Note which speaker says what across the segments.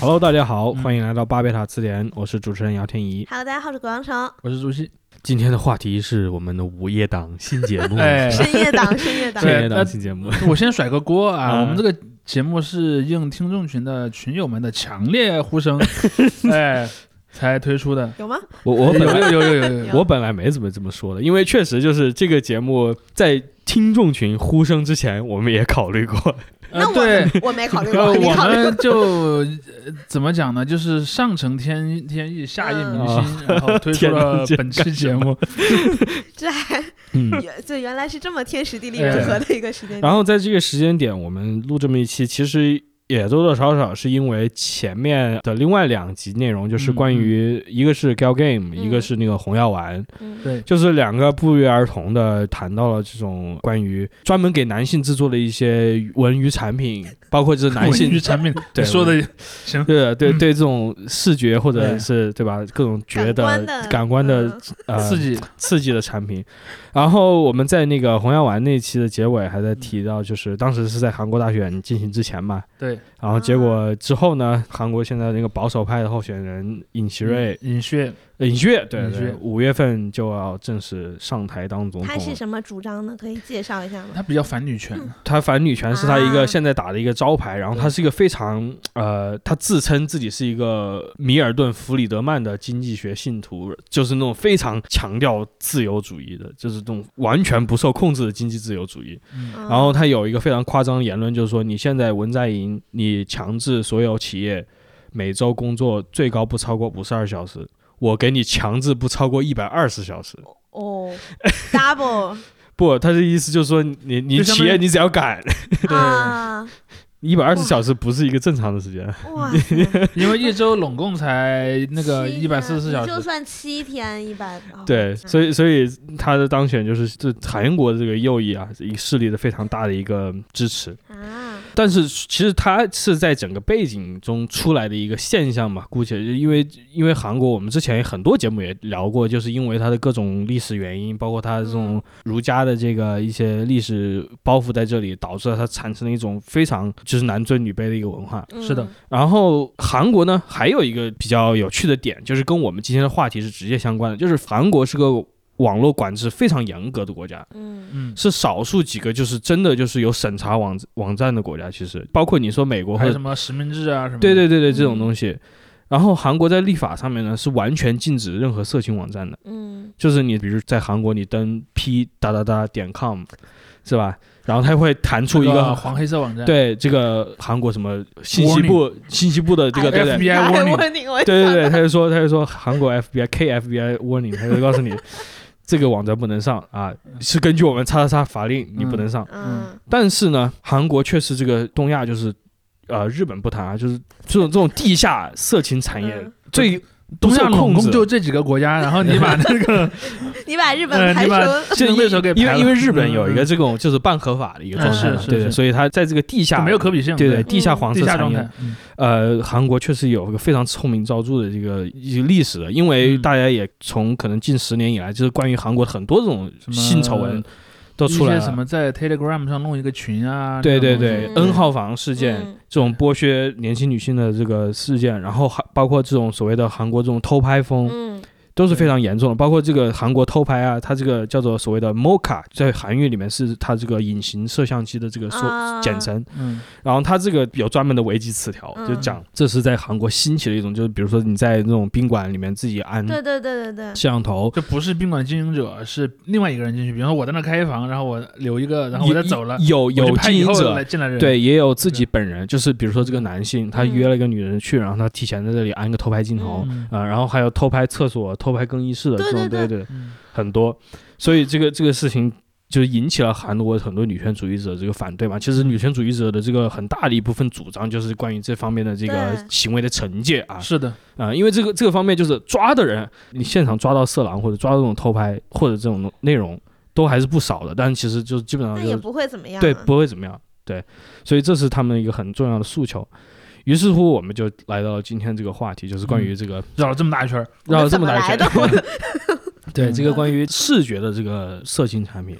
Speaker 1: Hello，大家
Speaker 2: 嗯
Speaker 1: 好，欢迎来到巴贝塔词典，我是主持人姚天怡，
Speaker 3: Hello，大家好，我是葛王成。
Speaker 2: 我是朱熹。
Speaker 1: 今天的话题是我们的午夜档新节目，
Speaker 2: 哎
Speaker 3: 深夜党，深夜党
Speaker 1: 深，夜
Speaker 2: 对
Speaker 1: 档
Speaker 2: 那
Speaker 1: 新节目，
Speaker 2: 我先甩个锅啊，
Speaker 1: 嗯
Speaker 2: 我们这个节目是应听众群的群友们的强烈 呼声，哎，才推出的。
Speaker 3: 有吗？
Speaker 1: 我我本
Speaker 2: 有
Speaker 1: 来
Speaker 2: 有有有有有，
Speaker 1: 我本来没怎么这么说的，因为确实就是这个节目在听众群呼声之前，我们也考虑过，
Speaker 2: 呃
Speaker 3: 那我
Speaker 2: 对，
Speaker 3: 我没考虑
Speaker 2: 呃，
Speaker 3: 过，你
Speaker 2: 我
Speaker 3: 考虑过
Speaker 2: 们就呃怎么讲呢？就是上承天天意，下应民
Speaker 1: 啊
Speaker 2: 心，然 后推出了本期节目。
Speaker 3: 这还
Speaker 1: 嗯，
Speaker 3: 原这原来是这么天时地利人和的一个时间点。
Speaker 1: 然后在这个时间点，我们录这么一期，其实也多多少少是因为前面的另外两集内容，
Speaker 2: 嗯
Speaker 1: 就是关于一个是 Gal Game，、
Speaker 3: 嗯
Speaker 1: 一个是那个红药丸，
Speaker 3: 嗯
Speaker 2: 对，
Speaker 1: 就是两个不约而同的谈到了这种关于专门给男性制作的一些文娱产品，包括就是男
Speaker 2: 文
Speaker 1: 性
Speaker 2: 娱。产品
Speaker 1: 对
Speaker 2: 说的
Speaker 1: 对对
Speaker 2: 嗯
Speaker 1: 对，这种视觉或者
Speaker 2: 对
Speaker 1: 是对吧，各种觉得
Speaker 3: 感官的
Speaker 1: 感官的
Speaker 3: 嗯
Speaker 1: 呃
Speaker 2: 刺激，
Speaker 1: 刺激的产品。然后我们在那个红药丸那期的结尾还在提到，就是当时是在韩国大选进行之前嘛，
Speaker 2: 对，
Speaker 3: 啊
Speaker 1: 然后结果之后呢，韩国现在那个保守派的候选人尹锡瑞、
Speaker 2: 尹血，
Speaker 1: 呃尹锡悦，对
Speaker 2: 嗯尹锡
Speaker 1: 对
Speaker 2: 悦，
Speaker 1: 五月份就要正式上台当
Speaker 2: 啊
Speaker 1: 总
Speaker 3: 他
Speaker 1: 统
Speaker 3: 是
Speaker 1: 了。
Speaker 3: 什么主张呢？可以介绍一下吗？
Speaker 2: 他比较反女权，
Speaker 1: 他反女权是他一个
Speaker 3: 啊
Speaker 1: 现在打的一个招牌，然后他是一个非常呃，他自称自己是一个米尔顿·弗里德曼的经济学信徒，就是那种非常强调自由主义的，就是这种完全不受控制的经济自由主义。
Speaker 2: 嗯，
Speaker 3: 嗯
Speaker 1: 然后他有一个非常夸张的言论，就是说你现在文在寅，你强制所有企业每周工作最高不超过五十二小时，我给你强制不超过一百二十小时。
Speaker 3: 哦，double
Speaker 1: 不，他的意思就是说你你
Speaker 2: 就相
Speaker 1: 企
Speaker 2: 当于
Speaker 1: 业你只要敢
Speaker 2: 对
Speaker 3: 啊，
Speaker 1: 一百二十小时不是一个正常的时间。
Speaker 3: 哇塞，
Speaker 2: 嗯因为一周拢共才 那个
Speaker 3: 七
Speaker 2: 一百四十四
Speaker 3: 天
Speaker 2: 小
Speaker 3: 你就
Speaker 2: 时，
Speaker 3: 算七天一百，哦
Speaker 1: 对，
Speaker 3: 嗯
Speaker 1: 所以所以他的当选就是这韩国这个右翼啊，一势力的非常大的一个支持。
Speaker 3: 啊，
Speaker 1: 但是其实它是在整个背景中出来的一个现象嘛，姑且就因为因为韩国，我们之前很多节目也聊过，就是因为它的各种历史原因，包括它这种儒家的这个一些历史包袱在这里，导致了它产生了一种非常就是男尊女卑的一个文化。
Speaker 3: 嗯
Speaker 2: 是的，
Speaker 1: 然后韩国呢，还有一个比较有趣的点，就是跟我们今天的话题是直接相关的，就是韩国是个网络管制非常严格的国家。
Speaker 3: 嗯
Speaker 2: 嗯，
Speaker 1: 是少数几个就是真的就是有审查网网站的国家，其实包括你说美国
Speaker 2: 还
Speaker 1: 或
Speaker 2: 有
Speaker 1: 者
Speaker 2: 什么实名制啊什么的，
Speaker 1: 对对对对这种
Speaker 3: 嗯
Speaker 1: 东西。然后韩国在立法上面呢是完全禁止任何色情网站的，
Speaker 3: 嗯，
Speaker 1: 就是你比如在韩国你登 p 哒哒哒点 com 是吧？然后它会弹出
Speaker 2: 出
Speaker 1: 一个
Speaker 2: 黄黑色网站，，
Speaker 1: 对这个韩国什么信息部信息部的这个对不对？
Speaker 2: FBI warning
Speaker 3: 你，哎 我
Speaker 1: 对对对，他就说他就说韩国 FBI KFBI warning，他就告诉你这个网站不能上啊，是根据我们叉叉叉法令你不能上。
Speaker 3: 嗯
Speaker 1: 但是呢，韩国确实这个东亚就是，呃，日本不谈啊，就是这种这种地下色情产业、
Speaker 3: 嗯
Speaker 1: 最
Speaker 2: 东亚
Speaker 1: 不受控
Speaker 2: 拢
Speaker 1: 制
Speaker 2: 共就这几个国家，然后你把那 个
Speaker 3: 你把日本
Speaker 2: 呃
Speaker 3: 排
Speaker 2: 你
Speaker 3: 除
Speaker 2: 把
Speaker 3: 了，
Speaker 2: 竞争对手给
Speaker 1: 因为
Speaker 2: 排了
Speaker 1: 因为日本有一个这种就是半合法的一个状态
Speaker 3: 嗯
Speaker 1: 嘛，
Speaker 3: 是
Speaker 2: 是
Speaker 1: 对对，
Speaker 2: 是
Speaker 1: 所以它在这个地下
Speaker 2: 没有可比性，
Speaker 1: 对对
Speaker 2: 对，
Speaker 1: 地下黄色
Speaker 2: 地下
Speaker 1: 产
Speaker 2: 状
Speaker 1: 业
Speaker 2: 态，，嗯
Speaker 1: 呃，韩国确实有一个非常臭名昭著的这个一个历史的，因为
Speaker 2: 嗯
Speaker 1: 大家也从可能近十年以来，就是关于韩国的很多这种
Speaker 2: 什么
Speaker 1: 性丑闻都出来
Speaker 2: 一
Speaker 1: 了，
Speaker 2: 些什么在 Telegram 上弄一个群啊，
Speaker 1: 对对
Speaker 2: 这种
Speaker 1: 对、
Speaker 2: 东
Speaker 3: 嗯
Speaker 1: n 号房事件、
Speaker 3: 嗯
Speaker 1: 这种剥削年轻女性的这个事件，然后还包括这种所谓的韩国这种偷拍风，
Speaker 3: 嗯
Speaker 1: 都是非常严重的。包括这个韩国偷拍啊，它这个叫做所谓的 mocha，在韩语里面是它这个隐形摄像机的这个缩、
Speaker 3: 啊
Speaker 1: 简称。
Speaker 2: 西，嗯，
Speaker 1: 然后它这个有专门的维基词条，
Speaker 3: 嗯
Speaker 1: 就讲这是在韩国兴起的一种，就是比如说你在那种宾馆里面自己
Speaker 2: 嗯
Speaker 1: 安
Speaker 3: 对对对对对，
Speaker 1: 摄像头。
Speaker 2: 这不是宾馆经营者，是另外一个人进去，比方说我在那儿开一房，然后我留一个，然后我再走了，
Speaker 1: 有有
Speaker 2: 我就
Speaker 1: 有
Speaker 2: 派
Speaker 1: 经
Speaker 2: 以
Speaker 1: 营
Speaker 2: 后
Speaker 1: 者
Speaker 2: 来进来人，
Speaker 1: 对，也有自己本人，就是比如说这个男性，他
Speaker 3: 嗯
Speaker 1: 约了一个女人去，然后他提前在这里安个偷拍镜头，
Speaker 2: 嗯，
Speaker 1: 啊、然后还有偷拍厕所、偷拍更衣室的
Speaker 3: 对
Speaker 1: 这种，
Speaker 3: 对
Speaker 1: 对对，
Speaker 2: 嗯
Speaker 1: 很多。所以这个这个事情就引起了韩国很多女权主义者这个反对嘛。其实女权主义者的这个很大的一部分主张就是关于这方面的这个
Speaker 3: 对
Speaker 1: 行为的惩戒啊
Speaker 2: 是的，
Speaker 1: 啊、因为这个这个方面就是抓的人，你现场抓到色狼或者抓到这种偷拍或者这种内容都还是不少的，但其实就基本上
Speaker 3: 那
Speaker 1: 就
Speaker 3: 也不会怎么样啊。
Speaker 1: 对，不会怎么样。对，所以这是他们一个很重要的诉求。于是乎，我们就来到了今天这个话题，就是关于这 个
Speaker 2: 绕了这么大一圈儿，
Speaker 1: 绕了这么大一圈
Speaker 3: 我们怎么来
Speaker 1: 儿，对
Speaker 2: 嗯
Speaker 1: 这个关于视觉的这个色情产品。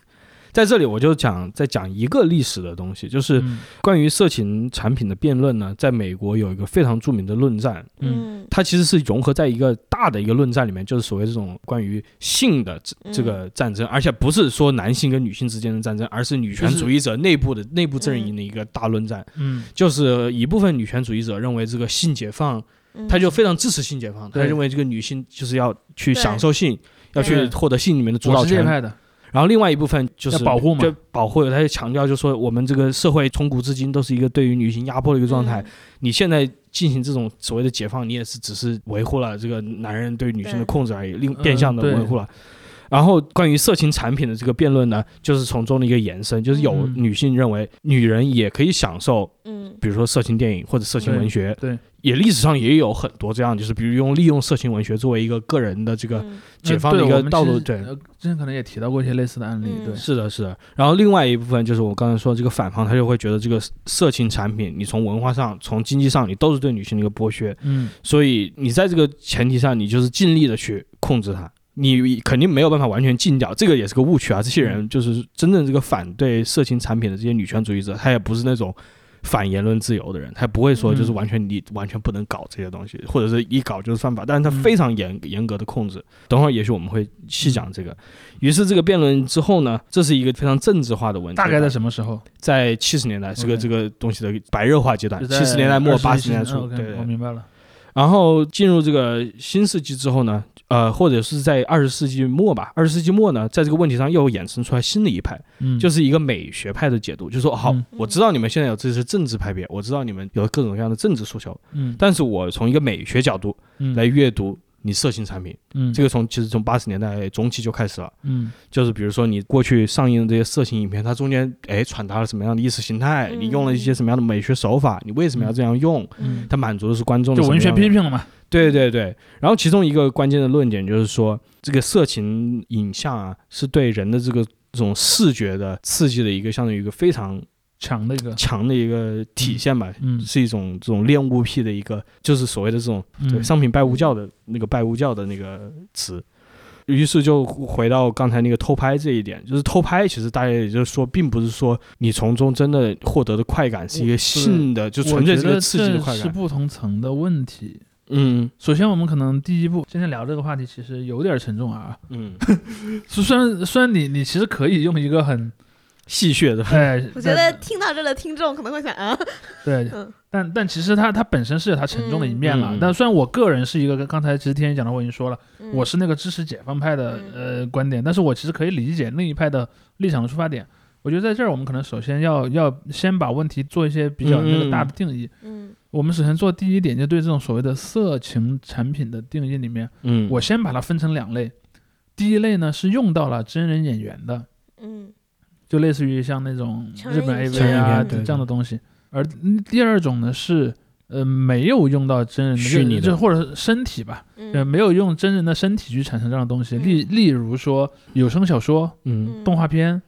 Speaker 1: 在这里我就讲再讲一个历史的东西，就是
Speaker 2: 嗯
Speaker 1: 关于色情产品的辩论呢，在美国有一个非常著名的论战，
Speaker 3: 嗯，
Speaker 1: 它其实是融合在一个大的一个论战里面，就是所谓这种关于性的这
Speaker 3: 嗯
Speaker 1: 这个战争，而且不是说男性跟女性之间的战争，而是女权主义者内部的内部阵营的一个大论战。
Speaker 2: 嗯，
Speaker 1: 就是一部分女权主义者认为这个性解放，
Speaker 3: 嗯
Speaker 1: 他就非常支持性解放，他
Speaker 2: 对
Speaker 1: 认为这个女性就是要去
Speaker 3: 对
Speaker 1: 享受性，要去
Speaker 2: 对
Speaker 1: 获得性里面的主
Speaker 2: 我
Speaker 1: 导
Speaker 2: 是这
Speaker 1: 权
Speaker 2: 一。派的，
Speaker 1: 然后另外一部分就是
Speaker 2: 要保护嘛
Speaker 1: 就保护，他就强调就说我们这个社会从古至今都是一个对于女性压迫的一个状态，，你现在进行这种所谓的解放，你也是只是维护了这个男人对女性的控制而已，另
Speaker 2: 嗯
Speaker 1: 变相的
Speaker 2: 对
Speaker 1: 维护了。然后关于色情产品的这个辩论呢，就是从中的一个延伸，就是有
Speaker 2: 嗯
Speaker 1: 女性认为女人也可以享受，
Speaker 3: 嗯
Speaker 1: 比如说色情电影或者色情文学，
Speaker 2: 对对
Speaker 1: 也历史上也有很多这样，就是比如用利用色情文学作为一个个人的这个
Speaker 3: 嗯
Speaker 1: 解放的
Speaker 2: 嗯
Speaker 1: 一
Speaker 2: 对
Speaker 1: 个
Speaker 2: 我们
Speaker 1: 道
Speaker 2: 其
Speaker 1: 路，
Speaker 2: 实
Speaker 1: 对，
Speaker 2: 呃之前可能也提到过一些类似的案例，
Speaker 3: 嗯
Speaker 2: 对，
Speaker 1: 是的，是的。然后另外一部分就是我刚才说这个反方，他就会觉得这个色情产品，你从文化上、从经济上，你都是对女性的一个剥削，
Speaker 2: 嗯，
Speaker 1: 所以你在这个前提下，你就是尽力的去控制它。你肯定没有办法完全禁掉，这个也是个误区啊！这些
Speaker 2: 嗯
Speaker 1: 人就是真正这个反对色情产品的这些女权主义者，他也不是那种反言论自由的人，他不会说就是
Speaker 2: 嗯
Speaker 1: 完全你完全不能搞这些东西，或者是一搞就是犯法，但是他
Speaker 2: 嗯
Speaker 1: 非常严严格的控制。等会儿也许我们会细讲
Speaker 2: 嗯
Speaker 1: 这个。于是这个辩论之后呢，这是一个非常政治化的问题。
Speaker 2: 大概在什么时候？
Speaker 1: 在七十年代，这个
Speaker 2: OK
Speaker 1: 这个东西的白热化阶段
Speaker 2: 就，在
Speaker 1: 七十年代末
Speaker 2: 20
Speaker 1: 八十年代
Speaker 2: 世纪
Speaker 1: 初，
Speaker 2: 嗯
Speaker 1: 对
Speaker 2: OK，
Speaker 1: 对
Speaker 2: 我明白了，
Speaker 1: 然后进入这个新世纪之后呢，呃，或者是在二十世纪末吧，二十世纪末呢，在这个问题上又衍生出来新的一派，
Speaker 2: 嗯，
Speaker 1: 就是是一个美学派的解读，就说好
Speaker 2: 嗯，
Speaker 1: 我知道你们现在有这些政治派别，我知道你们有各种各样的政治诉求，
Speaker 2: 嗯，
Speaker 1: 但是我从一个美学角度
Speaker 2: 嗯
Speaker 1: 来，阅读你色情产品，
Speaker 2: 嗯，
Speaker 1: 这
Speaker 2: 个，
Speaker 1: 个从其实从八十年代中期就开始了。
Speaker 2: 嗯
Speaker 1: 就是比如说你过去上映的这些色情影片，它中间哎传达了什么样的意识形态，
Speaker 2: 嗯
Speaker 1: 你用了一些什么样的美学手法，你为什么要这样用？
Speaker 3: 嗯
Speaker 1: 它满足的是观众的
Speaker 2: 就文
Speaker 1: 什
Speaker 2: 学
Speaker 1: 么样的
Speaker 2: 批评了嘛，
Speaker 1: 对对对，然后其中一个关键的论点就是说，这个色情影像啊，是对人的这个这种视觉的刺激的一个，相当于一个非常
Speaker 2: 抢那个，
Speaker 1: 强的一个体现吧，
Speaker 2: 嗯，
Speaker 1: 是一种这种恋物癖的一个，就是所谓的这种对
Speaker 2: 嗯
Speaker 1: 商品拜物教的那个拜物教的那个词。于是就回到刚才那个偷拍这一点，就是偷拍，其实大家也就是说，并不是说你从中真的获得的快感是一
Speaker 2: 我
Speaker 1: 个性的，就纯粹是一个刺激的快
Speaker 2: 我觉得这是
Speaker 1: 感。
Speaker 2: 不同层的问题。
Speaker 1: 嗯
Speaker 2: 首先，我们可能第一步，今天聊这个话题其实有点沉重啊。
Speaker 1: 嗯，
Speaker 2: 虽虽然虽然你你其实可以用一 个很
Speaker 1: 戏谑的，
Speaker 2: 哎，
Speaker 3: 我觉得听到这的听众可能会想 啊，
Speaker 2: 对，
Speaker 3: 嗯
Speaker 2: 但但其实它它本身是有它沉重的一面了。
Speaker 1: 嗯嗯
Speaker 2: 但虽然我个人是一个，刚才其实天天讲的我已经说了，
Speaker 3: 嗯
Speaker 2: 我是那个支持解放派的
Speaker 3: 嗯
Speaker 2: 呃观点，但是我其实可以理解另一派的立场的出发点。我觉得在这儿我们可能首先要要先把问题做一些比较
Speaker 1: 嗯嗯
Speaker 2: 那个大的定义。
Speaker 3: 嗯
Speaker 2: 我们首先做第一点，就对这种所谓的色情产品的定义里面，
Speaker 1: 嗯，
Speaker 2: 我先把它分成两类。第一类呢是用到了真人演员的，
Speaker 3: 嗯
Speaker 2: 就类似于像那种
Speaker 3: 成
Speaker 2: 日
Speaker 3: 人
Speaker 2: 本
Speaker 3: 影
Speaker 1: 片
Speaker 2: AV 啊
Speaker 1: 成人影片
Speaker 2: 这
Speaker 1: 对
Speaker 2: 样的东西。而第二种呢是，呃，没有用到真人的
Speaker 1: 虚拟的
Speaker 2: 就就或者是身体吧，呃，
Speaker 3: 嗯
Speaker 2: 没有用真人的身体去产生这样的东西。
Speaker 3: 嗯
Speaker 2: 例例如说有声小说、
Speaker 1: 嗯
Speaker 3: 嗯
Speaker 2: 动画片，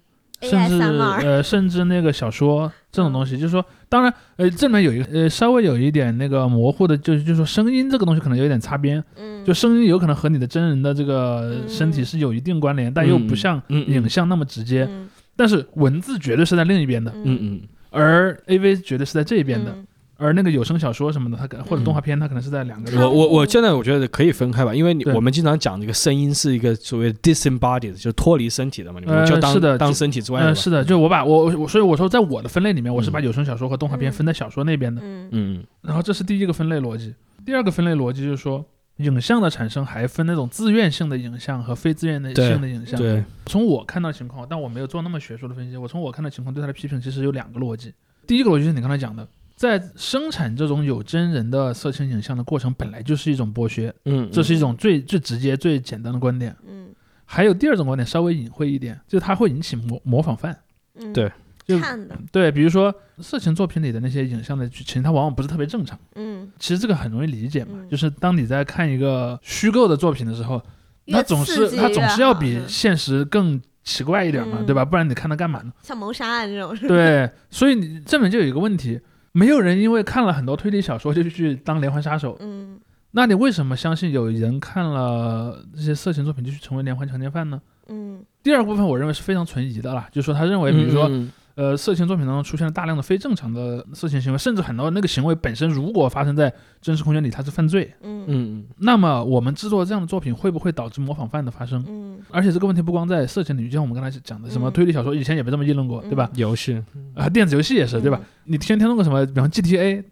Speaker 2: 甚至
Speaker 3: ASMR
Speaker 2: 呃甚至那个小说
Speaker 3: 嗯
Speaker 2: 这种东西，就是说，当然，呃，这里面有一个呃稍微有一点那个模糊的，就是就是说声音这个东西可能有点擦边，
Speaker 3: 嗯
Speaker 2: 就声音有可能和你的真人的这个
Speaker 3: 嗯
Speaker 2: 身体是有一定关联，但又不像
Speaker 1: 嗯嗯
Speaker 2: 影像那么直接。
Speaker 3: 嗯
Speaker 2: 但是文字绝对是在另一边的，
Speaker 1: 嗯
Speaker 3: 嗯
Speaker 1: 嗯
Speaker 2: 而 AV 绝对是在这一边的，
Speaker 3: 嗯
Speaker 2: 而那个有声小说什么的，它可能或者
Speaker 1: 嗯
Speaker 2: 动画片，它可能是在两个
Speaker 1: 嗯，我我我现在我觉得可以分开吧，因为你
Speaker 2: 对
Speaker 1: 我们经常讲这个声音是一个所谓 disembodied，就是脱离身体的嘛，你们
Speaker 2: 呃
Speaker 1: 就当
Speaker 2: 是的
Speaker 1: 当
Speaker 2: 就
Speaker 1: 身体之外
Speaker 2: 嗯、
Speaker 1: 的吧。
Speaker 2: 是的，就我把我我所以我说，在我的分类里面，我是把
Speaker 1: 嗯
Speaker 2: 有声小说和动画片
Speaker 3: 嗯
Speaker 2: 分在小说那边的。
Speaker 3: 嗯
Speaker 1: 嗯
Speaker 2: 然后这是第一个分类逻辑。第二个分类逻辑就是说，影像的产生还分那种自愿性的影像和非自愿的
Speaker 1: 对
Speaker 2: 性的影像。
Speaker 1: 对，
Speaker 2: 从我看到的情况，但我没有做那么学术的分析。我从我看到的情况对它的批评其实有两个逻辑。第一个逻辑是你刚才讲的，在生产这种有真人的色情影像的过程，本来就是一种剥削，
Speaker 1: 嗯，
Speaker 2: 这是一种最最直接、最简单的观点。
Speaker 3: 嗯
Speaker 2: 还有第二种观点稍微隐晦一点，就是它会引起模模仿犯。
Speaker 3: 嗯
Speaker 1: 对
Speaker 2: 就
Speaker 3: 看的
Speaker 2: 对，比如说色情作品里的那些影像的剧情，它往往不是特别正常。
Speaker 3: 嗯
Speaker 2: 其实这个很容易理解嘛，
Speaker 3: 嗯
Speaker 2: 就是当你在看一个虚构的作品的时候，它
Speaker 3: 越
Speaker 2: 总
Speaker 3: 刺
Speaker 2: 是
Speaker 3: 激
Speaker 2: 它
Speaker 3: 越
Speaker 2: 总是要
Speaker 3: 好
Speaker 2: 比
Speaker 3: 嗯
Speaker 2: 现实更奇怪一点嘛，
Speaker 3: 嗯
Speaker 2: 对吧？不然你看它干嘛 呢？
Speaker 3: 像谋杀案这种是吧
Speaker 2: 对，所以你这里面就有一个问题，没有人因为看了很多推理小说就去当连环杀手，
Speaker 3: 嗯
Speaker 2: 那你为什么相信有人看了这些色情作品就去成为连环强奸犯呢？
Speaker 3: 嗯
Speaker 2: 第二部分我认为是非常存疑的啦，就是说他认为，比如
Speaker 1: 嗯
Speaker 2: 说，呃，色情作品当中出现了大量的非正常的色情行为，甚至很多那个行为本身如果发生在真实空间里，它是犯罪。
Speaker 3: 嗯
Speaker 1: 嗯
Speaker 2: 那么我们制作这样的作品会不会导致模仿犯的发生？
Speaker 3: 嗯
Speaker 2: 而且这个问题不光在色情领域，就像我们刚才讲的，什么
Speaker 3: 嗯
Speaker 2: 推理小说以前也被这么议论过，对吧？
Speaker 1: 游戏，
Speaker 2: 啊，电子游
Speaker 3: 嗯
Speaker 2: 戏也是，对吧？你天天弄个什么，比方 GTA，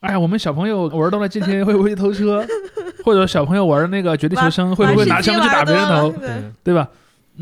Speaker 2: 哎呀，我们小朋友玩到了 GTA 会不会偷车， 或者小朋友玩那个绝地求生会不会拿枪去打别人头，
Speaker 3: 对，
Speaker 2: 对吧？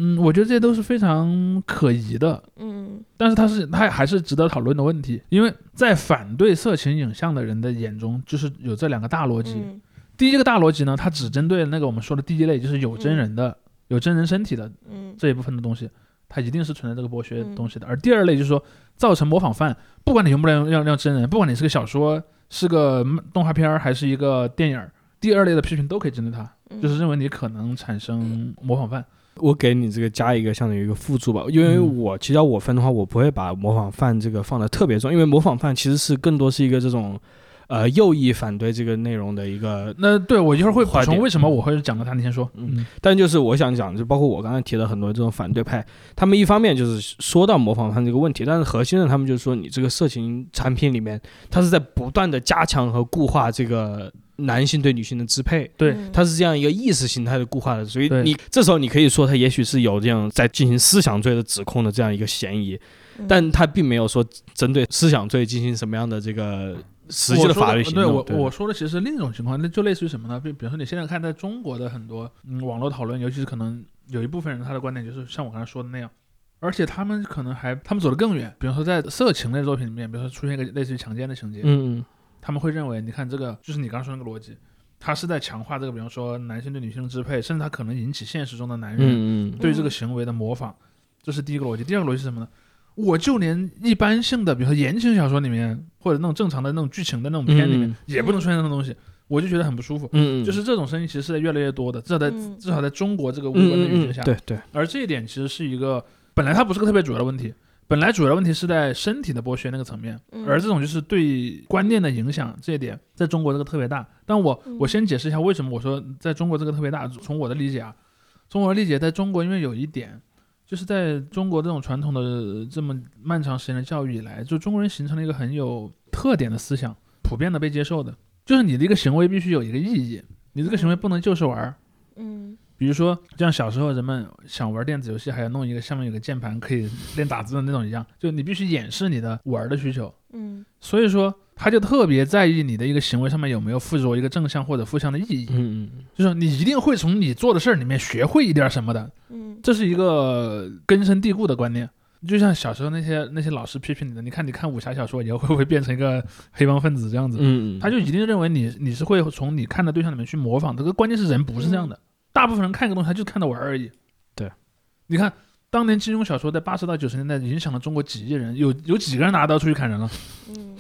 Speaker 2: 嗯，我觉得这些都是非常可疑的，
Speaker 3: 嗯
Speaker 2: 但是它是它还是值得讨论的问题，因为在反对色情影像的人的眼中，就是有这两个大逻辑。
Speaker 3: 嗯
Speaker 2: 第一个大逻辑呢，它只针对那个我们说的第一类，就是有真人的、有真人身体的
Speaker 3: 嗯
Speaker 2: 这一部分的东西，它一定是存在这个剥削的东西的。而第二类就是说，造成模仿犯，不管你用不用用用真人，不管你是个小说、是个动画片儿还是一个电影儿，第二类的批评都可以针对他，
Speaker 3: 嗯
Speaker 2: 就是认为你可能产生模仿犯。
Speaker 1: 我给你这个加一个相当于一个辅助吧，因为
Speaker 2: 嗯
Speaker 1: 我其实要我分的话，我不会把模仿犯这个放的特别重，因为模仿犯其实是更多是一个这种，呃，右翼反对这个内容的一个
Speaker 2: 那对我一会儿会补
Speaker 1: 划
Speaker 2: 充
Speaker 1: 点
Speaker 2: 为什么我会讲到他，你先说。
Speaker 1: 嗯，但就是我想讲，就包括我刚才提的很多这种反对派，他们一方面就是说到模仿犯这个问题，但是核心的他们就是说，你这个色情产品里面，它是在不断的加强和固化这个男性对女性的支配。
Speaker 2: 对
Speaker 3: 嗯
Speaker 1: 它是这样一个意识形态的固化的，所以
Speaker 2: 对
Speaker 1: 你这时候你可以说他也许是有这样在进行思想罪的指控的这样一个嫌疑，但他并没有说针对思想罪进行什么样的这个实际
Speaker 2: 我
Speaker 1: 的
Speaker 2: 说
Speaker 1: 法律行
Speaker 2: 对
Speaker 1: 动
Speaker 2: 我。我说的其实是另一种情况，那就类似于什么呢？比比如说你现在看在中国的很多嗯网络讨论，尤其是可能有一部分人他的观点就是像我刚才说的那样，而且他们可能还他们走得更远，比如说在色情类作品里面，比如说出现一个类似于强奸的情节，
Speaker 1: 嗯嗯
Speaker 2: 他们会认为你看这个就是你刚刚说那个逻辑，他是在强化这个，比方说男性对女性的支配，甚至他可能引起现实中的男人
Speaker 1: 嗯嗯
Speaker 2: 对这个行为的模仿，这是第一个逻辑。第二个逻辑是什么呢？我就连一般性的，比如说言情小说里面，或者那种正常的那种剧情的那种片里面，
Speaker 1: 嗯
Speaker 2: 也不能出现那种东西，我就觉得很不舒服。
Speaker 1: 嗯，
Speaker 2: 就是这种声音其实是越来越多的，至少在、
Speaker 3: 嗯
Speaker 2: 至少在中国这个无
Speaker 1: 嗯
Speaker 2: 文的语境
Speaker 1: 嗯
Speaker 2: 下，
Speaker 1: 嗯，对对，
Speaker 2: 而这一点其实是一个本来它不是个特别主要的问题，本来主要的问题是在身体的剥削那个层面，
Speaker 3: 嗯
Speaker 2: 而这种就是对观念的影响这一点，在中国这个特别大。但我
Speaker 3: 嗯
Speaker 2: 我先解释一下为什么我说在中国这个特别大。从我的理解啊，从我的理解，在中国因为有一点。就是在中国这种传统的呃这么漫长时间的教育以来，就中国人形成了一个很有特点的思想，普遍的被接受的，就是你的一个行为必须有一个意义，你这个行为不能就是玩儿，
Speaker 3: 嗯
Speaker 2: 比如说，就像小时候人们想玩电子游戏，还要弄一个下面有个键盘可以练打字的那种一样，就你必须掩饰你的玩的需求。
Speaker 3: 嗯
Speaker 2: 所以说，他就特别在意你的一个行为上面有没有附着一个正向或者负向的意义，
Speaker 1: 嗯嗯。
Speaker 2: 就是你一定会从你做的事儿里面学会一点什么的，
Speaker 3: 嗯
Speaker 2: 这是一个根深蒂固的观念。就像小时候那些那些老师批评你的，你看你看武侠小说以后会不会变成一个黑帮分子这样子？
Speaker 1: 嗯，
Speaker 2: 他就一定认为你你是会从你看的对象里面去模仿的。这个关键是人不是这样的，大部分人看一个东西他就看着玩儿而已。
Speaker 1: 嗯对，
Speaker 2: 你看当年金庸小说在八十到九十年代影响了中国几亿人，有有几个人拿刀出去砍人了，
Speaker 3: 嗯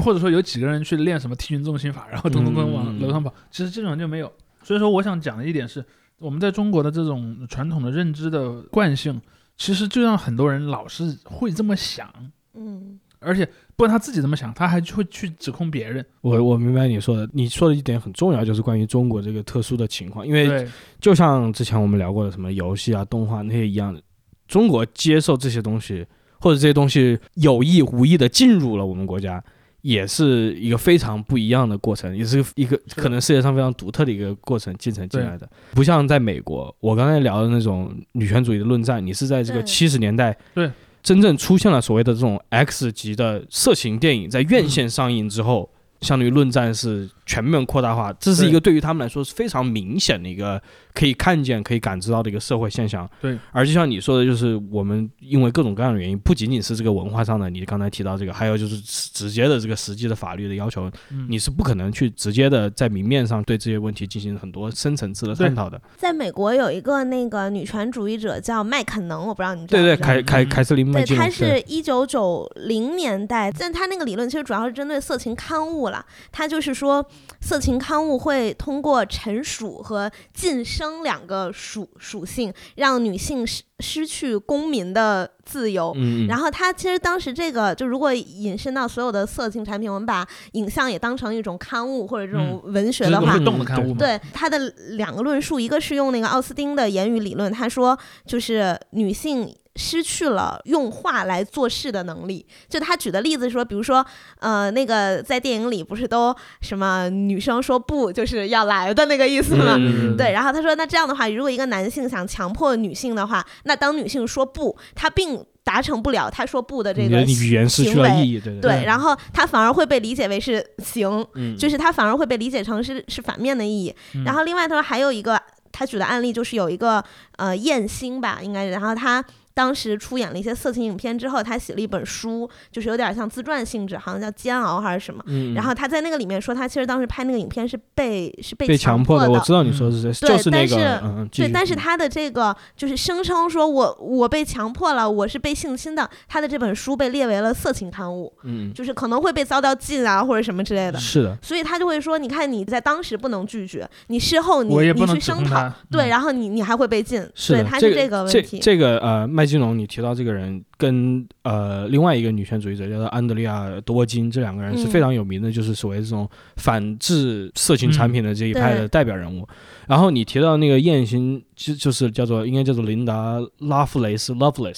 Speaker 2: 或者说有几个人去练什么踢云纵心法，然后咚咚咚往
Speaker 1: 嗯
Speaker 2: 楼上跑，其实基本上就没有。所以说我想讲的一点是，我们在中国的这种传统的认知的惯性，其实就让很多人老是会这么想。
Speaker 3: 嗯
Speaker 2: 而且不管他自己怎么想，他还会去指控别人。
Speaker 1: 我我明白你说的，你说的一点很重要，就是关于中国这个特殊的情况，因为
Speaker 2: 对，
Speaker 1: 就像之前我们聊过的什么游戏啊、动画那些一样的，中国接受这些东西，或者这些东西有意无意的进入了我们国家。也是一个非常不一样的过程，也是一个可能世界上非常独特的一个过程进程进来的，不像在美国，我刚才聊的那种女权主义的论战，你是在这个
Speaker 3: 对
Speaker 1: 七十年代
Speaker 2: 对
Speaker 1: 真正出现了所谓的这种 X 级的色情电影在院线上映之后，相当于论战是全面扩大化，这是一个对于他们来说是非常明显的一个可以看见、可以感知到的一个社会现象。
Speaker 2: 对，
Speaker 1: 而就像你说的，就是我们因为各种各样的原因，不仅仅是这个文化上的，你刚才提到这个，还有就是直接的这个实际的法律的要求，
Speaker 2: 嗯
Speaker 1: 你是不可能去直接的在明面上对这些问题进行很多深层次的探讨的。
Speaker 3: 在美国有一个那个女权主义者叫麦肯能，我不知道你知道
Speaker 1: 对对，
Speaker 3: 不知道。
Speaker 1: 凯凯凯瑟琳麦
Speaker 3: 嗯对，
Speaker 1: 基姆，
Speaker 3: 他
Speaker 1: 对
Speaker 3: 是一九九零年代，但他那个理论其实主要是针对色情刊物啦。他就是说，色情刊物会通过成熟和晋升两个属属性，让女性失失去公民的自由。
Speaker 1: 嗯，
Speaker 3: 然
Speaker 1: 后
Speaker 3: 后他其实当时这个，就如果引申到所有的色情产品，我们把影像也当成一种刊物或者这种
Speaker 1: 嗯
Speaker 3: 文学的
Speaker 2: 这
Speaker 3: 话，
Speaker 2: 是会动的刊物嘛？
Speaker 3: 对他的两个论述，一个是用那个奥斯汀的言语理论，他说就是女性失去了用话来做事的能力。就他举的例子说，比如说，呃，那个在电影里不是都什么女生说不就是要来的那个意思吗？
Speaker 1: 嗯
Speaker 3: 对，然后他说，那这样的话，如果一个男性想强迫女性的话，那当女性说不，他并达成不了他说不的这
Speaker 1: 你的
Speaker 3: 个
Speaker 1: 语言失去了
Speaker 3: 行为
Speaker 1: 意义，对
Speaker 3: 对，然后他反而会被理解为是行，
Speaker 1: 嗯，
Speaker 3: 就是它反而会被理解成是是反面的意义。
Speaker 2: 嗯
Speaker 3: 然后另外他说还有一个他举的案例就是有一个呃艳星吧，应该是，然后他当时出演了一些色情影片之后，他写了一本书，就是有点像自传性质，好像叫《煎熬》还是什么。
Speaker 1: 嗯，
Speaker 3: 然后他在那个里面说，他其实当时拍那个影片是被是被
Speaker 1: 被
Speaker 3: 强
Speaker 1: 强迫
Speaker 3: 的，嗯
Speaker 1: 我知道你说的是谁，
Speaker 3: 对
Speaker 1: 就是那
Speaker 3: 但是
Speaker 1: 个，嗯，嗯继
Speaker 3: 对，
Speaker 1: 续
Speaker 3: 但是他的这个就是声称说我我被强迫了，我是被性侵的，他的这本书被列为了色情刊物，
Speaker 1: 嗯，
Speaker 3: 就是可能会被遭到禁啊或者什么之类的
Speaker 1: 嗯。是的，
Speaker 3: 所以他就会说，你看你在当时不能拒绝，你事后
Speaker 2: 嗯
Speaker 3: 你
Speaker 2: 我也不
Speaker 3: 你
Speaker 2: 能
Speaker 3: 去
Speaker 2: 指
Speaker 3: 声
Speaker 2: 控
Speaker 3: 讨，
Speaker 2: 他。
Speaker 3: 对，
Speaker 2: 嗯，
Speaker 3: 然后你你还会被禁，
Speaker 1: 是
Speaker 3: 对，
Speaker 1: 的，
Speaker 3: 他
Speaker 1: 这
Speaker 3: 是
Speaker 1: 个
Speaker 3: 个问
Speaker 1: 这
Speaker 3: 题。
Speaker 1: 这个呃，麦金龙，你提到这个人跟呃另外一个女权主义者叫做安德利亚·多金，这两个人是
Speaker 3: 嗯
Speaker 1: 非常有名的，就是所谓这种反制色情产品的这一派
Speaker 3: 嗯对
Speaker 1: 的代表人物。然后你提到那个艳星，就就是叫做应该叫做琳达·拉夫雷斯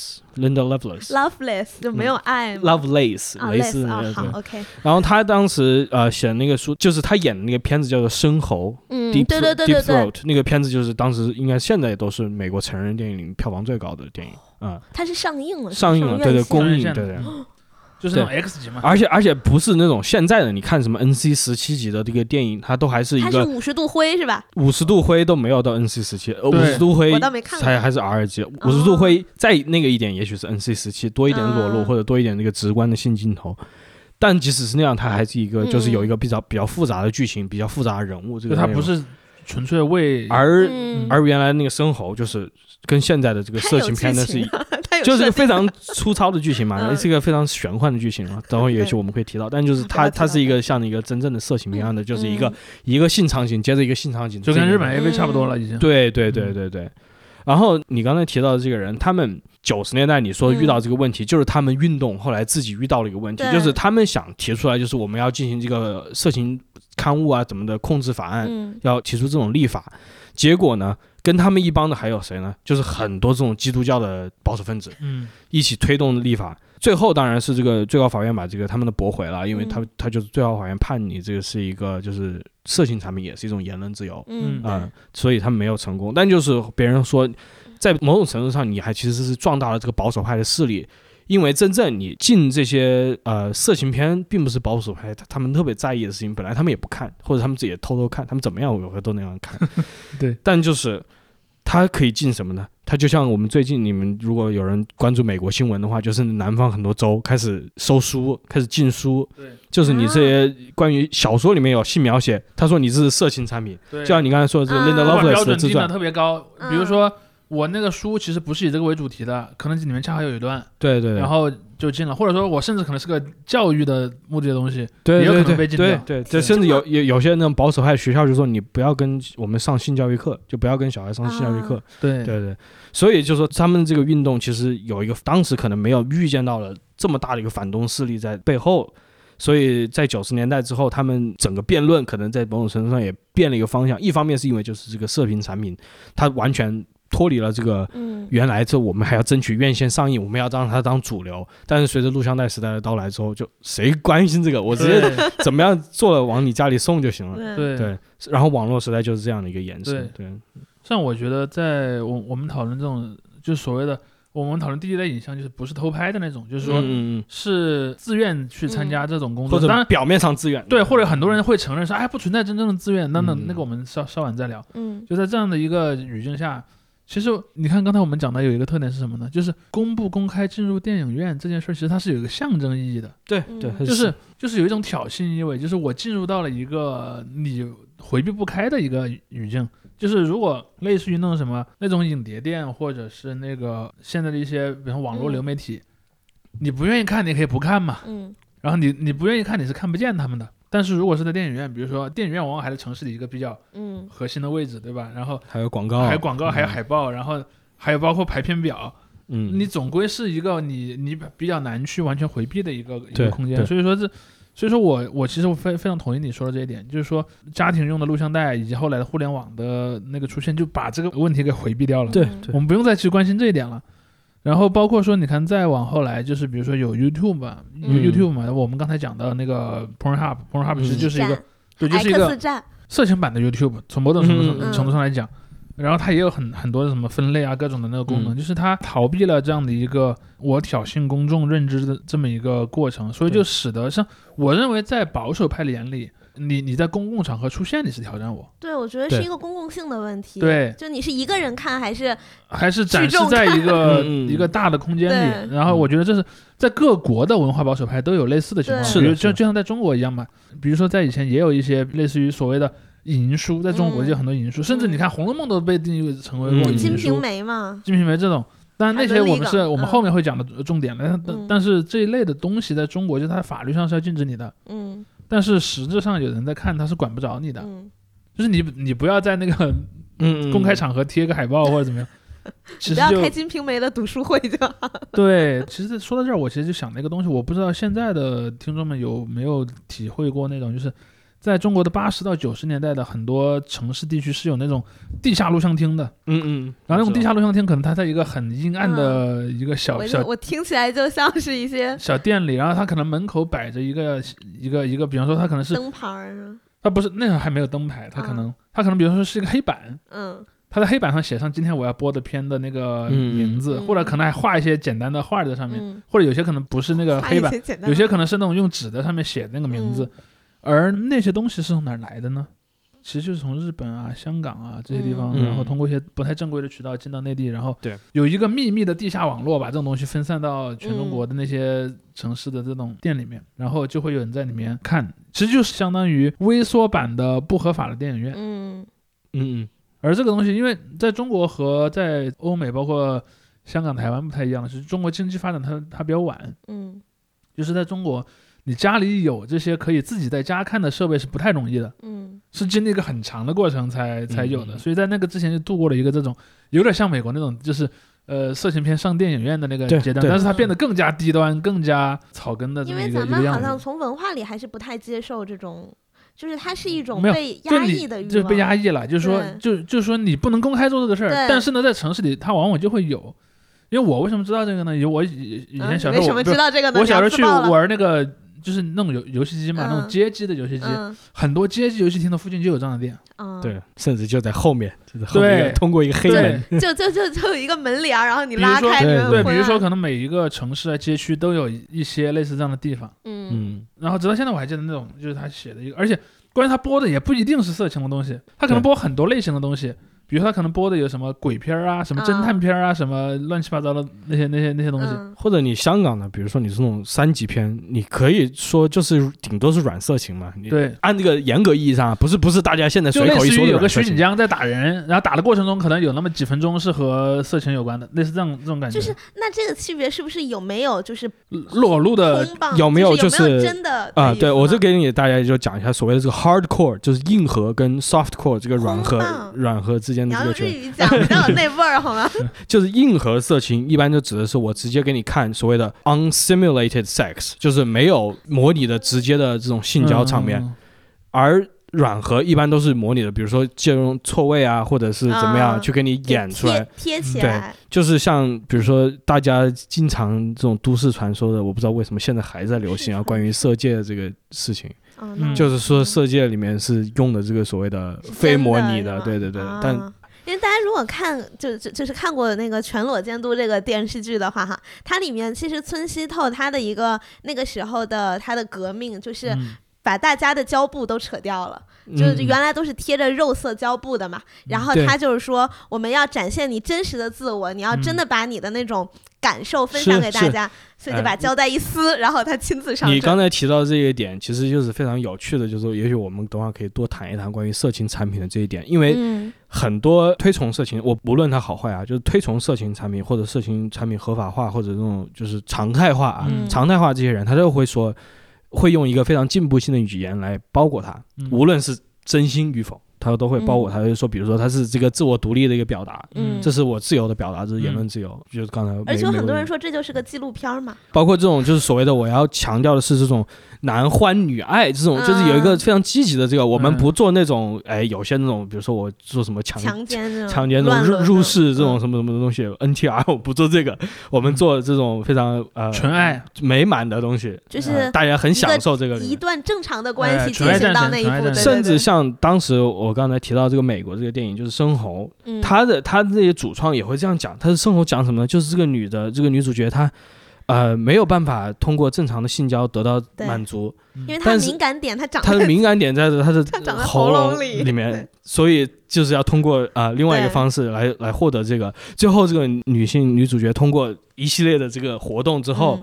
Speaker 1: （Lovelace），Linda Lovelace。
Speaker 3: Loveless 就没
Speaker 1: 嗯
Speaker 3: 有爱嘛
Speaker 1: Lovelace，
Speaker 3: 啊
Speaker 1: 雷斯
Speaker 3: less
Speaker 1: 那
Speaker 3: 啊，
Speaker 1: 个
Speaker 3: 好
Speaker 1: 对
Speaker 3: ，OK，
Speaker 1: 然后他当时呃写那个书，就是他演的那个片子叫做《生猴》，
Speaker 3: 嗯，
Speaker 1: Deep
Speaker 3: 对对对
Speaker 1: Deep
Speaker 3: 对对，
Speaker 1: Throat 那个片子就是当时应该现在都是美国成人电影里票房最高的电影啊、
Speaker 3: 它哦是上哦映了，
Speaker 1: 上映了，对对，
Speaker 3: 公
Speaker 1: 公
Speaker 2: 上院
Speaker 1: 映，对
Speaker 2: 线
Speaker 1: 对。
Speaker 2: 就是那种 X 级嘛。
Speaker 1: 而且而且不是那种现在的，你看什么 NC 十七级的这个电影，它都还是一
Speaker 3: 它是
Speaker 1: 个
Speaker 3: 五十度灰是吧？
Speaker 1: 五十度灰都没有到 NC 十七，呃，五
Speaker 2: 对
Speaker 1: 十度灰
Speaker 3: 我倒没看过哦
Speaker 1: 才还是 R 级，五十度灰再那个一点，也许是 NC 十七多一点裸露
Speaker 3: 嗯
Speaker 1: 或者多一点那个直观的性镜头。但即使是那样，它还是一个，就是
Speaker 3: 嗯
Speaker 1: 有一个比较比较复杂的剧情，比较复杂的人物，这
Speaker 2: 就
Speaker 1: 个
Speaker 2: 他
Speaker 1: 内
Speaker 2: 不
Speaker 1: 容
Speaker 2: 是纯粹为
Speaker 1: 而
Speaker 3: 嗯，
Speaker 1: 而原来那个生猴就是跟现在的这个色情片呢是一，
Speaker 3: 它有
Speaker 1: 就是
Speaker 3: 设
Speaker 1: 个非
Speaker 3: 定
Speaker 1: 常 粗糙的剧情嘛，
Speaker 3: 嗯
Speaker 1: 是一个非常玄幻的剧情嘛。等会也许我们会提到，但就是它
Speaker 3: 对
Speaker 1: 它是一个像一个真正的色情片一样的，就是一个
Speaker 3: 嗯
Speaker 1: 一个性场景接着一个性场景，
Speaker 2: 就跟日本
Speaker 1: 这个
Speaker 2: AV 差不多了，已经。
Speaker 1: 嗯对对对对对。然后你刚才提到的这个人，他们九十年代你说遇到这个问题，就是他们运动后来自己遇到了一个问题，
Speaker 3: 对
Speaker 1: 就是他们想提出来，就是我们要进行这个色情刊物啊怎么的控制法案，
Speaker 3: 嗯，
Speaker 1: 要提出这种立法，结果呢，跟他们一帮的还有谁呢？就是很多这种基督教的保守分子
Speaker 2: 嗯，
Speaker 1: 一起推动立法。最后当然是这个最高法院把这个他们的驳回了，因为他
Speaker 3: 嗯
Speaker 1: 他就是最高法院判你这个是一个就是色情产品也是一种言论自由，
Speaker 3: 嗯
Speaker 2: 嗯。
Speaker 1: 啊、所以他们没有成功。但就是别人说，在某种程度上，你还其实是壮大了这个保守派的势力，因为真正你进这些呃色情片，并不是保守派他他们特别在意的事情，本来他们也不看，或者他们自己也偷偷看，他们怎么样我会都那样看
Speaker 2: 对，
Speaker 1: 但就是。它可以进什么呢？它就像我们最近，你们如果有人关注美国新闻的话，就是南方很多州开始收书，开始禁书，
Speaker 2: 对
Speaker 1: 就是你这些关于小说里面有性描写，他说你这是色情产品，
Speaker 2: 对
Speaker 1: 就像你刚才说的这个
Speaker 3: 啊
Speaker 1: Linda
Speaker 2: 不管标
Speaker 1: Lovelace 的
Speaker 2: 准
Speaker 1: 自
Speaker 2: 定的
Speaker 1: 传，
Speaker 2: 特别高，
Speaker 3: 嗯
Speaker 2: 比如说我那个书其实不是以这个为主题的，可能里面恰好有一段，
Speaker 1: 对对对，
Speaker 2: 然后就进了，或者说我甚至可能是个教育的目的的东西，
Speaker 1: 对
Speaker 2: 也有
Speaker 1: 对
Speaker 2: 可
Speaker 1: 对
Speaker 2: 能被禁掉
Speaker 1: 对对，这甚至有有有些那种保守派学校就说你不要跟我们上性教育课，就不要跟小孩上性教育课，
Speaker 2: 对
Speaker 1: 对对，所以就说他们这个运动其实有一个当时可能没有预见到了这么大的一个反动势力在背后。所以在九十年代之后，他们整个辩论可能在某种程度上也变了一个方向。一方面是因为就是这个射频产品，它完全脱离了这个
Speaker 3: 嗯，
Speaker 1: 原来这我们还要争取院线上映，我们要让它当主流。但是随着录像带时代的到来之后，就谁关心这个？我直接
Speaker 2: 对
Speaker 1: 怎么样做了往你家里送就行了。
Speaker 3: 对
Speaker 2: 对
Speaker 1: 对，然后网络时代就是这样的一个延伸。对，
Speaker 2: 像我觉得，在我我们讨论这种，就是所谓的我们讨论第一类影像，就是不是偷拍的那种，就是说
Speaker 1: 嗯嗯
Speaker 2: 是自愿去参加这种工
Speaker 1: 嗯，
Speaker 2: 作
Speaker 1: 或。者
Speaker 2: 当然，
Speaker 1: 表面上嗯自愿，
Speaker 2: 对，或者很多人会承认说，哎，不存在真正的自愿，那那
Speaker 1: 嗯
Speaker 2: 那个我们稍稍晚再聊。
Speaker 3: 嗯
Speaker 2: 就在这样的一个语境下，其实你看刚才我们讲的有一个特点是什么呢？就是公不公开进入电影院这件事儿，其实它是有一个象征意义的，
Speaker 1: 对
Speaker 3: 嗯
Speaker 1: 对，
Speaker 2: 就是就是有一种挑衅意味，就是我进入到了一个你回避不开的一个语境。就是如果类似于那种什么那种影碟店，或者是那个现在的一些，比方网络
Speaker 3: 嗯
Speaker 2: 流媒体，你不愿意看，你可以不看嘛。
Speaker 3: 嗯
Speaker 2: 然后你你不愿意看，你是看不见他们的。但是如果是在电影院，比如说电影院往往还是城市里一个比较
Speaker 3: 嗯，
Speaker 2: 核心的位置，对吧？然后
Speaker 1: 还有广告，
Speaker 2: 还有广告，还有
Speaker 1: 嗯
Speaker 2: 海报，然后还有包括排片表，
Speaker 1: 嗯，
Speaker 2: 你总归是一个你你比较难去完全回避的一个一
Speaker 1: 对
Speaker 2: 个空间，
Speaker 1: 对
Speaker 2: 所以说这，所以说我我其实我非非常同意你说的这一点，就是说家庭用的录像带以及后来的互联网的那个出现，就把这个问题给回避掉了，
Speaker 1: 对
Speaker 3: 嗯
Speaker 1: 对
Speaker 2: 我们不用再去关心这一点了。然后包括说，你看再往后来，就是比如说有 YouTube 吧，有
Speaker 1: 嗯
Speaker 2: YouTube 嘛，我们刚才讲到那个 Pornhub，Pornhub
Speaker 1: 嗯
Speaker 2: 其实就是一个
Speaker 3: 站
Speaker 2: 对，就是一
Speaker 3: X
Speaker 2: 个
Speaker 3: 站，
Speaker 2: 色情版的 YouTube，从某种程度上、
Speaker 3: 嗯嗯
Speaker 2: 程度上来讲，然后它也有很很多的什么分类啊，各种的那个功能，
Speaker 1: 嗯
Speaker 2: 就是它逃避了这样的一个我挑衅公众认知的这么一个过程，所以就
Speaker 1: 对
Speaker 2: 使得像我认为在保守派的眼里，你你在公共场合出现你是挑战我，
Speaker 3: 对我觉得是
Speaker 1: 对
Speaker 3: 一个公共性的问题。
Speaker 2: 对
Speaker 3: 就你是一个人看还是
Speaker 2: 还是展示
Speaker 3: 聚众
Speaker 2: 在一个
Speaker 1: 嗯嗯
Speaker 2: 一个大的空间里。
Speaker 3: 对
Speaker 2: 然后我觉得这是在各国的文化保守派都有类似的情况，
Speaker 3: 对
Speaker 1: 是的
Speaker 2: 比如
Speaker 1: 是的
Speaker 2: 就就像在中国一样嘛，比如说在以前也有一些类似于所谓的。淫书在中国
Speaker 3: 嗯
Speaker 2: 就有很多淫书，甚至你看《红楼梦》都被定义成为
Speaker 1: 嗯
Speaker 2: 过
Speaker 3: 《
Speaker 2: 淫书。
Speaker 3: 金瓶梅》嘛？
Speaker 2: 金瓶梅这种，但那些我们
Speaker 3: 还有伦理
Speaker 2: 是
Speaker 3: 梗
Speaker 2: 我们
Speaker 3: 嗯
Speaker 2: 后面会讲的重点的，但
Speaker 3: 嗯
Speaker 2: 但是这一类的东西在中国，就是它法律上是要禁止你的，
Speaker 3: 嗯
Speaker 2: 但是实质上有人在看，他是管不着你的，
Speaker 3: 嗯，
Speaker 2: 就是你你不要在那个
Speaker 1: 嗯嗯
Speaker 2: 公开场合贴个海报或者怎 么样，其
Speaker 3: 不
Speaker 2: 实
Speaker 3: 要
Speaker 2: 就
Speaker 3: 开《金瓶梅》的读书会就好。
Speaker 2: 对，其实说到这儿，我其实就想了一个东西，我不知道现在的听众们有没有体会过那种，就是在中国的八十到九十年代的很多城市地区是有那种地下录像厅的，
Speaker 1: 嗯嗯，
Speaker 2: 然后那种地
Speaker 1: 下
Speaker 2: 下录像厅可能它在一个很阴暗的一个小
Speaker 3: 我
Speaker 2: 小
Speaker 3: 就我听起来就像是一些
Speaker 2: 小店里，然后他可能门口摆着一个一个一个，比方说他可能 是
Speaker 3: 灯嗯牌儿，啊
Speaker 2: 他不是那个还没有灯牌，他可能、他可能比方说是一个黑板，
Speaker 3: 嗯
Speaker 2: 他在黑板上写上今天我要播的片的那个
Speaker 1: 嗯
Speaker 2: 名字，
Speaker 3: 嗯
Speaker 2: 或者可能还画一些简单的画在上面，
Speaker 3: 嗯，
Speaker 2: 或者有些可能不是那个
Speaker 3: 画
Speaker 2: 黑
Speaker 3: 一
Speaker 2: 板，
Speaker 3: 些简单的，
Speaker 2: 有些可能是那种用纸在上面写的那个名字，而那些东西是从哪儿来的呢？其实就是从日本啊、香港啊这些地方，
Speaker 1: 嗯
Speaker 2: 然后通过一些不太正规的渠道进到内地，然后
Speaker 1: 对
Speaker 2: 有一个秘密的地下网络把这种东西分散到全中国的那些城市的这种店里面，然后就会有人在里面看，其实就是相当于微缩版的不合法的电影院。
Speaker 3: 嗯
Speaker 1: 嗯嗯
Speaker 2: 而这个东西，因为在中国和在欧美，包括香港、台湾不太一样的是，中国经济发展它它比较晚，
Speaker 3: 嗯
Speaker 2: 就是在中国，你家里有这些可以自己在家看的设备是不太容易的，
Speaker 3: 嗯
Speaker 2: 是经历一个很长的过程才才有的。
Speaker 1: 嗯
Speaker 2: 所以在那个之前就度过了一个这种有点像美国那种，就是呃色情片上电影院的那个
Speaker 1: 对
Speaker 2: 阶段，
Speaker 1: 对
Speaker 2: 但是它变得更加低端、更加草根的
Speaker 3: 嗯，
Speaker 2: 这
Speaker 3: 因
Speaker 2: 么一
Speaker 3: 为
Speaker 2: 个
Speaker 3: 咱
Speaker 2: 一个
Speaker 3: 们好
Speaker 2: 样
Speaker 3: 像
Speaker 2: 子。
Speaker 3: 从文化里还是不太接受这种，就是它是一种
Speaker 2: 嗯没有
Speaker 3: 被
Speaker 2: 就
Speaker 3: 压抑的
Speaker 2: 你
Speaker 3: 欲
Speaker 2: 就
Speaker 3: 望，
Speaker 2: 被压抑了，就是说，
Speaker 3: 对
Speaker 2: 就就是说你不能公开做这个事儿，
Speaker 3: 对
Speaker 2: 但是呢，在城市里，它往往就会有。因为我为什么知道这个呢？有我以以
Speaker 3: 嗯
Speaker 2: 前小
Speaker 3: 你
Speaker 2: 时
Speaker 3: 为
Speaker 2: 候
Speaker 3: 什
Speaker 2: 我
Speaker 3: 么
Speaker 2: 不是
Speaker 3: 知道这个呢？
Speaker 2: 我小时候
Speaker 3: 你要
Speaker 2: 去
Speaker 3: 自爆了
Speaker 2: 玩那个就是那种游游戏机嘛，那种
Speaker 3: 嗯
Speaker 2: 街机的游戏机，
Speaker 3: 嗯
Speaker 2: 很多街机游戏厅的附近就有这样的店，
Speaker 3: 嗯，
Speaker 1: 对，甚至就在后面，就是后面
Speaker 2: 对
Speaker 1: 有通过一个黑
Speaker 2: 对
Speaker 1: 门，
Speaker 3: 就就就就有一个门帘儿，然后你
Speaker 2: 比如
Speaker 3: 拉
Speaker 2: 说
Speaker 3: 开，
Speaker 1: 对
Speaker 3: 你
Speaker 2: 对，
Speaker 3: 们
Speaker 2: 比
Speaker 3: 昏
Speaker 2: 如说
Speaker 3: 暗
Speaker 2: 可能每一个城市啊、街区都有一些类似这样的地方。
Speaker 3: 嗯
Speaker 1: 嗯，
Speaker 2: 然后直到现在我还记得那种，就是他写的一个，而且关于他播的也不一定是色情的东 西，他可能
Speaker 1: 对
Speaker 2: 播很多类型的东西，比如他可能播的有什么鬼片儿啊、什么侦探片儿啊、什么乱七八糟的那些那些那些东西。
Speaker 3: 嗯
Speaker 1: 或者你香港的，比如说你这种三级片，你可以说就是顶多是软色情嘛，你
Speaker 2: 对，
Speaker 1: 按这个严格意义上啊，不是不是大家现在
Speaker 2: 就
Speaker 1: 随
Speaker 2: 类
Speaker 1: 口
Speaker 2: 似
Speaker 1: 一说
Speaker 2: 于
Speaker 1: 的
Speaker 2: 有个
Speaker 1: 软色
Speaker 2: 徐锦
Speaker 1: 情，
Speaker 2: 江在打人，然后打的过程中可能有那么几分钟是和色情有关的，类似这样这种感觉，
Speaker 3: 就是那这个区别是不是有没有就是
Speaker 2: 裸露的
Speaker 3: 通棒？
Speaker 1: 呃有没有
Speaker 3: 就
Speaker 1: 就是是
Speaker 3: 有没有真的
Speaker 1: 啊，
Speaker 3: 的意
Speaker 1: 对
Speaker 3: 思
Speaker 1: 我
Speaker 3: 呢
Speaker 1: 就给你大家就讲一下所谓的这个 hardcore，就是硬核跟 softcore 这个软
Speaker 3: 红
Speaker 1: 核
Speaker 3: 棒
Speaker 1: 软核之间
Speaker 3: 你
Speaker 1: 的
Speaker 3: 要
Speaker 1: 这
Speaker 3: 用
Speaker 1: 个圈，
Speaker 3: 日语讲比较有那味儿好吗？
Speaker 1: 就是硬核色情一般就指的是我直接给你看所谓的 unsimulated sex，就是没有模拟的直接的这种性交场面，
Speaker 2: 嗯
Speaker 1: 而软核一般都是模拟的，比如说借用错位啊，或者是怎么样、
Speaker 3: 啊
Speaker 1: 去给你 演出来，
Speaker 3: 贴贴起
Speaker 1: 嗯对
Speaker 3: 来，
Speaker 1: 就是像比如说大家经常这种都市传说的，我不知道为什么现在还在流行啊，
Speaker 3: 是
Speaker 1: 关于色戒的这个事情，
Speaker 3: 嗯
Speaker 2: 嗯
Speaker 3: 那
Speaker 1: 就是说色戒里面是用的这个所谓的非模拟
Speaker 3: 真
Speaker 1: 的，
Speaker 3: 是吧
Speaker 1: 对对对，
Speaker 3: 啊
Speaker 1: 但
Speaker 3: 因为大家如果看就就就是看过那个《全裸监督》这个电视剧的话，哈，它里面其实村西透他的一个那个时候的他的革命，就是
Speaker 2: 嗯
Speaker 3: 把大家的胶布都扯掉了，
Speaker 1: 嗯
Speaker 3: 就是原来都是贴着肉色胶布的嘛。然后
Speaker 1: 对
Speaker 3: 他就是说，我们要展现你真实的自我，你要真的把你的那种感受分享
Speaker 1: 嗯是
Speaker 3: 给大
Speaker 1: 是
Speaker 3: 家，所以就
Speaker 1: 哎
Speaker 3: 把胶带一撕，然后他亲自上
Speaker 1: 你
Speaker 3: 阵
Speaker 1: 刚。才提到这一点，其实就是非常有趣的，就是说也许我们等会儿可以多谈一谈关于色情产品的这一点，因为
Speaker 3: 嗯
Speaker 1: 很多推崇色情，我不论它好坏啊，就是推崇色情产品或者色情产品合法化或者这种就是常态化啊，
Speaker 2: 嗯
Speaker 1: 常态化这些人，他就会说，会用一个非常进步性的语言来包裹它，
Speaker 2: 嗯
Speaker 1: 无论是真心与否，他都会包裹它。就是说，比如说，它是这个自我独立的一个表达，
Speaker 3: 嗯，
Speaker 1: 这是我自由的表达，这是言论
Speaker 2: 嗯
Speaker 1: 自由。就是刚才，
Speaker 3: 而且有很多人，说这就是个纪录片儿嘛，
Speaker 1: 包括这种就是所谓的我要强调的是这种男欢女爱这种，就是有一个
Speaker 3: 嗯
Speaker 1: 非常积极的这个，我们
Speaker 2: 嗯
Speaker 1: 不做那种哎，有些那种，比如说我做什么强
Speaker 3: 强奸这种
Speaker 1: 强奸这
Speaker 3: 嗯乱
Speaker 1: 种
Speaker 3: 伦
Speaker 1: 入入室这种
Speaker 3: 嗯
Speaker 1: 什么什么的东西，NTR 我不做这个，我们做这种非常呃
Speaker 2: 纯爱，
Speaker 1: 美满的东西，
Speaker 3: 就是
Speaker 1: 呃大家很享受这个里面
Speaker 3: 一段正常的
Speaker 2: 哎
Speaker 3: 关系进
Speaker 2: 纯爱
Speaker 3: 行
Speaker 2: 战
Speaker 3: 到
Speaker 2: 神
Speaker 3: 那一
Speaker 2: 纯爱
Speaker 3: 步，
Speaker 2: 战
Speaker 3: 对
Speaker 2: 神
Speaker 1: 甚至
Speaker 3: 对
Speaker 1: 像当时我刚才提到这个美国这个电影，就是《生活》，
Speaker 3: 对
Speaker 1: 他的他这些主创也会这样讲，他的生活讲什么呢？就是这个女的，这个女主角她，呃，没有办法通过正常的性交得到
Speaker 3: 对
Speaker 1: 满足，
Speaker 3: 嗯因为他
Speaker 1: 但是
Speaker 3: 敏感点，他长
Speaker 1: 她的敏感点在她的
Speaker 3: 她长在
Speaker 1: 喉
Speaker 3: 喉
Speaker 1: 咙
Speaker 3: 咙里
Speaker 1: 里面，所以就是要通过啊、呃另外一个
Speaker 3: 对
Speaker 1: 方式来来获得这个。最后，这个女性女主角通过一系列的这个活动之后，，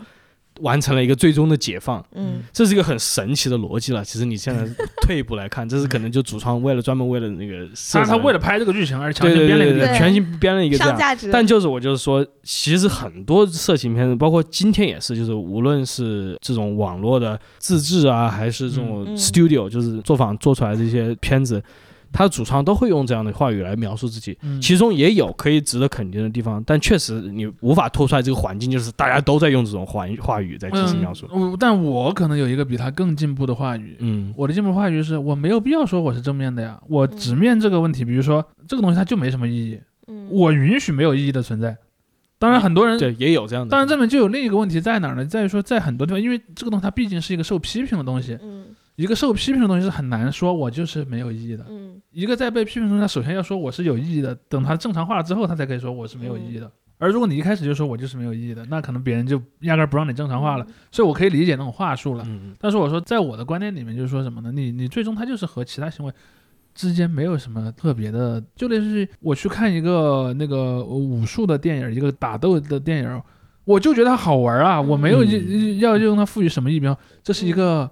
Speaker 1: 完成了一个最终的解放。
Speaker 3: 嗯嗯，
Speaker 1: 这是一个很神奇的逻辑了。其实你现 在退一步来看，这是可能就主创为了专门为了那个设
Speaker 2: 他
Speaker 1: 计的，
Speaker 2: 他为了拍这个剧情而强
Speaker 1: 对
Speaker 2: 行
Speaker 1: 对
Speaker 2: 编了一
Speaker 1: 对
Speaker 2: 个剧
Speaker 1: 对，
Speaker 2: 情，
Speaker 3: 对
Speaker 1: 全新编了一个这
Speaker 3: 上
Speaker 1: 样。
Speaker 3: 价值，
Speaker 1: 但就是我就是说，其实很多色情片，包括今天也是，就是无论是这种网络的自制啊，还是这种
Speaker 3: 嗯
Speaker 1: studio，、就是作坊做出来的一些片子，它主创都会用这样的话语来描述自己。
Speaker 2: 嗯
Speaker 1: 其中也有可以值得肯定的地方，但确实你无法脱出来这个环境，就是大家都在用这种环话语在进行描述。
Speaker 2: 嗯我但我可能有一个比他更进步的话语。
Speaker 1: 嗯
Speaker 2: 我的进步话语是我没有必要说我是正面的呀，我直面这个问题。比如说这个东西它就没什么意义，
Speaker 3: 嗯
Speaker 2: 我允许没有意义的存在。当然很多人，
Speaker 1: 嗯对，也有这样的。
Speaker 2: 当然这里面就有另一个问题在哪儿呢？在于说在很多地方，因为这个东西它毕竟是一个受批评的东西，
Speaker 3: 嗯
Speaker 2: 一个受批评的东西是很难说我就是没有意义的。
Speaker 3: 嗯
Speaker 2: 一个在被批评的东西，他首先要说我是有意义的，等他正常化了之后，他才可以说我是没有意义的。而如果你一开始就说我就是没有意义的，那可能别人就压根儿不让你正常化了。所以我可以理解那种话术了。
Speaker 1: 嗯，
Speaker 2: 但是我说，在我的观念里面，就是说什么呢？你你最终它就是和其他行为之间没有什么特别的，就类似于我去看一个那个武术的电影，一个打斗的电影，我就觉得它好玩啊，我没有
Speaker 1: 嗯
Speaker 2: 一要用它赋予什么意标，这是一个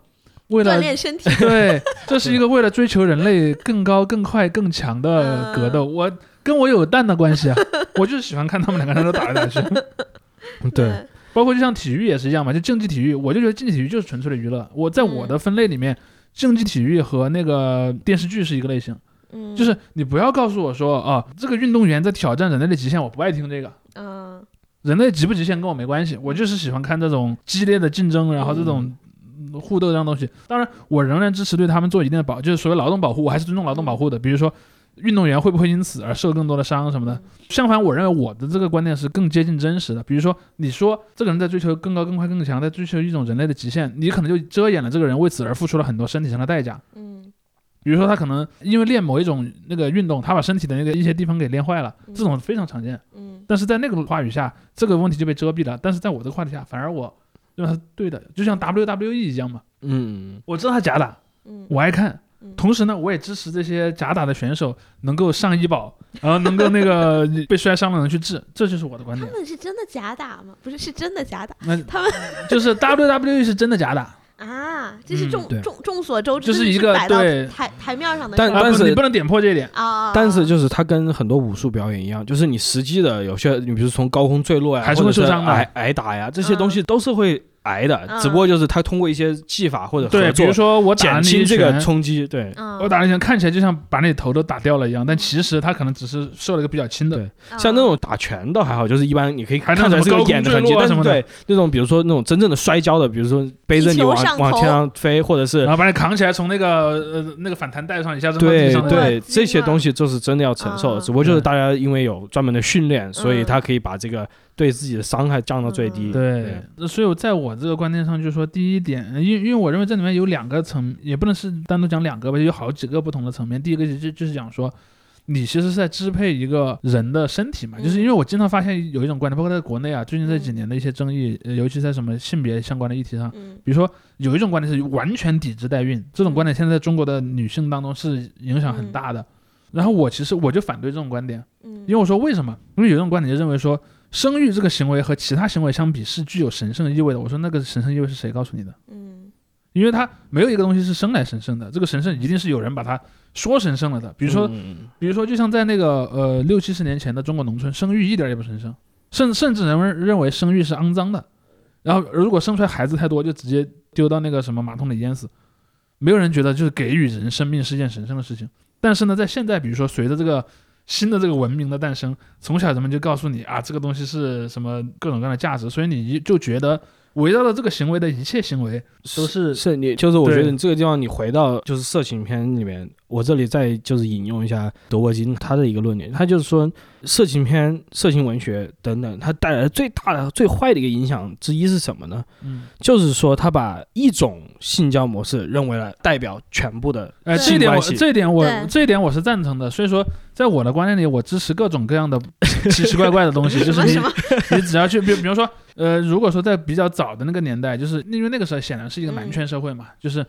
Speaker 2: 为
Speaker 3: 锻
Speaker 2: 了。
Speaker 3: 炼 身体，
Speaker 2: 对，这是一个为了追求人类更高、更快、更强的格斗，我跟我有蛋的关系啊！我就是喜欢看他们两个人都打来打去。
Speaker 1: 嗯对，
Speaker 3: 嗯，
Speaker 2: 包括就像体育也是一样嘛，就竞技体育，我就觉得竞技体育就是纯粹的娱乐。我在我的分类里面，竞技体育和那个电视剧是一个类型，
Speaker 3: 嗯，
Speaker 2: 就是你不要告诉我说啊，这个运动员在挑战人类的极限，我不爱听这个。
Speaker 3: 嗯
Speaker 2: 人类极不极限跟我没关系，我就是喜欢看这种激烈的竞争，然后这种嗯互斗这样东西。当然，我仍然支持对他们做一定的保，就是所谓劳动保护，我还是尊重劳动保护的。比如说，运动员会不会因此而受更多的伤什么的？相反，我认为我的这个观点是更接近真实的。比如说，你说这个人在追求更高、更快、更强，在追求一种人类的极限，你可能就遮掩了这个人为此而付出了很多身体上的代价。
Speaker 3: 嗯
Speaker 2: 比如说，他可能因为练某一种那个运动，他把身体的那个一些地方给练坏了，这种非常常见。
Speaker 3: 嗯
Speaker 2: 但是在那个话语下，这个问题就被遮蔽了。但是在我这个话题下，反而我认为它是对的，就像 WWE 一样嘛，
Speaker 1: 嗯，
Speaker 2: 我知道它假打，
Speaker 3: 嗯，
Speaker 2: 我爱看。
Speaker 3: 嗯
Speaker 2: 同时呢，我也支持这些假打的选手能够上医保，然后能够那 个被摔伤的人去治，这就是我的观
Speaker 3: 他
Speaker 2: 点。
Speaker 3: 们是真的假打吗？不是，是真的假打
Speaker 2: 那
Speaker 3: 他们
Speaker 2: 就是 WWE 是真的假打，
Speaker 3: 啊！这是
Speaker 2: 嗯
Speaker 3: 众
Speaker 1: 对
Speaker 3: 众众所周知，
Speaker 2: 就是
Speaker 3: 这
Speaker 2: 一个
Speaker 3: 摆到
Speaker 2: 对
Speaker 3: 台台面上的
Speaker 1: 但
Speaker 3: 事儿，
Speaker 2: 啊
Speaker 1: 但
Speaker 2: 不
Speaker 1: 是
Speaker 2: 你不能点破这一点。
Speaker 3: 啊啊，
Speaker 1: 但
Speaker 3: 啊
Speaker 1: 是就是它跟很多武术表演一样，就是你实际的有些，你比如从高空坠落呀，
Speaker 2: 还是
Speaker 1: 或者
Speaker 2: 会受伤的
Speaker 1: 挨挨打呀，这些东西都是会挨的，
Speaker 3: 嗯
Speaker 1: 只不过就是他通过一些技法或者合
Speaker 2: 对，比
Speaker 1: 作
Speaker 2: 如说我打
Speaker 1: 减
Speaker 2: 了你
Speaker 1: 轻
Speaker 2: 一
Speaker 1: 这个
Speaker 2: 拳
Speaker 1: 冲击，对，
Speaker 3: 啊
Speaker 2: 我打了一拳，看起来就像把你头都打掉了一样，但其实他可能只是受了一个比较轻的
Speaker 1: 对。
Speaker 3: 嗯
Speaker 1: 像那种打拳倒还好，就是一般你可以看出来这个演的痕迹，但
Speaker 2: 还有那
Speaker 1: 是
Speaker 2: 种高空坠落啊
Speaker 1: 对那种比如说那种真正的摔跤的，比如说背着你往
Speaker 3: 踢球上头
Speaker 1: 往天上飞，或者是
Speaker 2: 然后把你扛起来，从那个呃那个反弹带上一下扔到地
Speaker 1: 对
Speaker 2: 上的。
Speaker 1: 对
Speaker 3: 哇
Speaker 1: 这些东西就是真的要承受的，
Speaker 3: 啊
Speaker 1: 只不过就是
Speaker 2: 对
Speaker 1: 大家因为有专门的训练，所以
Speaker 3: 嗯
Speaker 1: 他可以把这个对自己的伤害降到最低。
Speaker 3: 嗯
Speaker 2: 对，那所以我在我这个观念上，就是说，第一点，因因为我认为这里面有两个层，也不能是单独讲两个吧，有好几个不同的层面。第一个就就是讲说，你其实是在支配一个人的身体嘛，
Speaker 3: 嗯
Speaker 2: 就是因为我经常发现有一种观点，包括在国内啊，最近这几
Speaker 3: 嗯
Speaker 2: 年的一些争议，呃尤其在什么性别相关的议题上，
Speaker 3: 嗯
Speaker 2: 比如说有一种观点是完全抵制代孕，这种观点现在在中国的女性当中是影响很大的。然后我其实我就反对这种观点，
Speaker 3: 嗯，
Speaker 2: 因为我说为什么？因为有一种观点就认为说，生育这个行为和其他行为相比是具有神圣意味的。我说那个神圣意味是谁告诉你的？
Speaker 3: 嗯
Speaker 2: 因为它没有一个东西是生来神圣的，这个神圣一定是有人把它说神圣了的。比
Speaker 1: 比
Speaker 2: 如说，
Speaker 1: 嗯、
Speaker 2: 比如说，就像在那个呃六七十年前的中国农村，生育一点也不神圣，甚甚至人们认为生育是肮脏的。然后如果生出来孩子太多，就直接丢到那个什么马桶里淹死，没有人觉得就是给予人生命是件神圣的事情。但是呢，在现在，比如说随着这个新的这个文明的诞生，从小人们就告诉你啊，这个东西是什么各种各样的价值，所以你就觉得围绕着这个行为的一切行为都是
Speaker 1: 是你，就是我
Speaker 2: 对
Speaker 1: 觉得你这个地方，你回到就是色情片里面，我这里再就是引用一下德沃金他的一个论点，他就是说，色情片、色情文学等等，它带来最大的、最坏的一个影响之一是什么呢？
Speaker 2: 嗯，
Speaker 1: 就是说，他把一种性交模式认为了代表全部的
Speaker 2: 哎，这一
Speaker 1: 性
Speaker 2: 点我
Speaker 1: 关系。
Speaker 2: 这一点我
Speaker 3: 对
Speaker 2: 这一点我是赞成的。所以说，在我的观念里，我支持各种各样 的奇奇怪怪的东西，就
Speaker 3: 什
Speaker 2: 是
Speaker 3: 么
Speaker 2: 你
Speaker 3: 什么，
Speaker 2: 你只要去，比比如说，呃，如果说在比较早的那个年代，就是因为那个时候显然是一个男权社会嘛，就是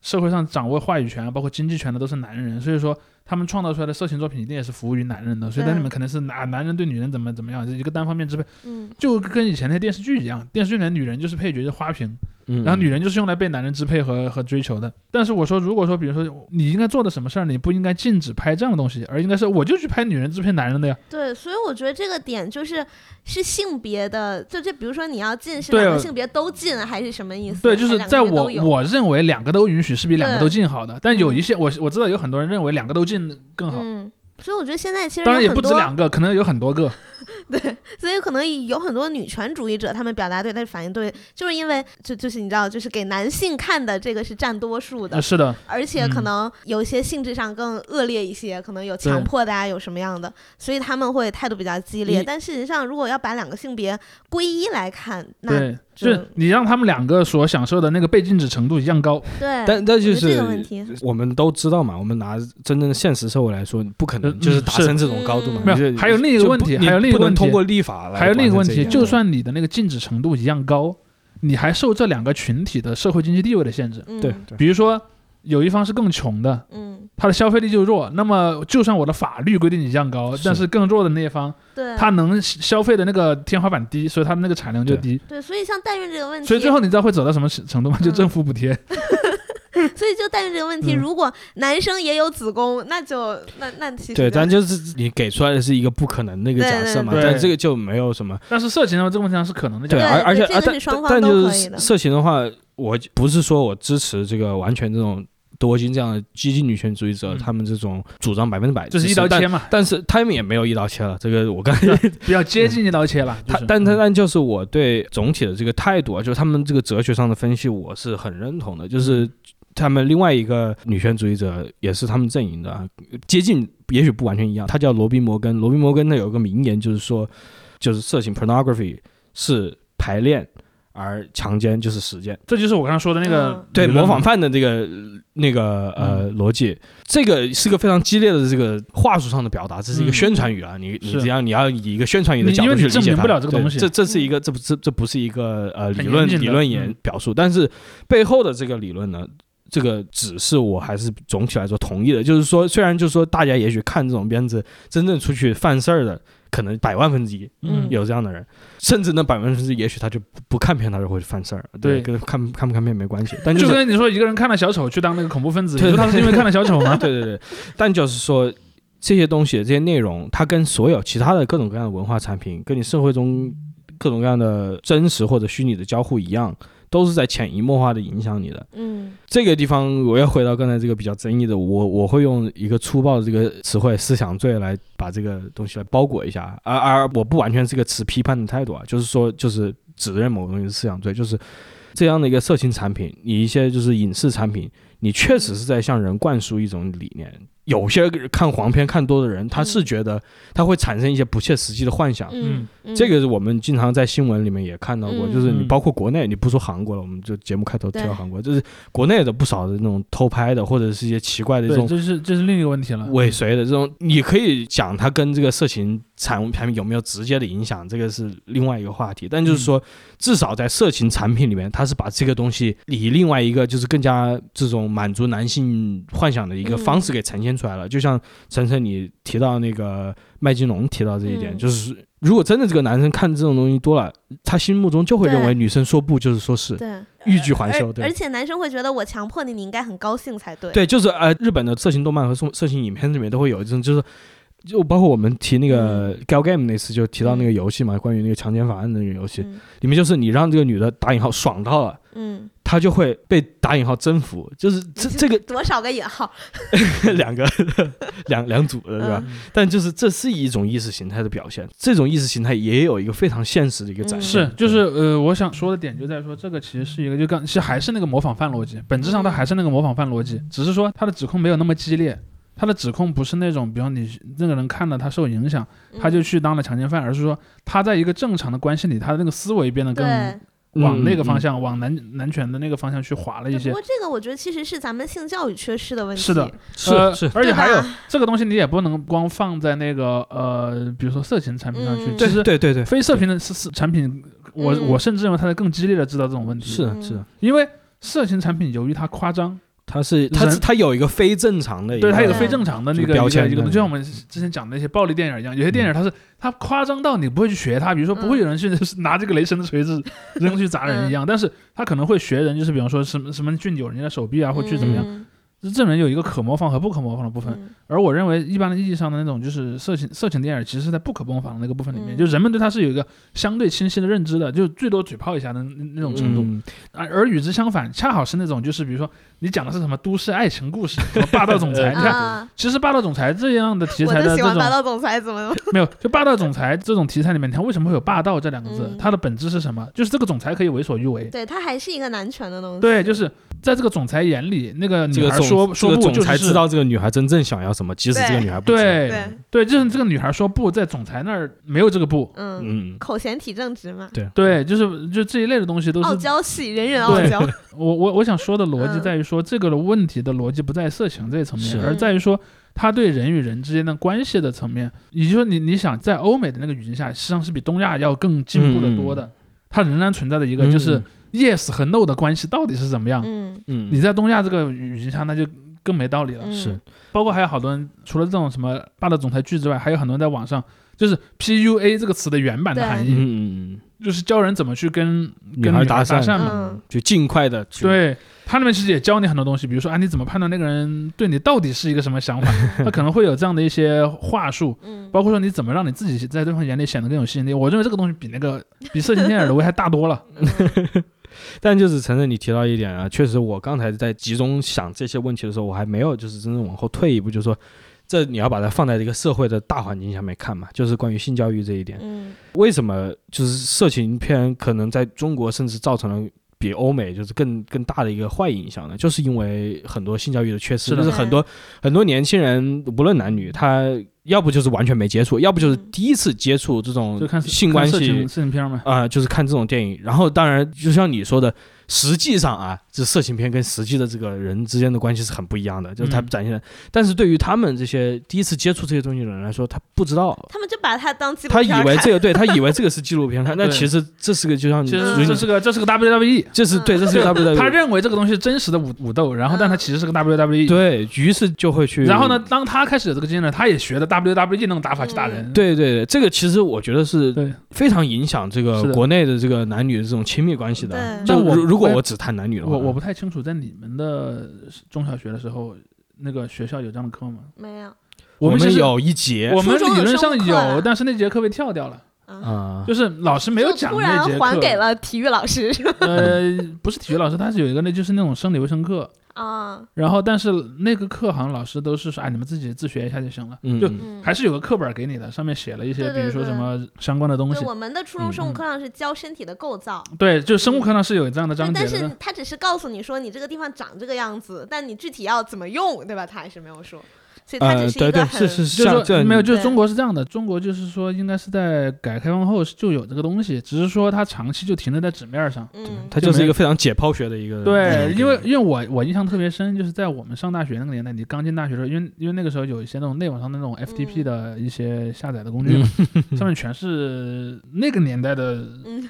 Speaker 2: 社会上掌握话语权啊，包括经济权的都是男人，所以说他们创造出来的色情作品一定也是服务于男人的，所以在
Speaker 3: 对
Speaker 2: 里面肯定是啊男男人对女人怎么怎么样，一个单方面支配，
Speaker 3: 嗯，
Speaker 2: 就跟以前那电视剧一样，电视剧里面女人就是配角，就是花瓶，
Speaker 1: 嗯
Speaker 2: 然后女人就是用来被男人支配和和追求的。但是我说，如果说比如说你应该做的什么事儿，你不应该禁止拍这样的东西，而应该是我就去拍女人支配男人的呀。
Speaker 3: 对，所以我觉得这个点就是是性别的，就这，比如说你要进是
Speaker 2: 对
Speaker 3: 两
Speaker 2: 啊
Speaker 3: 个性别都进，还是什么意思？
Speaker 2: 对，
Speaker 3: 还
Speaker 2: 就是
Speaker 3: 两个
Speaker 2: 在
Speaker 3: 性别
Speaker 2: 我
Speaker 3: 都有
Speaker 2: 我认为两个都允许是比两个
Speaker 3: 对
Speaker 2: 都禁好的，但有一些我我知道有很多人认为两个都禁更好，
Speaker 3: 嗯，所以我觉得现在其实
Speaker 2: 当然也
Speaker 3: 有很
Speaker 2: 不止
Speaker 3: 多
Speaker 2: 两个，可能有很多个。
Speaker 3: 对，所以可能有很多女权主义者，他们表达对，但是反应对，就是因为就就是你知道，就是给男性看的这个是占多数的
Speaker 2: 呃，是的，
Speaker 3: 而且可
Speaker 2: 嗯
Speaker 3: 能有一些性质上更恶劣一些，可能有
Speaker 2: 对
Speaker 3: 强迫大家有什么样的，所以他们会态度比较激烈。
Speaker 1: 你
Speaker 3: 但事实上，如果要把两个性别归一来看，那
Speaker 2: 对，就是
Speaker 3: 就
Speaker 2: 你让他们两个所享受的那个被禁止程度一样高。
Speaker 3: 对，
Speaker 1: 但但
Speaker 3: 嗯我
Speaker 1: 就
Speaker 3: 觉得
Speaker 1: 是
Speaker 3: 这个问题，
Speaker 1: 我们都知道嘛，我们拿真正的现实社会来说，你不可能就是达成这种高度嘛。
Speaker 2: 呃
Speaker 3: 嗯
Speaker 2: 没有
Speaker 1: 你这
Speaker 2: 还有另一个问题
Speaker 1: 就不
Speaker 2: 还有另一个
Speaker 1: 你不能
Speaker 2: 问题
Speaker 1: 通过立法来
Speaker 2: 还有另一个问
Speaker 1: 完成这
Speaker 2: 题，
Speaker 1: 件
Speaker 2: 就算你的那个禁止程度一样高，你还受这两个群体的社会经济地位的限制。
Speaker 3: 嗯
Speaker 1: 对对
Speaker 2: 比如说，有一方是更穷的，
Speaker 3: 嗯，
Speaker 2: 他的消费力就弱，那么就算我的法律规定一样高，
Speaker 1: 是
Speaker 2: 但是更弱的那一方，
Speaker 3: 对，
Speaker 2: 他能消费的那个天花板低，所以他的那个产量就低。
Speaker 3: 对，所以像代孕这个问题，
Speaker 2: 所以最后你知道会走到什么程度吗？
Speaker 3: 嗯
Speaker 2: 就政府补贴，
Speaker 3: 所以就代孕这个问题，
Speaker 2: 嗯
Speaker 3: 如果男生也有子宫，那就那那其实
Speaker 1: 对，
Speaker 3: 就
Speaker 1: 但就是你给出来的是一个不可能的一个
Speaker 3: 对
Speaker 1: 假设嘛，
Speaker 2: 对对
Speaker 1: 但这个就没有什么
Speaker 2: 但是色情的这个问题上是可能的。
Speaker 3: 对
Speaker 1: 而而且
Speaker 3: 这
Speaker 1: 啊
Speaker 3: 个，
Speaker 1: 但
Speaker 3: 是双方
Speaker 1: 但
Speaker 3: 都
Speaker 1: 就
Speaker 3: 可以
Speaker 1: 是
Speaker 3: 的
Speaker 1: 色情的话，我不是说我支持这个完全这种多金这样的激进女权主义者，
Speaker 2: 嗯
Speaker 1: 他们这种主张百分之百
Speaker 2: 就是
Speaker 1: 支
Speaker 2: 一
Speaker 1: 持
Speaker 2: 刀。切
Speaker 1: 但
Speaker 2: 嘛，
Speaker 1: 但是他们也没有一刀切了，这个我刚 才
Speaker 2: 比较接近一刀切了。就
Speaker 1: 他
Speaker 2: 是，嗯
Speaker 1: 但他但就是我对总体的这个态度啊，就是他们这个哲学上的分析，我是很认同的。
Speaker 2: 嗯
Speaker 1: 就是他们另外一个女权主义者，也是他们阵营的啊，接近也许不完全一样。他叫罗宾摩根，罗宾摩根呢有个名言，就是说，就是色情 pornography 是排练，而强奸就是实践。
Speaker 2: 这就是我刚刚说的那个
Speaker 1: 对
Speaker 2: 理论
Speaker 1: 模
Speaker 2: 嗯嘛
Speaker 1: 仿犯的这个那个呃逻辑，这个是个非常激烈的这个话术上的表达，这是一个
Speaker 2: 嗯
Speaker 1: 宣传语啊，你你
Speaker 2: 是
Speaker 1: 只要你要以一个宣传语的
Speaker 2: 你
Speaker 1: 角
Speaker 2: 因
Speaker 1: 度
Speaker 2: 为
Speaker 1: 去
Speaker 2: 你
Speaker 1: 理
Speaker 2: 证
Speaker 1: 解
Speaker 2: 明
Speaker 1: 它，
Speaker 2: 不了这个
Speaker 1: 对
Speaker 2: 东西
Speaker 1: 这这是一个这不这这不是一个呃
Speaker 2: 很
Speaker 1: 理论
Speaker 2: 严谨的
Speaker 1: 理论言
Speaker 2: 嗯
Speaker 1: 表述，但是背后的这个理论呢，这个只是我还是总体来说同意的，就是说虽然就是说大家也许看这种片子，真正出去犯事儿的可能百万分之一，
Speaker 2: 嗯
Speaker 3: 嗯
Speaker 1: 有这样的人，甚至那百分之，也许他就不不看片，他就会犯事儿。
Speaker 2: 对
Speaker 1: 跟看看不看片没关系。但
Speaker 2: 就是跟你说一个人看了小丑去当那个恐怖分子，你
Speaker 1: 对
Speaker 2: 说他是因为看了小丑吗
Speaker 1: 啊？对对对，但就是说这些东西、这些内容，它跟所有其他的各种各样的文化产品，跟你社会中各种各样的真实或者虚拟的交互一样，都是在潜移默化的影响你的。
Speaker 3: 嗯
Speaker 1: 这个地方我要回到刚才这个比较争议的，我我会用一个粗暴的这个词汇“思想罪”来把这个东西来包裹一下，而而我不完全是个持批判的态度啊，就是说就是指认某个东西是思想罪，就是这样的一个色情产品，你一些就是影视产品，你确实是在向人灌输一种理念。有些看黄片看多的人，他是觉得他会产生一些不切实际的幻想，
Speaker 3: 嗯，嗯
Speaker 1: 这个是我们经常在新闻里面也看到过，
Speaker 3: 嗯
Speaker 1: 就是你
Speaker 2: 嗯
Speaker 1: 包括国内，你不说韩国了，我们就节目开头提到
Speaker 3: 对
Speaker 1: 韩国，就是国内的不少的那种偷拍的，或者是一些奇怪的这种
Speaker 2: 这是这是另一个问题了。
Speaker 1: 尾随的这种，你可以讲它跟这个色情产品产品有没有直接的影响，这个是另外一个话题。但
Speaker 3: 嗯
Speaker 1: 就是说，至少在色情产品里面，它是把这个东西以另外一个就是更加这种满足男性幻想的一个
Speaker 3: 嗯
Speaker 1: 方式给呈现出来了。就像晨晨你提到那个麦金龙提到这一点，
Speaker 3: 嗯
Speaker 1: 就是如果真的这个男生看这种东西多了，他心目中就会认为
Speaker 3: 对
Speaker 1: 女生说不就是说是，
Speaker 3: 对
Speaker 1: 欲拒还休，
Speaker 3: 而
Speaker 1: 对
Speaker 3: 而。且男生会觉得我强迫你，你应该很高兴才对。
Speaker 1: 对，就是呃，日本的色情动漫和色色情影片里面都会有一种，就是就包括我们提那个
Speaker 3: 嗯
Speaker 1: Gal Game 那次就提到那个游戏嘛，关于那个强奸法案的那个游戏，
Speaker 3: 嗯
Speaker 1: 里面就是你让这个女的打引号爽到了，
Speaker 3: 嗯，
Speaker 1: 他就会被打引号征服，就是这这个
Speaker 3: 多少个引号？
Speaker 1: 两个 两两组的，对吧？
Speaker 2: 嗯
Speaker 1: 但就是这是一种意识形态的表现，这种意识形态也有一个非常现实的一个展现，
Speaker 2: 是，就是呃，我想说的点就在于说，这个其实是一个，就刚其实还是那个模仿犯逻辑，本质上
Speaker 3: 嗯
Speaker 2: 它还是那个模仿犯逻辑，只是说它的指控没有那么激烈，它的指控不是那种，比方你那个人看了他受影响，他
Speaker 3: 嗯
Speaker 2: 就去当了强奸犯，而是说他在一个正常的关系里，他的那个思维变得更
Speaker 3: 对，
Speaker 2: 往那个方
Speaker 1: 向。嗯
Speaker 2: 向，往男男权的那个方向去滑了一
Speaker 3: 对不
Speaker 2: 些
Speaker 3: 过。这个我觉得其实是咱们性教育缺失的问题。
Speaker 2: 是的，
Speaker 1: 是
Speaker 2: 呃
Speaker 1: 是，
Speaker 2: 而且
Speaker 3: 对吧
Speaker 2: 还有这个东西，你也不能光放在那个呃，比如说色情产品上去。
Speaker 3: 嗯
Speaker 2: 其实
Speaker 1: 对对对，
Speaker 2: 非色情的是是产品，我、
Speaker 3: 嗯
Speaker 2: 我甚至认为它在更激烈的制造这种问题。
Speaker 1: 是的是的，
Speaker 2: 因为色情产品由于它夸张，
Speaker 1: 它是它
Speaker 2: 人
Speaker 1: 它有一个非正常的一个，
Speaker 2: 对它有个
Speaker 3: 对
Speaker 2: 非正常的那
Speaker 1: 这
Speaker 2: 个
Speaker 1: 个标签
Speaker 2: 一个一个，
Speaker 1: 在
Speaker 2: 就
Speaker 1: 里
Speaker 2: 像我们之前讲的那些暴力电影一样，有些电影它是它夸张到你不会去学它，比如说不会有人去拿这个雷神的锤子扔去砸人一样，但是他可能会学人，就是比方说什么什么去扭人家的手臂啊，或去怎么样，
Speaker 3: 嗯？
Speaker 2: 这证人有一个可模仿和不可模仿的部分。
Speaker 3: 嗯
Speaker 2: 而我认为一般的意义上的那种就是色情色情电影，其实是在不可模仿的那个部分里面，
Speaker 3: 嗯
Speaker 2: 就人们对它是有一个相对清晰的认知的，就最多嘴炮一下的那那种程度。
Speaker 1: 嗯
Speaker 2: 而啊而与之相反，恰好是那种就是比如说你讲的是什么都市爱情故事，什么霸道总裁，
Speaker 1: 嗯
Speaker 2: 哎你看。
Speaker 3: 啊，
Speaker 2: 其实霸道总裁这样的题
Speaker 3: 我
Speaker 2: 材
Speaker 3: 就
Speaker 2: 的
Speaker 3: 喜
Speaker 2: 这
Speaker 3: 欢霸
Speaker 2: 种
Speaker 3: 道总裁，怎么怎么
Speaker 2: 没有，就霸道总裁这种题材里面，你看为什么会有霸道这两个字？
Speaker 3: 嗯
Speaker 2: 它的本质是什么？就是这个总裁可以为所欲为。
Speaker 3: 对他还是一个男权的东西。
Speaker 2: 对，就是在这个总裁眼里，那个
Speaker 1: 这
Speaker 2: 女
Speaker 1: 个
Speaker 2: 孩
Speaker 1: 总
Speaker 2: 说
Speaker 1: 这
Speaker 2: 说
Speaker 1: 个
Speaker 2: 不
Speaker 1: 总
Speaker 2: 就
Speaker 1: 裁
Speaker 2: 嗯是
Speaker 1: 知道这个女孩真正想要什么，即使这个
Speaker 3: 对
Speaker 1: 女孩不知道，
Speaker 2: 对
Speaker 3: 对，
Speaker 2: 对，就是这个女孩说不，在总裁那儿没有这个不。
Speaker 3: 嗯，
Speaker 1: 嗯，
Speaker 3: 口嫌体正直嘛，
Speaker 2: 对，就是就这一类的东西都
Speaker 3: 傲
Speaker 2: 是
Speaker 3: 娇系，人人傲 娇。
Speaker 2: 我我我想说的逻辑
Speaker 3: 嗯
Speaker 2: 在于说，这个的问题的逻辑不在色情这一层面，
Speaker 1: 是
Speaker 2: 而在于说它对人与人之间的关系的层面。也就是说你，你想在欧美的那个语境下，实际上是比东亚要更进步的多的。它仍然存在的一个就是
Speaker 1: 嗯
Speaker 2: yes 和 no 的关系到底是怎么样？
Speaker 3: 嗯
Speaker 1: 嗯，
Speaker 2: 你在东亚这个语境下，那就更没道理了。
Speaker 3: 嗯，
Speaker 1: 是
Speaker 2: 包括还有好多人，除了这种什么霸道总裁剧之外，还有很多人在网上就是 PUA 这个词的原版的
Speaker 3: 对
Speaker 2: 含义，
Speaker 1: 嗯嗯
Speaker 2: 就是教人怎么去跟
Speaker 1: 嗯，
Speaker 2: 跟
Speaker 1: 孩
Speaker 2: 女
Speaker 1: 搭
Speaker 2: 孩搭
Speaker 1: 讪
Speaker 2: 讪嘛。
Speaker 3: 嗯，
Speaker 1: 就尽快的去，
Speaker 2: 对，它里面其实也教你很多东西，比如说啊，你怎么判断那个人对你到底是一个什 么想法？他可能会有这样的一些话术，
Speaker 3: 嗯，
Speaker 2: 包括说你怎么让你自己在对方眼里显得更有吸引力。我认为这个东西比那个比色情电影的危害大多了。
Speaker 3: 嗯
Speaker 1: 但就是承认你提到一点啊，确实我刚才在集中想这些问题的时候，我还没有就是真正往后退一步，就是说。这你要把它放在这个社会的大环境下面看嘛，就是关于性教育这一点。
Speaker 3: 嗯
Speaker 1: 为什么就是色情片可能在中国甚至造成了比欧美就是更更大的一个坏影响呢？就是因为很多性教育的缺失，
Speaker 2: 是的
Speaker 1: 就是很多很多年轻人无论男女，他要不就是完全没接触，要不就是第一次接触这种
Speaker 2: 就看
Speaker 1: 嗯性关
Speaker 2: 看色
Speaker 1: 系
Speaker 2: 情色情片嘛，
Speaker 1: 啊、就是看这种电影。然后当然就像你说的，实际上啊，这色情片跟实际的这个人之间的关系是很不一样的，就是他
Speaker 2: 嗯
Speaker 1: 展现的。但是对于他们这些第一次接触这些东西的人来说，他不知道。
Speaker 3: 他们就把他当纪 录
Speaker 1: 他
Speaker 3: 片
Speaker 1: 以
Speaker 3: 儿
Speaker 1: 为
Speaker 3: 看
Speaker 1: 这个对他以为这个是纪录片，看，那
Speaker 2: 对
Speaker 1: 其实这是个就像你
Speaker 2: 其实
Speaker 1: 所以
Speaker 2: 这
Speaker 1: 你
Speaker 2: 是个这是个 WWE，
Speaker 1: 这是对，这是个 E WWE，
Speaker 2: 他认为这个东西是真实的武武斗，然后但他
Speaker 3: 嗯
Speaker 2: 其实是个 WWE。
Speaker 1: 对，于是就会去。
Speaker 2: 然后呢，？当他开始有这个经验了，他也学的 E WWE 那种打法去打人。
Speaker 1: 对对对，这个其实我觉得是
Speaker 2: 对
Speaker 1: 非常影响这
Speaker 2: 是
Speaker 1: 个
Speaker 2: 的
Speaker 1: 国内的这个男女的这种亲密关系的。
Speaker 3: 对
Speaker 1: 就
Speaker 2: 但我
Speaker 1: 如如果
Speaker 2: 我
Speaker 1: 我只谈男女的话，
Speaker 2: 我我不太清楚，在你们的中小学的时候，那个学校有这样的课吗？
Speaker 3: 没有，
Speaker 1: 我
Speaker 2: 们其
Speaker 1: 们
Speaker 2: 实，
Speaker 1: 有一节
Speaker 2: 我们
Speaker 3: 初中
Speaker 2: 理
Speaker 3: 有
Speaker 2: 论
Speaker 3: 生
Speaker 2: 上
Speaker 3: 物课
Speaker 2: 有，
Speaker 3: 啊
Speaker 2: 但是那节课被跳掉了，
Speaker 3: 嗯，
Speaker 1: 啊，
Speaker 2: 就是老师没有
Speaker 3: 就
Speaker 2: 讲
Speaker 3: 突
Speaker 2: 那
Speaker 3: 然
Speaker 2: 节课，
Speaker 3: 还给了体育老师
Speaker 2: 呃，不是体育老师，他是有一个那就是那种生理卫生课，
Speaker 3: 啊，
Speaker 2: 然后但是那个课好像老师都是说，哎，你们自己自学一下就行了，
Speaker 1: 嗯
Speaker 2: 就
Speaker 1: 嗯
Speaker 3: 嗯，
Speaker 2: 还是有个课本给你的，上面写了一些，
Speaker 3: 对
Speaker 2: 比如
Speaker 3: 对
Speaker 2: 说什
Speaker 3: 对
Speaker 2: 么相关的东
Speaker 3: 对
Speaker 2: 西，
Speaker 3: 我们的初中生
Speaker 1: 嗯
Speaker 3: 物
Speaker 1: 嗯
Speaker 3: 课上是教身体的构造，
Speaker 2: 对，就生物课上是有这样的
Speaker 3: 对
Speaker 2: 章，节
Speaker 3: 但
Speaker 2: 的
Speaker 3: 是。他只是告诉你说你这个地方长这个样子，但你具体要怎么用，对吧？他还是没有说，所以他
Speaker 1: 呃，
Speaker 3: 只是一
Speaker 1: 对
Speaker 3: 个
Speaker 1: 对，
Speaker 3: 很
Speaker 1: 是是
Speaker 2: 就
Speaker 1: 像
Speaker 2: 是
Speaker 1: 这
Speaker 2: 说没有，就是
Speaker 3: 对
Speaker 2: 中国是这样的，中国就是说应该是在改革开放后就有这个东西，只是说它长期就停留在纸面上。
Speaker 3: 嗯
Speaker 1: 它就是一个非常解剖学的一个。
Speaker 2: 对，因为因为我我印象特别深，就是在我们上大学那个年代，你刚进大学的时候，因为因为那个时候有一些那种内网上的那种 FTP 的一些下载的工具嘛，上面全是那个年代的
Speaker 3: 嗯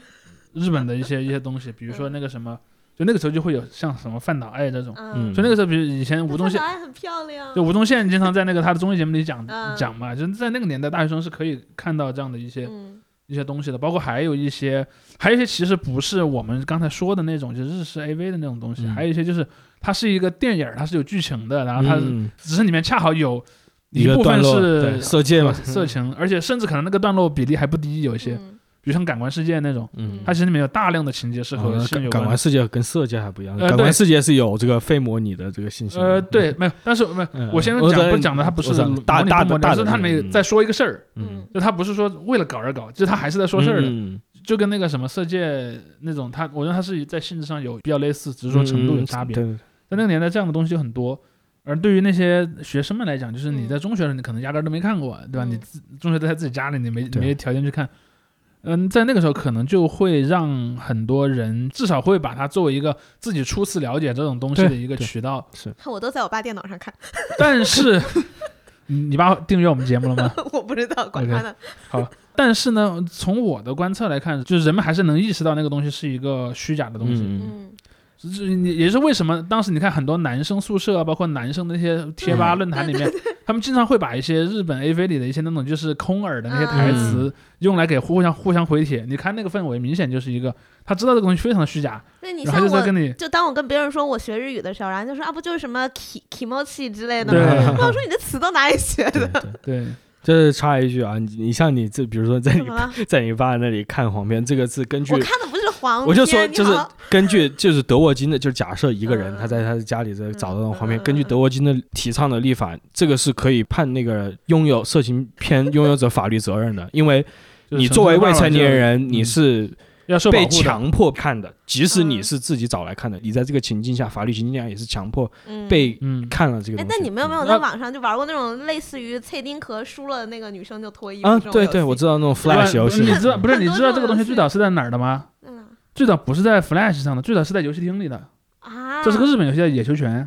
Speaker 2: 日本的一些一些东西，比如说那个什么，就那个时候就会有像什么饭岛爱这种，
Speaker 1: 嗯
Speaker 2: 就那个时候，比如以前
Speaker 3: 但
Speaker 2: 吴宗
Speaker 3: 她
Speaker 2: 宪
Speaker 3: 长，得很漂亮，
Speaker 2: 就吴宗宪经常在那个他的综艺节目里讲
Speaker 3: 嗯
Speaker 2: 讲嘛，就是在那个年代大学生是可以看到这样的一些
Speaker 3: 嗯
Speaker 2: 一些东西的，包括还有一些，还有一些其实不是我们刚才说的那种，就是日式 AV 的那种东西，
Speaker 1: 嗯
Speaker 2: 还有一些就是它是一个电影儿，它是有剧情的，然后它、
Speaker 1: 嗯
Speaker 2: 只是里面恰好有
Speaker 1: 一
Speaker 2: 啊
Speaker 1: 个
Speaker 2: 部
Speaker 1: 段
Speaker 2: 分
Speaker 1: 落对
Speaker 2: 是
Speaker 1: 色戒嘛，
Speaker 2: 色情，而且甚至可能那个段落比例还不低，有一些，
Speaker 3: 嗯
Speaker 2: 比比如像《感官世界》那种，
Speaker 1: 嗯，
Speaker 2: 它其实里面有大量的情节是和
Speaker 1: 呃
Speaker 2: 性
Speaker 1: 感
Speaker 2: 有
Speaker 1: 感
Speaker 2: 关的
Speaker 1: 官。世界跟色戒还不一样，
Speaker 2: 呃
Speaker 1: 感官
Speaker 2: 对
Speaker 1: 世界是有这个非模拟的这个信息的。
Speaker 2: 呃，对，没有，但是没有，
Speaker 1: 嗯，
Speaker 2: 我先
Speaker 1: 我
Speaker 2: 讲
Speaker 1: 在
Speaker 2: 不讲的，它
Speaker 1: 我
Speaker 2: 不是
Speaker 1: 在
Speaker 2: 模拟
Speaker 1: 大
Speaker 2: 不
Speaker 1: 大
Speaker 2: 模拟
Speaker 1: 大
Speaker 2: 而
Speaker 1: 的
Speaker 2: 是它里面
Speaker 1: 嗯
Speaker 2: 在说一个事儿，
Speaker 1: 嗯，
Speaker 2: 就它不是说为了搞而搞，就它还是在说事儿的，
Speaker 1: 嗯
Speaker 2: 就跟那个什么色戒那种，它我认为它是在性质上有比较类似，只是说程度有差别。
Speaker 1: 嗯对
Speaker 2: 在那个年代，这样的东西就很多。而对于那些学生们来讲，就是你
Speaker 3: 嗯
Speaker 2: 在中学的时候，你可能压根儿都没看过，对吧？
Speaker 3: 嗯
Speaker 2: 你自中学都在自己家里，你没
Speaker 1: 对
Speaker 2: 没条件去看。嗯，在那个时候，可能就会让很多人至少会把它作为一个自己初次了解这种东西
Speaker 1: 对
Speaker 2: 的一个
Speaker 1: 对
Speaker 2: 渠道。
Speaker 3: 看我都在我爸电脑上看，
Speaker 2: 但是， 你你爸订阅我们节目了 吗？
Speaker 3: 我不知道管他呢。
Speaker 2: 但是呢，从我的观测来看，就是人们还是能意识到那个东西是一个虚假的东西。
Speaker 1: 嗯
Speaker 3: 嗯，
Speaker 2: 这也也是为什么当时你看很多男生宿舍啊，包括男生那些贴吧
Speaker 1: 嗯
Speaker 2: 论坛里面，他们经常会把一些日本 AV 里的一些那种就是空耳的那些台
Speaker 1: 嗯
Speaker 2: 词用来给互相互相回帖。你看那个氛围，明显就是一个他知道这个东西非常的虚假，
Speaker 3: 那你
Speaker 2: 然后他
Speaker 3: 像
Speaker 2: 就在
Speaker 3: 我
Speaker 2: 跟，你
Speaker 3: 就当我跟别人说我学日语的时候，然后就说啊不就是什么 ki kimochi 之类的
Speaker 2: 对
Speaker 3: 吗？
Speaker 1: 对
Speaker 3: 我想说你的词到哪里学
Speaker 1: 对
Speaker 3: 的？
Speaker 1: 对，
Speaker 2: 对
Speaker 1: 这插一句啊，你你像你这，比如说在
Speaker 3: 怎
Speaker 1: 你
Speaker 3: 么了？
Speaker 1: 在你爸那里看黄片，这个是根据
Speaker 3: 我看的不是黄片，
Speaker 1: 我就说，
Speaker 3: 你
Speaker 1: 就是
Speaker 3: 好
Speaker 1: 根据就是德沃金的，就是假设一个人
Speaker 3: 嗯
Speaker 1: 他在他的家里在找到那种黄片
Speaker 3: 嗯，嗯
Speaker 1: 根据德沃金的提倡的立法，这个是可以判那个拥有色情片拥有者法律责任的，因为
Speaker 2: 就是
Speaker 1: 你作为未成年
Speaker 2: 就嗯
Speaker 1: 人，你是
Speaker 2: 要受保
Speaker 1: 被
Speaker 2: 护的。
Speaker 1: 强迫看的，即使
Speaker 3: 嗯
Speaker 1: 你是自己找来看的，你在这个情境下，法律情境下也是强迫
Speaker 3: 嗯
Speaker 1: 被
Speaker 2: 嗯，
Speaker 1: 看了这个
Speaker 3: 哎
Speaker 1: 东，西。
Speaker 3: 那你们有没有
Speaker 2: 嗯
Speaker 3: 在
Speaker 2: 那
Speaker 3: 网上就玩过那种类似于脆丁壳输了那个女生就脱衣服？
Speaker 1: 啊？对对，我知
Speaker 3: 道。
Speaker 1: 道那种 Flash 游戏
Speaker 2: 你，知道不是？
Speaker 3: 很多
Speaker 2: 你知道这个东西
Speaker 3: 这种游戏
Speaker 2: 最早是在哪儿的吗？
Speaker 3: 嗯
Speaker 2: 最早不是在 Flash 上的，最早是在游戏厅里的。
Speaker 3: 啊，
Speaker 2: 这是个日本游戏叫《野球拳》，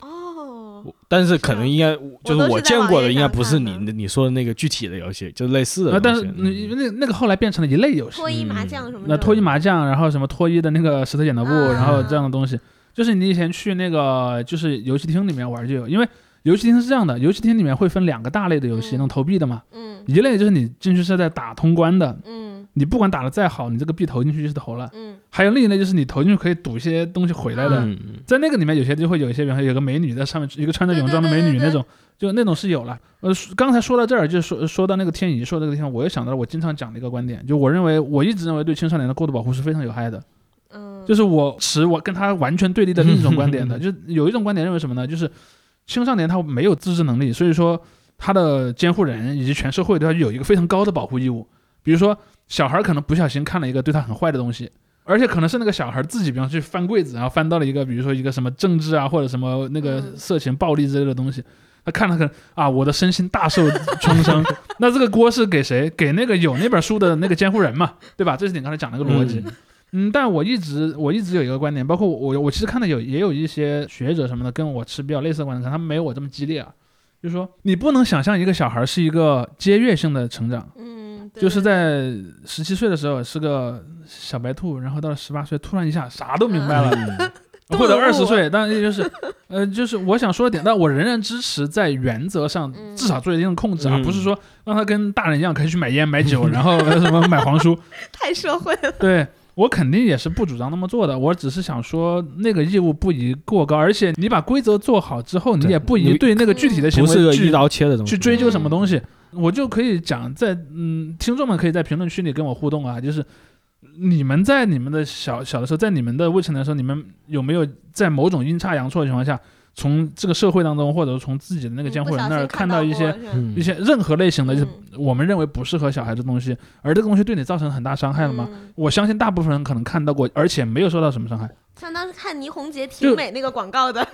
Speaker 3: 哦，
Speaker 1: 但是可能应该就是
Speaker 3: 我都是
Speaker 1: 我
Speaker 3: 在
Speaker 1: 见
Speaker 3: 网
Speaker 1: 过
Speaker 3: 页
Speaker 1: 的，应该
Speaker 3: 上
Speaker 1: 不是
Speaker 3: 看
Speaker 1: 你
Speaker 3: 的
Speaker 1: 你说的那个具体的游戏，就类似
Speaker 2: 啊
Speaker 1: 的，
Speaker 2: 但
Speaker 1: 东西。
Speaker 2: 是那
Speaker 1: 嗯
Speaker 2: 那那个后来变成了一类游戏。
Speaker 3: 脱衣麻将什么的。
Speaker 2: 嗯那脱衣麻将，然后什么脱衣的那个石头剪刀布，
Speaker 3: 啊
Speaker 2: 然后这样的东西，就是你以前去那个就是游戏厅里面玩就有，因为游戏厅是这样的，游戏厅里面会分两个大类的游戏，那
Speaker 3: 嗯
Speaker 2: 种投币的嘛，
Speaker 3: 嗯
Speaker 2: 一类就是你进去是在打通关的，
Speaker 3: 嗯
Speaker 2: 你不管打的再好，你这个币投进去就是投了；
Speaker 3: 嗯
Speaker 2: 还有另一类就是你投进去可以赌一些东西回
Speaker 3: 啊
Speaker 2: 来的，
Speaker 1: 嗯嗯
Speaker 2: 在那个里面有些就会有一些，比方说有个美女在上面，一个穿着泳装的美女那种，就那种是有了。呃，说刚才说到这儿，就是说说到那个天怡说这个地方，我又想到了我经常讲的一个观点，就我认为我一直认为对青少年的过度保护是非常有害的，
Speaker 3: 嗯，
Speaker 2: 就是是我持我跟他完全对立的另一种观点的，就是有一种观点认为什么呢？就是青少年他没有自制能力，所以说他的监护人以及全社会对他有一个非常高的保护义务。比如说小孩可能不小心看了一个对他很坏的东西，而且可能是那个小孩自己，比方去翻柜子，然后翻到了一个比如说一个什么政治啊或者什么那个
Speaker 3: 嗯
Speaker 2: 色情暴力之类的东西。他看了看啊，我的身心大受创伤。 那这个锅是给谁？给那个有那本书的那个监护人嘛， 对吧？这是你刚才讲的那个逻辑。嗯，但我一直我一直有一个观点，包括我我我其实看到有也有一些学者什么的跟我持比较类似的观点，可能他们没有我这么激烈啊。就是说，你不能想象一个小孩是一个阶跃性的成长，
Speaker 3: 嗯，对
Speaker 2: 就是在十七岁的时候是个小白兔，然后到了十八岁突然一下啥都明白了，
Speaker 1: 嗯
Speaker 2: 或者
Speaker 3: 顿
Speaker 2: 二
Speaker 3: 悟
Speaker 2: 十岁，当然也就是，呃，就是我想说的点，但我仍然支持在原则上
Speaker 3: 嗯
Speaker 2: 至少做一定的控制啊，
Speaker 1: 嗯
Speaker 2: 不是说让他跟大人一样可以去买烟、买酒，然后呃什么买黄书，
Speaker 3: 太社会了。
Speaker 2: 对我肯定也是不主张那么做的，我只是想说那个义务不宜过高，而且你把规则做好之后，你
Speaker 1: 对
Speaker 2: 也不宜
Speaker 1: 你
Speaker 2: 对那个具体的行
Speaker 1: 不是
Speaker 2: 为
Speaker 1: 个
Speaker 2: 去
Speaker 1: 一刀切的东西，
Speaker 2: 去追究什
Speaker 3: 嗯
Speaker 2: 么东西，我就可以讲在嗯，听众们可以在评论区里跟我互动啊，就是你们在你们的小小的时候，在你们的未成年的时候，你们有没有在某种阴差阳错的情况下，从这个社会当中，或者是从自己的那个监护人那儿看到一些
Speaker 1: 嗯
Speaker 2: 一些任何类型的，就是
Speaker 3: 嗯
Speaker 2: 我们认为不适合小孩的东西，而这个东西对你造成很大伤害了吗？？
Speaker 3: 嗯
Speaker 2: 我相信大部分人可能看到过，而且没有受到什么伤害。
Speaker 3: 像当时看霓虹洁
Speaker 2: 就
Speaker 3: 挺美那个广 告的，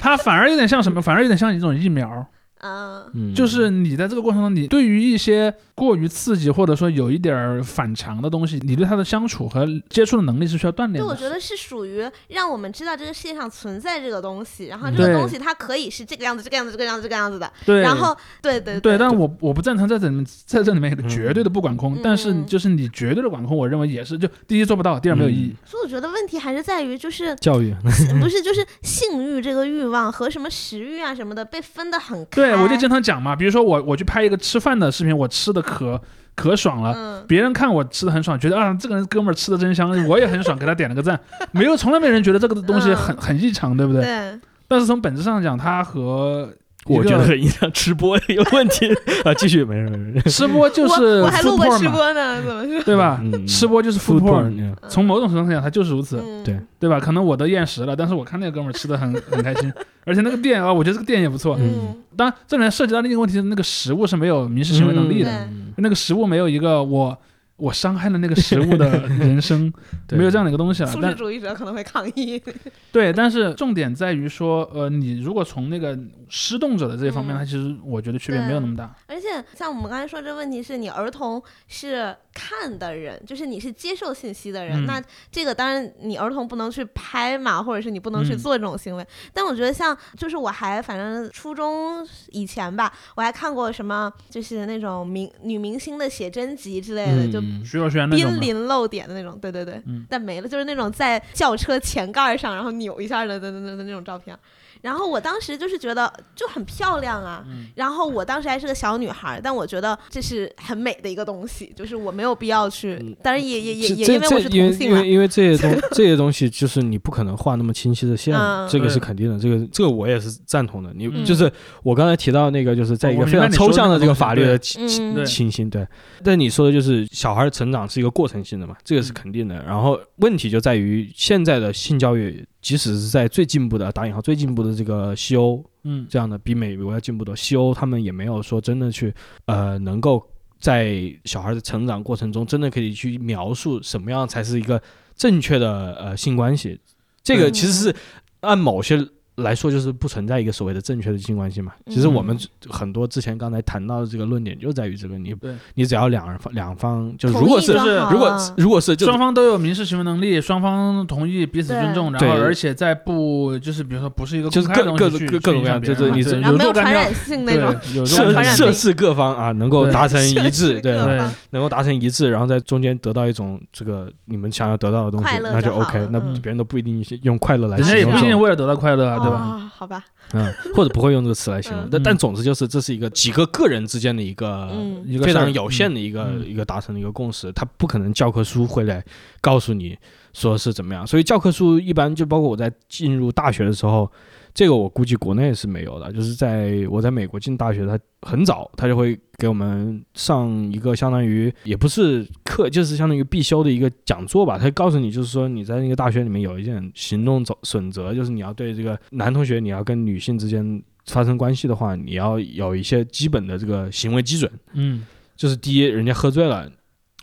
Speaker 2: 它反而有点像什么？反而有点像一种疫苗，
Speaker 3: 嗯
Speaker 1: 嗯
Speaker 2: 就是你在这个过程中，你对于一些过于刺激或者说有一点儿反常的东西，你对它的相处和接触的能力是需要锻炼
Speaker 3: 对，
Speaker 2: 的。
Speaker 3: 我觉得是属于让我们知道这个世界上存在这个东西，然后这
Speaker 2: 对
Speaker 3: 个东西它可以是这个样子、这个样子、这个样子、这个样子的。
Speaker 2: 对，
Speaker 3: 然后，对对
Speaker 2: 对，但我我不赞成在这里面在这里面有个
Speaker 1: 嗯
Speaker 2: 绝对的不管控，但是
Speaker 3: 嗯
Speaker 2: 就是你绝对的管控，我认为也是就第一做不到，第二没有意义。
Speaker 3: 所以我觉得问题还是在 于，就是
Speaker 1: 教育，
Speaker 3: 不是就是性欲这个欲望和什么食欲啊什么的被分得很开。
Speaker 2: 对，我就经常讲嘛，比如说我我去拍一个吃饭的视频，我吃的可可爽了，
Speaker 3: 嗯，
Speaker 2: 别人看我吃的很爽，觉得啊这个人哥们儿吃的真香，我也很爽，给他点了个赞。没
Speaker 3: 嗯
Speaker 2: 有，从来没人觉得这个东西很、很异常，对不对？
Speaker 3: 对，
Speaker 2: 但是从本质上讲，它和
Speaker 1: 我觉得影响吃播有问题啊。继续，没事没事没事，
Speaker 2: 吃播就
Speaker 3: 我
Speaker 2: 是
Speaker 3: 我还
Speaker 2: food
Speaker 3: 录过
Speaker 2: porn
Speaker 3: 吃
Speaker 2: 嘛
Speaker 3: 播呢，怎么是？
Speaker 2: 对吧？
Speaker 1: 嗯嗯
Speaker 2: 吃播就是
Speaker 1: food
Speaker 2: food porn，
Speaker 1: porn，嗯
Speaker 2: 从某种程度上讲，它就是如此，
Speaker 3: 嗯
Speaker 1: 对
Speaker 2: 对吧？可能我都厌食了，但是我看那个哥们儿吃的很很开心，而且那个店啊，我觉得这个店也不错。
Speaker 1: 嗯
Speaker 2: 当然，这里面涉及到另一个问题，那个食物是没有民事行为能力的，
Speaker 3: 嗯
Speaker 2: 那个食物没有一个我我伤害了那个食物的人生，
Speaker 1: 对
Speaker 2: 没有这样的一个东西了
Speaker 3: 素。食
Speaker 2: 但
Speaker 3: 主义者可能会抗议。
Speaker 2: 对，但是重点在于说，呃，你如果从那个施动者的这一方面，
Speaker 3: 嗯
Speaker 2: 它其实我觉得区别
Speaker 3: 对
Speaker 2: 没有那么大。
Speaker 3: 而且像我们刚才说这问题是你儿童是看的人，就是你是接受信息的人，
Speaker 2: 嗯
Speaker 3: 那这个当然你儿童不能去拍嘛，或者是你不能去
Speaker 2: 嗯
Speaker 3: 做这种行为。但我觉得像就是我还反正初中以前吧，我还看过什么就是那种明女明星的写真集之类的，就
Speaker 1: 嗯
Speaker 2: 徐若瑄那种
Speaker 3: 濒
Speaker 2: 嘛，
Speaker 3: 临露点的那种，对对对，
Speaker 2: 嗯
Speaker 3: 但没了，就是那种在轿车前盖上然后扭一下的的的的的那种照片。然后我当时就是觉得就很漂亮啊，
Speaker 2: 嗯
Speaker 3: 然后我当时还是个小女孩儿，但我觉得这是很美的一个东西，就是我没有必要去
Speaker 1: 嗯，
Speaker 3: 当然也也也
Speaker 1: 这
Speaker 3: 也
Speaker 1: 这
Speaker 3: 因为我是
Speaker 1: 这因
Speaker 3: 同
Speaker 1: 为
Speaker 3: 性
Speaker 1: 因
Speaker 3: 嘛
Speaker 1: 为，因为这些东 这些东西，就是你不可能画那么清晰的线，
Speaker 3: 嗯
Speaker 1: 这个是
Speaker 2: 对
Speaker 1: 肯定的，这个这个我也是赞同的。你、
Speaker 2: 嗯
Speaker 1: 就是我刚才提到那个，就是在一
Speaker 2: 我
Speaker 1: 个
Speaker 2: 明
Speaker 1: 非
Speaker 2: 白
Speaker 1: 常
Speaker 2: 你说
Speaker 1: 抽
Speaker 2: 的
Speaker 1: 象的
Speaker 2: 那
Speaker 1: 这
Speaker 2: 个
Speaker 1: 个
Speaker 2: 东西
Speaker 1: 法律
Speaker 2: 对
Speaker 1: 的情
Speaker 3: 嗯
Speaker 2: 对
Speaker 1: 情形，对。但你说的就是小孩成长是一个过程性的嘛，这
Speaker 3: 嗯
Speaker 1: 个是肯定的。然后问题就在于现在的性教育，即使是在最进步的打引号最进步的这个西欧
Speaker 2: 嗯，
Speaker 1: 这样的比美国要进步多。西欧他们也没有说真的去呃能够在小孩的成长过程中，真的可以去描述什么样才是一个正确的呃性关系。这个
Speaker 3: 嗯
Speaker 1: 其实是按某些来说，就是不存在一个所谓的正确的性关系嘛。
Speaker 3: 嗯
Speaker 1: 其实我们很多之前刚才谈到的这个论点就在于这个，你
Speaker 2: 对
Speaker 1: 你只要两人方两方就是
Speaker 3: 同
Speaker 1: 如果
Speaker 3: 意
Speaker 1: 是
Speaker 3: 就好
Speaker 1: 如果
Speaker 3: 了
Speaker 1: 如果是就
Speaker 2: 双方都有民事行为能力，双方同意彼此尊重，然
Speaker 1: 对
Speaker 2: 后而且在不就是比如说不是一个
Speaker 1: 就
Speaker 2: 公
Speaker 1: 是
Speaker 2: 开的
Speaker 1: 各各
Speaker 2: 东西去
Speaker 1: 各各种各样
Speaker 2: 去影响别人
Speaker 1: 就是你只
Speaker 2: 嘛对
Speaker 3: 啊然后没有
Speaker 2: 有若干
Speaker 3: 传
Speaker 2: 这样
Speaker 3: 染性那
Speaker 2: 对
Speaker 3: 种，
Speaker 2: 有这种
Speaker 3: 种
Speaker 1: 涉
Speaker 3: 传染
Speaker 1: 涉
Speaker 3: 病
Speaker 1: 事各方啊能够
Speaker 2: 对
Speaker 1: 达成一
Speaker 3: 涉
Speaker 1: 致，
Speaker 3: 世
Speaker 1: 对
Speaker 3: 各
Speaker 1: 吧
Speaker 3: 方
Speaker 2: 对
Speaker 1: 能够达成一致，然后在中间得到一种这个你们想要得到的东西
Speaker 3: 快，乐
Speaker 1: 那
Speaker 3: 就好了
Speaker 1: OK，那
Speaker 3: 嗯
Speaker 1: 别人都不一定用快乐来
Speaker 2: 人家
Speaker 1: 形
Speaker 2: 也
Speaker 1: 容嗯
Speaker 2: 不
Speaker 1: 这
Speaker 2: 一定
Speaker 1: 种，
Speaker 2: 为了得到快乐啊，对吧？
Speaker 3: 哦好吧，
Speaker 1: 嗯，或者不会用这个词来形容
Speaker 3: 嗯，
Speaker 1: 但
Speaker 2: 嗯
Speaker 1: 但总之就是这是一个几个个人之间的一个
Speaker 3: 嗯
Speaker 2: 一个
Speaker 1: 非
Speaker 2: 事
Speaker 1: 常
Speaker 2: 儿
Speaker 1: 有
Speaker 2: 嗯
Speaker 1: 限的一个
Speaker 2: 嗯
Speaker 1: 一个达成的一个共识，它不可能教科书会来告诉你说是怎么样，所以教科书一般就包括我在进入大学的时候。这个我估计国内是没有的，就是在我在美国进大学，他很早他就会给我们上一个相当于也不是课，就是相当于必修的一个讲座吧。他告诉你，就是说你在那个大学里面有一件行动走准则，就是你要对这个男同学，你要跟女性之间发生关系的话，你要有一些基本的这个行为基准。
Speaker 2: 嗯，
Speaker 1: 就是第一，人家喝醉了，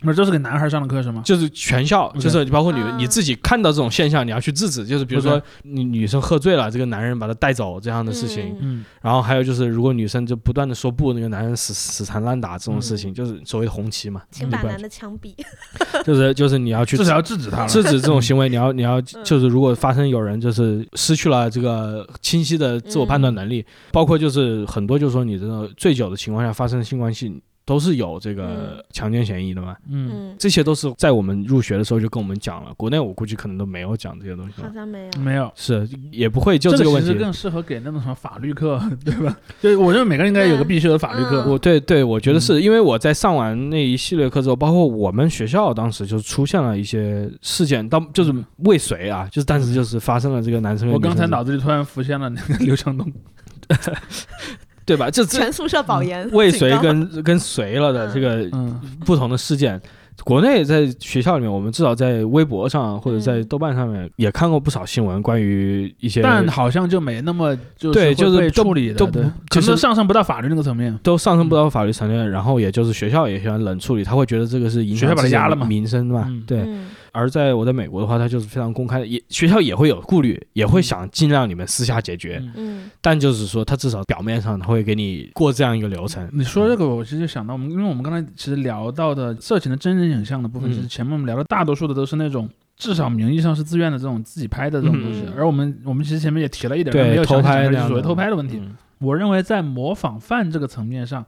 Speaker 2: 不是这是给男孩上的课是吗？
Speaker 1: 就是全校，
Speaker 2: OK
Speaker 1: 就是包括你
Speaker 3: 啊
Speaker 1: 你自己看到这种现象，你要去制止。就是比如说
Speaker 2: OK
Speaker 1: 你女生喝醉了，这个男人把她带走这样的事情。
Speaker 3: 嗯
Speaker 2: 嗯，
Speaker 1: 然后还有就是，如果女生就不断的说不，那个男人死死缠烂打这种
Speaker 3: 嗯
Speaker 1: 事情，就是所谓的红旗嘛，
Speaker 3: 请
Speaker 1: 你
Speaker 3: 把
Speaker 1: 不要
Speaker 3: 男的枪毙。
Speaker 1: 就是就是你要去
Speaker 2: 至少要制止他了。
Speaker 1: 制止这种行为，你要你要
Speaker 3: 嗯
Speaker 1: 就是如果发生有人就是失去了这个清晰的自我判
Speaker 3: 嗯
Speaker 1: 断能力，包括就是很多就是说你这种醉酒的情况下发生性关系，都是有这
Speaker 3: 嗯
Speaker 1: 个强奸嫌疑的嘛。
Speaker 2: 嗯，
Speaker 3: 嗯，
Speaker 1: 这些都是在我们入学的时候就跟我们讲了，国内我估计可能都没有讲这些东西
Speaker 3: 好
Speaker 1: 吧。
Speaker 3: 像没有。
Speaker 2: 没有。
Speaker 1: 是，也不会就
Speaker 2: 这
Speaker 1: 个问
Speaker 2: 其
Speaker 1: 题
Speaker 2: 实。更适合给那种什么法律课， 对吧？就是我认为每个人应该有个必修的法律
Speaker 3: 嗯
Speaker 2: 课。
Speaker 1: 我对对，我觉得是因为我在上完那一系列课之后，包括我们学校当时就出现了一些事件，当就是未遂啊，就是但是就是发生了这个男生跟
Speaker 2: 嗯我
Speaker 1: 女生
Speaker 2: 刚才
Speaker 1: 之
Speaker 2: 脑子里突然浮现了那个刘强东，
Speaker 1: 对吧？ 这这
Speaker 3: 全宿舍保研，
Speaker 1: 未
Speaker 3: 警
Speaker 1: 遂
Speaker 3: 告
Speaker 1: 跟跟随了的这个
Speaker 2: 嗯，
Speaker 1: 不同的事件，国内在学校里面，我们至少在微博上或者在
Speaker 3: 嗯
Speaker 1: 豆瓣上面也看过不少新闻，关于一些
Speaker 2: 但好像就没那么就是
Speaker 1: 对就是
Speaker 2: 会被
Speaker 1: 都
Speaker 2: 处理的，
Speaker 1: 都
Speaker 2: 对
Speaker 1: 不
Speaker 2: 可
Speaker 1: 就是
Speaker 2: 能上升不到法律那个层面。
Speaker 1: 都上升不到法律层面，然后也就是学校也喜欢冷处理，他会觉得这个是影响
Speaker 2: 学校把他
Speaker 1: 自己的
Speaker 2: 压了嘛
Speaker 1: 民生嘛
Speaker 2: 嗯，
Speaker 1: 对。
Speaker 3: 嗯
Speaker 1: 而在我在美国的话，他就是非常公开的，也学校也会有顾虑，也会想尽量你们私下解决，
Speaker 2: 嗯
Speaker 3: 嗯
Speaker 1: 但就是说他至少表面上他会给你过这样一个流程。
Speaker 2: 你说这个，我其实就想到我们，因为我们刚才其实聊到的色情的真人影像的部分，
Speaker 1: 嗯
Speaker 2: 其实前面我们聊的大多数的都是那种至少名义上是自愿的这种自己拍的这种东西
Speaker 3: 嗯，
Speaker 2: 而我们我们其实前面也提了一点，
Speaker 1: 对
Speaker 2: 没有
Speaker 1: 偷拍
Speaker 2: 详细
Speaker 1: 这
Speaker 2: 讲就是
Speaker 1: 样
Speaker 2: 所谓
Speaker 1: 的
Speaker 2: 偷拍的问题。
Speaker 1: 嗯
Speaker 2: 我认为在模仿犯这个层面上，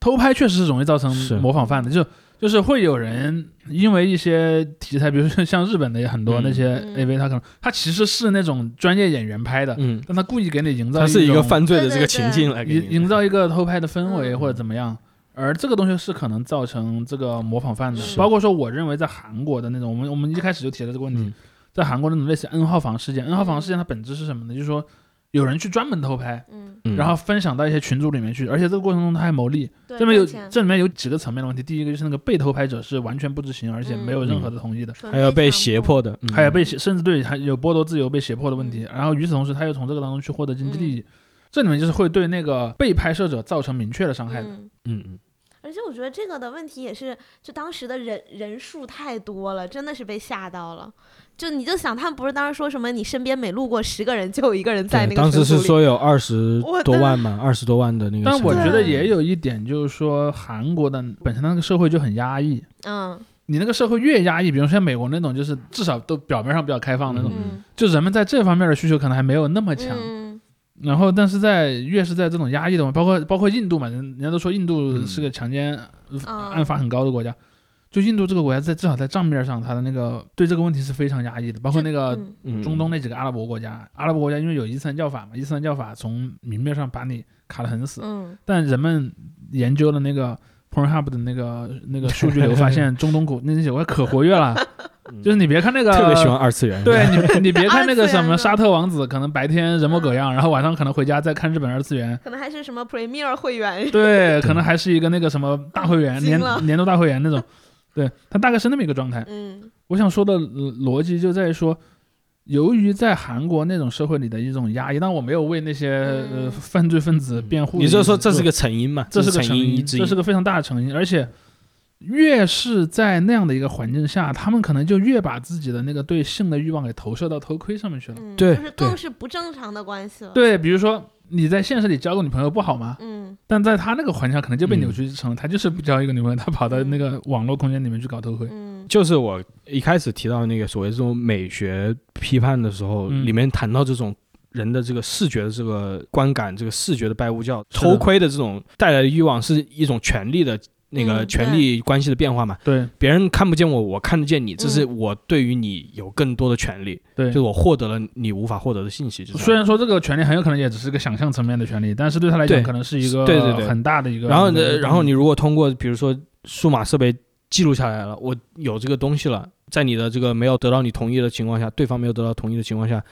Speaker 2: 偷拍确实是容易造成
Speaker 1: 是
Speaker 2: 模仿犯的，就就是会有人因为一些题材，比如说像日本的也很多
Speaker 1: 嗯
Speaker 2: 那些
Speaker 3: 嗯
Speaker 2: AV，他可能他其实是那种专业演员拍的，
Speaker 1: 嗯，
Speaker 2: 但他故意给你营造
Speaker 1: 他是一
Speaker 2: 种
Speaker 1: 个犯罪的这
Speaker 3: 对
Speaker 1: 个
Speaker 3: 对
Speaker 1: 情
Speaker 3: 对
Speaker 1: 境来给
Speaker 2: 营
Speaker 1: 你
Speaker 2: 营造一个偷拍的氛围
Speaker 3: 嗯
Speaker 2: 或者怎么样。而这个东西是可能造成这个模仿犯的，
Speaker 3: 是
Speaker 2: 包括说我认为在韩国的那种，我们我们一开始就提了这个问题，
Speaker 1: 嗯
Speaker 2: 在韩国那种类似 N 号房事件，N 号房事件它本质是什么呢？就是说有人去专门偷拍，
Speaker 3: 嗯，
Speaker 1: 嗯
Speaker 2: 然后分享到一些群组里面去，而且这个过程中他还牟利。
Speaker 3: 对，
Speaker 2: 这里面有
Speaker 3: 赚钱
Speaker 2: 这里面有几个层面的问题，第一个就是那个被偷拍者是完全不知情，而且没
Speaker 3: 嗯
Speaker 2: 有任何的同意的，
Speaker 3: 纯
Speaker 1: 还有被
Speaker 3: 强
Speaker 1: 胁
Speaker 3: 迫
Speaker 1: 迫的，嗯
Speaker 2: 还有被甚至对还有剥夺自由、被胁迫的问
Speaker 3: 嗯
Speaker 2: 题。然后与此同时，他又从这个当中去获得经济利益，这里面就是会对那个被拍摄者造成明确的伤害的。
Speaker 3: 嗯
Speaker 1: 嗯嗯
Speaker 3: 而且我觉得这个的问题也是，就当时的人人数太多了，真的是被吓到了。就你就想，他们不是当时说什么，你身边每路过十个人就有一个人在那
Speaker 1: 对，
Speaker 3: 个
Speaker 1: 当时
Speaker 3: 群
Speaker 1: 是
Speaker 3: 组里
Speaker 1: 说有二十
Speaker 3: 我
Speaker 1: 多
Speaker 3: 的
Speaker 1: 万嘛，二十多万的那个
Speaker 2: 但
Speaker 1: 审
Speaker 2: 我
Speaker 1: 查
Speaker 2: 觉得
Speaker 3: 对
Speaker 2: 也有一点，就是说韩国的本身那个社会就很压抑，
Speaker 3: 嗯
Speaker 2: 你那个社会越压抑，比如说像美国那种，就是至少都表面上比较开放的那种，
Speaker 3: 嗯
Speaker 2: 就人们在这方面的需求可能还没有那么强。
Speaker 3: 嗯
Speaker 2: 然后，但是在越是在这种压抑的，包括包括印度嘛，人人家都说印度
Speaker 1: 嗯
Speaker 2: 是个强奸
Speaker 3: 啊
Speaker 2: 案发很高的国家。就印度这个国家在至少在账面上，它的那个对这个问题是非常压抑的，包括那个
Speaker 3: 嗯
Speaker 1: 嗯
Speaker 2: 中东那几个阿拉伯国家，阿拉伯国家因为有伊斯兰教法嘛，伊斯兰教法从明面上把你卡得很死，
Speaker 3: 嗯
Speaker 2: 但人们研究了那个 Pornhub 的那个那个数据流，发现中东国那些国家可活跃了，
Speaker 1: 嗯
Speaker 2: 就是你别看那个
Speaker 1: 特别喜欢。二次元，
Speaker 2: 对 你，你别看那
Speaker 3: 二
Speaker 2: 个
Speaker 3: 次元
Speaker 2: 什么
Speaker 3: 的
Speaker 2: 沙特王子，可能白天人模狗样，然后晚上可能回家再看日本二次 元，
Speaker 3: 可能还是什么 Premier 会员，
Speaker 2: 对，可能还是一个那个什么大会员，
Speaker 3: 惊
Speaker 2: 年
Speaker 3: 了
Speaker 2: 年度大会员那种，对他大概是那么一个状态。
Speaker 3: 嗯
Speaker 2: 我想说的呃逻辑就在于说，由于在韩国那种社会里的一种压抑，但我没有为那些、呃
Speaker 3: 嗯
Speaker 2: 犯罪分子辩护的
Speaker 1: 你
Speaker 2: 意思。
Speaker 1: 就说这是个成因嘛？
Speaker 2: 这是个
Speaker 1: 成
Speaker 2: 成
Speaker 1: 因
Speaker 2: 因，
Speaker 1: 之
Speaker 2: 这
Speaker 1: 一
Speaker 2: 是。个非常大的成因，而且越是在那样的一个环境下，他们可能就越把自己的那个对性的欲望给投射到头盔上面去了。
Speaker 3: 嗯，
Speaker 1: 对
Speaker 3: 就是
Speaker 1: 对
Speaker 3: 更是不正常的关系了。，
Speaker 2: 对，比如说你在现实里交个女朋友不好吗？
Speaker 3: 嗯
Speaker 2: 但在他那个环境下，可能就被
Speaker 1: 嗯
Speaker 2: 扭曲成了他就是不交一个女朋友，他跑到那个网络空间里面去搞头盔。
Speaker 3: 嗯
Speaker 1: 就是我一开始提到那个所谓这种美学批判的时候，
Speaker 2: 嗯
Speaker 1: 里面谈到这种人的这个视觉的这个观感，这个视觉的拜物教，
Speaker 2: 是的
Speaker 1: 头盔的这种带来的欲望是一种权利的那个
Speaker 3: 嗯
Speaker 1: 权利关系的变化嘛？
Speaker 2: 对
Speaker 1: 别人看不见我，我看得见你，这是我对于你有更多的权利，
Speaker 2: 嗯对
Speaker 1: 就是，我获得了你无法获得的信息。就是
Speaker 2: 虽然说这个权利很有可能也只是个想象层面的权利，但是对他来
Speaker 1: 对
Speaker 2: 讲可能是一个
Speaker 1: 对对对
Speaker 2: 很大的一个。嗯
Speaker 1: 然后
Speaker 2: 一
Speaker 1: 呢，
Speaker 2: 个
Speaker 1: 然后你如果通过比如说数码设备记录下来了，我有这个东西了，在你的这个没有得到你同意的情况下，对方没有得到同意的情况下，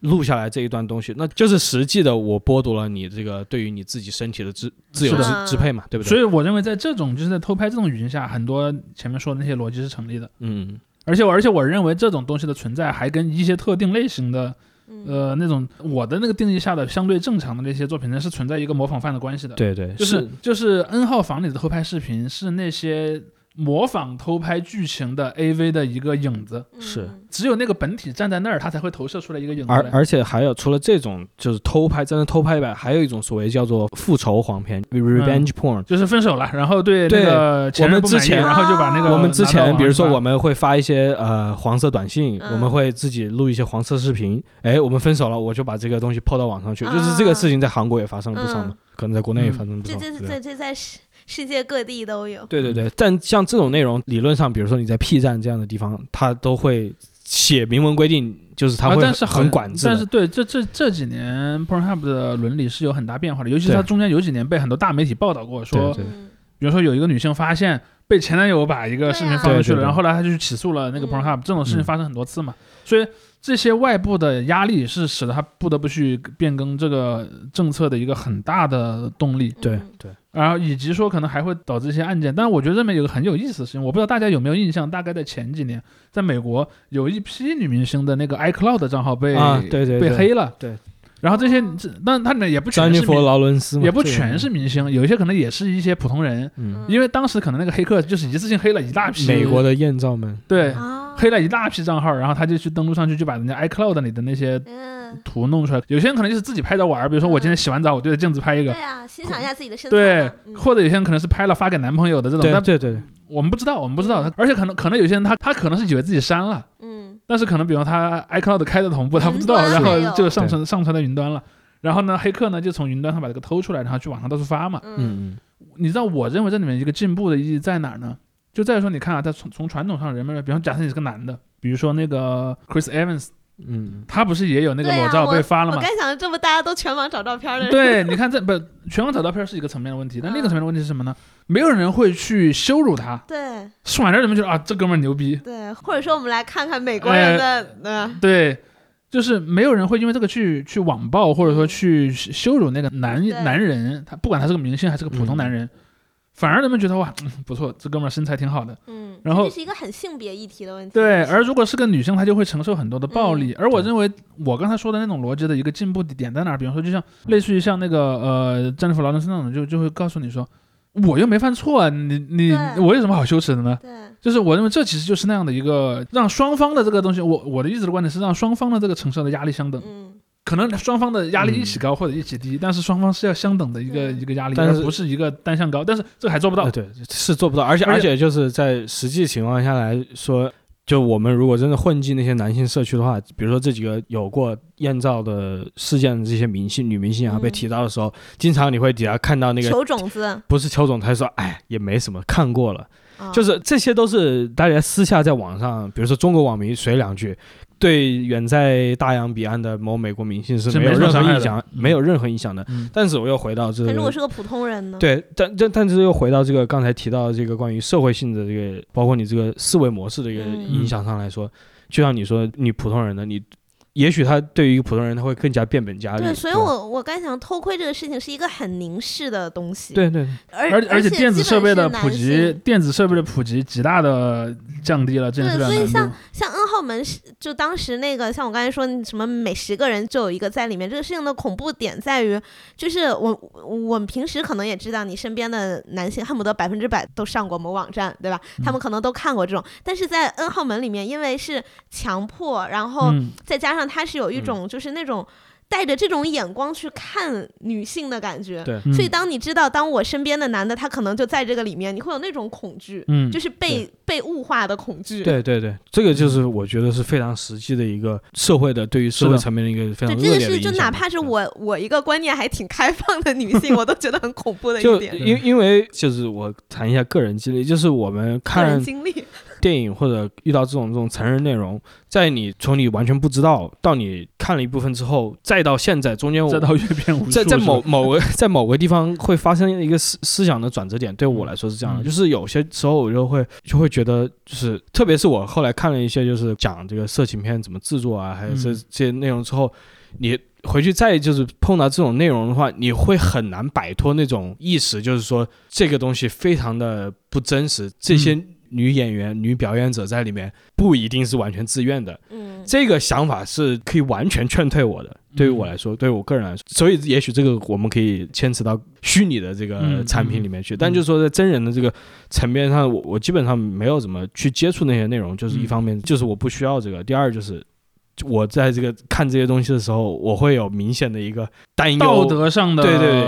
Speaker 1: 录下来这一段东西，那就是实际的我剥夺了你这个对于你自己身体的自自由
Speaker 2: 是
Speaker 3: 的
Speaker 1: 支支配嘛，对不对？
Speaker 2: 所
Speaker 1: 以，
Speaker 2: 以我认为在这种就是在偷拍这种语境下，很多前面说的那些逻辑是成立的。
Speaker 1: 嗯，
Speaker 2: 而且我而且我认为这种东西的存在还跟一些特定类型的
Speaker 3: 嗯
Speaker 2: 呃那种我的那个定义下的相对正常的那些作品呢是存在一个模仿犯的关系的。，
Speaker 1: 对对，
Speaker 2: 就是就是 N 号房里的偷拍视频是那些模仿偷拍剧情的 AV 的一个影子。
Speaker 1: 是
Speaker 3: 嗯
Speaker 2: 只有那个本体站在那儿，它才会投射出来一个影子
Speaker 1: 而
Speaker 2: 来。
Speaker 1: 而且还有除了这种就是偷拍，真的偷拍吧，还有一种所谓叫做复仇黄片 （revenge porn）。
Speaker 2: 就是分手了，然后对
Speaker 1: 对
Speaker 2: 那个前任不满
Speaker 1: 我们之
Speaker 2: 意，
Speaker 1: 前
Speaker 2: 然后就把那个
Speaker 1: 我们之
Speaker 2: 拿到
Speaker 1: 前，
Speaker 2: 网上
Speaker 1: 比如说
Speaker 2: 发
Speaker 1: 我们会发一些呃黄色短信，
Speaker 3: 嗯
Speaker 1: 我们会自己录一些黄色视频。哎，我们分手了，我就把这个东西抛到网上去。就是这个事情在韩国也发生了不少嘛，
Speaker 3: 啊嗯
Speaker 1: 可能在国内也发生了不
Speaker 3: 这
Speaker 1: 少。
Speaker 3: 这
Speaker 1: 对
Speaker 3: 这这在世世界各地都有。
Speaker 1: 对对对，但像这种内容，理论上，比如说你在 P 站这样的地方，它都会写明文规定，就是它
Speaker 2: 啊
Speaker 1: 会
Speaker 2: 但是
Speaker 1: 很管制的。
Speaker 2: 但是对这这这几年 Pornhub 的伦理是有很大变化的，尤其是
Speaker 1: 对
Speaker 2: 它中间有几年被很多大媒体报道过，说
Speaker 1: 对
Speaker 3: 嗯
Speaker 2: 比如说有一个女性发现被前男友把一个视频发
Speaker 1: 对啊对
Speaker 2: 出去
Speaker 1: 对
Speaker 2: 了，
Speaker 1: 对
Speaker 2: 然后后来她就去起诉了那个
Speaker 3: 嗯
Speaker 2: Pornhub，、这种事情
Speaker 1: 嗯
Speaker 2: 发生很多次嘛，所以这些外部的压力是使得她不得不去变更这个政策的一个很大的动力。
Speaker 1: 对
Speaker 3: 嗯
Speaker 1: 对，
Speaker 2: 然后以及说可能还会导致一些案件，但我觉得这边有个很有意思的事情，我不知道大家有没有印象，大概在前几年，在美国有一批女明星的那个 iCloud 的账号被、
Speaker 1: 啊对对对
Speaker 2: 被黑了，
Speaker 1: 对。
Speaker 2: 然后这些，这但他们也不
Speaker 1: 詹
Speaker 2: 全
Speaker 1: 妮
Speaker 2: 是
Speaker 1: 弗·
Speaker 2: 明，
Speaker 1: 劳伦斯嘛
Speaker 2: 也不
Speaker 1: 这个
Speaker 2: 全是明星，有一些可能也是一些普通人，
Speaker 1: 嗯，
Speaker 2: 因为当时可能那个黑客就是一次性黑了一大批
Speaker 1: 美国的艳照们。
Speaker 2: 对，
Speaker 3: 啊，
Speaker 2: 黑了一大批账号，然后他就去登录上去，就把人家 iCloud 里的那些
Speaker 3: 嗯，
Speaker 2: 图弄出来。有些人可能就是自己拍着玩儿，比如说我今天洗完澡，我对着镜子拍一
Speaker 3: 对
Speaker 2: 个。
Speaker 3: 啊，欣赏一下自己的身材
Speaker 2: 对
Speaker 3: 嘛。，嗯
Speaker 2: 或者有些人可能是拍了发给男朋友的这种，
Speaker 1: 对嗯
Speaker 2: 但
Speaker 1: 对对，
Speaker 2: 我们不知道，我们不知道，而且可能可能有些人他他可能是以为自己删了，
Speaker 3: 嗯
Speaker 2: 但是可能比方他 iCloud 开的同步，他不知道，
Speaker 3: 云端
Speaker 2: 然
Speaker 3: 还有
Speaker 2: 后就上传上传到云端了。然后呢，黑客呢就从云端上把这个偷出来，然后去网上到处发嘛。
Speaker 3: 嗯嗯
Speaker 1: 嗯嗯，
Speaker 2: 你知道我认为这里面一个进步的意义在哪儿呢？就在于说，你看啊，在从从传统上人们，比方假设你是个男的，比如说那个 Chris Evans，
Speaker 1: 嗯，
Speaker 2: 他不是也有那个
Speaker 3: 对啊
Speaker 2: 裸照被发了
Speaker 3: 我
Speaker 2: 吗？
Speaker 3: 刚想，这不大家都全网找照片的人，
Speaker 2: 对，你看这不全网找照片是一个层面的问题，
Speaker 3: 嗯
Speaker 2: 但另一个层面的问题是什么呢？没有人会去羞辱他，
Speaker 3: 对
Speaker 2: 反而人们觉得啊，这哥们儿牛逼，哎
Speaker 3: 对，或者说我们来看看美国人的，嗯、
Speaker 2: 对，就是没有人会因为这个去去网暴，或者说去羞辱那个男
Speaker 3: 对
Speaker 2: 男人，他不管他是个明星还是个普通男人，反而人们觉得哇、嗯不错，这哥们儿身材挺好的。
Speaker 3: 嗯，
Speaker 2: 然后
Speaker 3: 这是一个很性别议题的问题。
Speaker 2: 对，而如果是个女生，她就会承受很多的暴
Speaker 3: 嗯
Speaker 2: 力。而我认为，我刚才说的那种逻辑的一个进步点在哪儿？比方说，就像类似于像那个呃，詹妮弗劳伦斯那种，就就会告诉你说，我又没犯错啊，你你
Speaker 3: 对
Speaker 2: 我有什么好羞耻的呢？
Speaker 3: 对，
Speaker 2: 就是我认为这其实就是那样的一个让双方的这个东西，我我的一直的观点是让双方的这个承受的压力相等，
Speaker 3: 嗯，
Speaker 2: 可能双方的压力一起高或者一起低，但是双方是要相等的一个
Speaker 3: 嗯
Speaker 2: 一个压力，
Speaker 1: 但
Speaker 2: 而
Speaker 1: 是
Speaker 2: 不是一个单向高，但是这个还做不到
Speaker 1: 呃。对，是做不到，而且
Speaker 2: 而
Speaker 1: 而
Speaker 2: 且
Speaker 1: 且就是在实际情况下来说，就我们如果真的混进那些男性社区的话，比如说这几个有过艳照的事件的这些明星、女明星啊、
Speaker 3: 嗯
Speaker 1: 被提到的时候，经常你会底下看到那个
Speaker 3: 球种子，
Speaker 1: 不是邱总，他说哎也没什么，看过了，
Speaker 3: 啊
Speaker 1: 就是这些都是大家私下在网上，比如说中国网民水两句。对远在大洋彼岸的某美国明星是
Speaker 2: 是
Speaker 1: 没有
Speaker 2: 没什么
Speaker 1: 任何
Speaker 2: 伤害
Speaker 1: 影
Speaker 2: 的
Speaker 1: 响，
Speaker 2: 嗯
Speaker 1: 没有任何影响的。
Speaker 2: 嗯，
Speaker 1: 但是我又回到这个，
Speaker 3: 但如果是个普通人呢？，
Speaker 1: 对，但但但是又回到这个刚才提到的这个关于社会性的这个，包括你这个思维模式的一个
Speaker 3: 嗯
Speaker 1: 影响上来说，就像你说，你普通人呢，你也许他对于一个普通人，他会更加变本加厉。
Speaker 3: 对，所以
Speaker 1: 吧
Speaker 3: 我我刚才想偷窥这个事情是一个很凝视的东西。，
Speaker 1: 对对对
Speaker 3: 而
Speaker 2: 而
Speaker 3: 而
Speaker 2: 且电子
Speaker 3: 基本
Speaker 2: 设备
Speaker 3: 是
Speaker 2: 的
Speaker 3: 男
Speaker 2: 普及，
Speaker 3: 性。
Speaker 2: 电子设备的普及极大的降低了这件事
Speaker 3: 对，所以
Speaker 2: 的难
Speaker 3: 像
Speaker 2: 度。
Speaker 3: 像 N 号门是，就当时那个，像我刚才说，什么每十个人就有一个在里面。这个事情的恐怖点在于，就是我我们平时可能也知道，你身边的男性恨不得百分之百都上过某网站，对吧？他
Speaker 2: 嗯
Speaker 3: 们可能都看过这种，但是在 N 号门里面，因为是强迫，然后
Speaker 2: 嗯，
Speaker 3: 再加上他是有一种就是那种带着这种眼光去看女性的感觉。
Speaker 1: 对
Speaker 2: 嗯
Speaker 3: 所以当你知道，当我身边的男的他可能就在这个里面，你会有那种恐惧，
Speaker 2: 嗯，
Speaker 3: 就是被被物化的恐惧。
Speaker 1: 对对对，这
Speaker 3: 嗯
Speaker 1: 个就是我觉得是非常实际的一个社会的对于社
Speaker 2: 是
Speaker 1: 会
Speaker 2: 的
Speaker 1: 层面的一个非
Speaker 3: 对，
Speaker 1: 常
Speaker 3: 这
Speaker 1: 恶劣
Speaker 3: 个
Speaker 1: 的
Speaker 3: 是
Speaker 1: 影
Speaker 3: 就
Speaker 1: 响。
Speaker 3: 哪怕是
Speaker 1: 对
Speaker 3: 我我一个观念还挺开放的女 性，我都觉得很恐怖的一
Speaker 1: 就
Speaker 3: 点。
Speaker 1: 因因为就是我谈一下个人经历，就是我们
Speaker 3: 个人
Speaker 1: 看
Speaker 3: 经历，
Speaker 1: 电影或者遇到这种这种成人内容，在你从你完全不知道到你看了一部分之后，再到现在中间我，
Speaker 2: 再到阅片无数，
Speaker 1: 在在某
Speaker 2: 是吧
Speaker 1: 某个在某个地方会发生一个思思想的转折点，对我来说是这样的，
Speaker 2: 嗯
Speaker 1: 就是有些时候我就会就会觉得，就是特别是我后来看了一些就是讲这个色情片怎么制作啊，还有这
Speaker 2: 嗯
Speaker 1: 这些内容之后，你。回去再就是碰到这种内容的话，你会很难摆脱那种意识，就是说这个东西非常的不真实。这些
Speaker 2: 嗯
Speaker 1: 女演员、女表演者在里面不一定是完全自愿的，
Speaker 3: 嗯，
Speaker 1: 这个想法是可以完全劝退我的，
Speaker 2: 嗯
Speaker 1: 对于我来说，对于我个人来说，所以也许这个我们可以牵扯到虚拟的这个
Speaker 2: 嗯
Speaker 1: 产品里面去，但就是说在真人的这个层面上，我我基本上没有怎么去接触那些内容，就是一
Speaker 2: 嗯
Speaker 1: 方面就是我不需要这个，第二就是我在这个看这些东西的时候，我会有明显的一个担忧，
Speaker 2: 道德上的
Speaker 1: 对对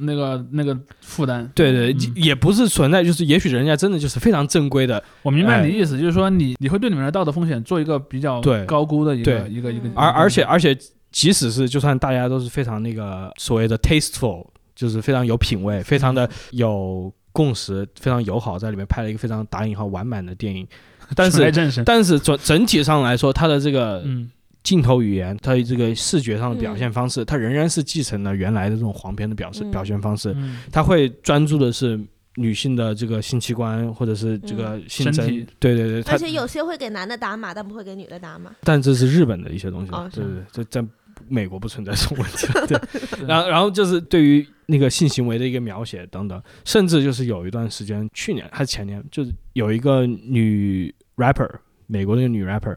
Speaker 2: 那个那个负担。
Speaker 1: 对对，
Speaker 2: 嗯
Speaker 1: 也不是存在，就是也许人家真的就是非常正规的，
Speaker 2: 我明白
Speaker 1: 哎
Speaker 2: 你的意思，就是说你你会对你们的道德风险做一个比较
Speaker 1: 对
Speaker 2: 高估的一个
Speaker 1: 对
Speaker 2: 一个一个，
Speaker 3: 嗯
Speaker 1: 而而且而且，即使是就算大家都是非常那个所谓的 tasteful，就是非常有品味，非常的
Speaker 3: 嗯
Speaker 1: 有共识，非常友好，在里面拍了一个非常打引号完满的电影，但
Speaker 2: 来
Speaker 1: 是
Speaker 2: 战神，
Speaker 1: 但是整整体上来说，它的这个
Speaker 2: 嗯
Speaker 1: 镜头语言，它这个视觉上的表
Speaker 3: 嗯
Speaker 1: 现方式，它仍然是继承了原来的这种黄片的表示
Speaker 3: 嗯
Speaker 1: 表现方式，
Speaker 2: 嗯，
Speaker 1: 它会专注的是。女性的这个性器官，或者是这个
Speaker 3: 嗯
Speaker 1: 性
Speaker 2: 身
Speaker 1: 征，
Speaker 2: 体
Speaker 1: 对对对，它
Speaker 3: 而且有些会给男的打码，但不会给女的打码。
Speaker 1: 但这是日本的一些东西，
Speaker 3: 哦是
Speaker 1: 对对对，这在美国不存在这种问题。对，
Speaker 2: 对
Speaker 1: 然后然后就是对于那个性行为的一个描写等等，甚至就是有一段时间，去年还是前年，就是有一个女 rapper，美国的一个女 rapper，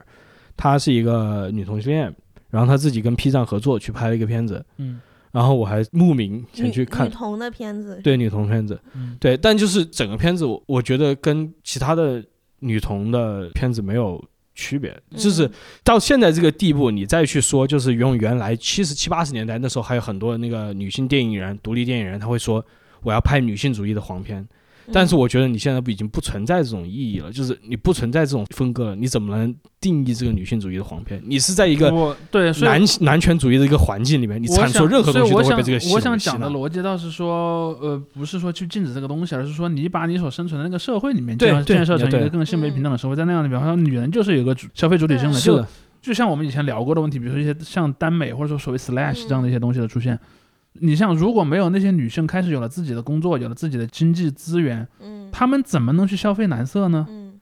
Speaker 1: 她是一个女同性恋，然后她自己跟 P 站合作去拍了一个片子，
Speaker 2: 嗯
Speaker 1: 然后我还慕名前
Speaker 3: 女
Speaker 1: 去看
Speaker 3: 女，童的片子，
Speaker 1: 对女同片子，
Speaker 2: 嗯
Speaker 1: 对，但就是整个片子，我我觉得跟其他的女童的片子没有区别，就是
Speaker 3: 嗯
Speaker 1: 到现在这个地步，你再去说，就是用原来七十七八十年代那时候还有很多那个女性电影人、独立电影人，他会说我要拍女性主义的黄片，
Speaker 3: 嗯
Speaker 1: 但是我觉得你现在已经不存在这种意义了，就是你不存在这种分割了，你怎么能定义这个女性主义的黄片？你是在一个
Speaker 2: 我对，所以
Speaker 1: 男男权主义的一个环境里面，你
Speaker 2: 我
Speaker 1: 阐
Speaker 2: 想，
Speaker 1: 述任何东西
Speaker 2: 所以
Speaker 1: 都
Speaker 2: 我
Speaker 1: 会
Speaker 2: 想
Speaker 1: 被这个系统
Speaker 2: 我想
Speaker 1: 吸
Speaker 2: 讲的
Speaker 1: 纳
Speaker 2: 逻辑倒是说，呃，不是说去禁止这个东西，而是说你把你所生存的那个社会里面
Speaker 1: 对
Speaker 2: 建
Speaker 1: 对
Speaker 2: 建设成一
Speaker 1: 对
Speaker 2: 个更性别平等的社会，在那样的，比方说女人就是有个主消费主体性的，
Speaker 1: 是
Speaker 2: 就
Speaker 1: 的，
Speaker 2: 就像我们以前聊过的问题，比如说一些像耽美或者说所谓 slash
Speaker 3: 嗯
Speaker 2: 这样的一些东西的出现。你像，如果没有那些女性开始有了自己的工作，有了自己的经济资源，
Speaker 3: 嗯，
Speaker 2: 她们怎么能去消费男色呢？
Speaker 3: 嗯，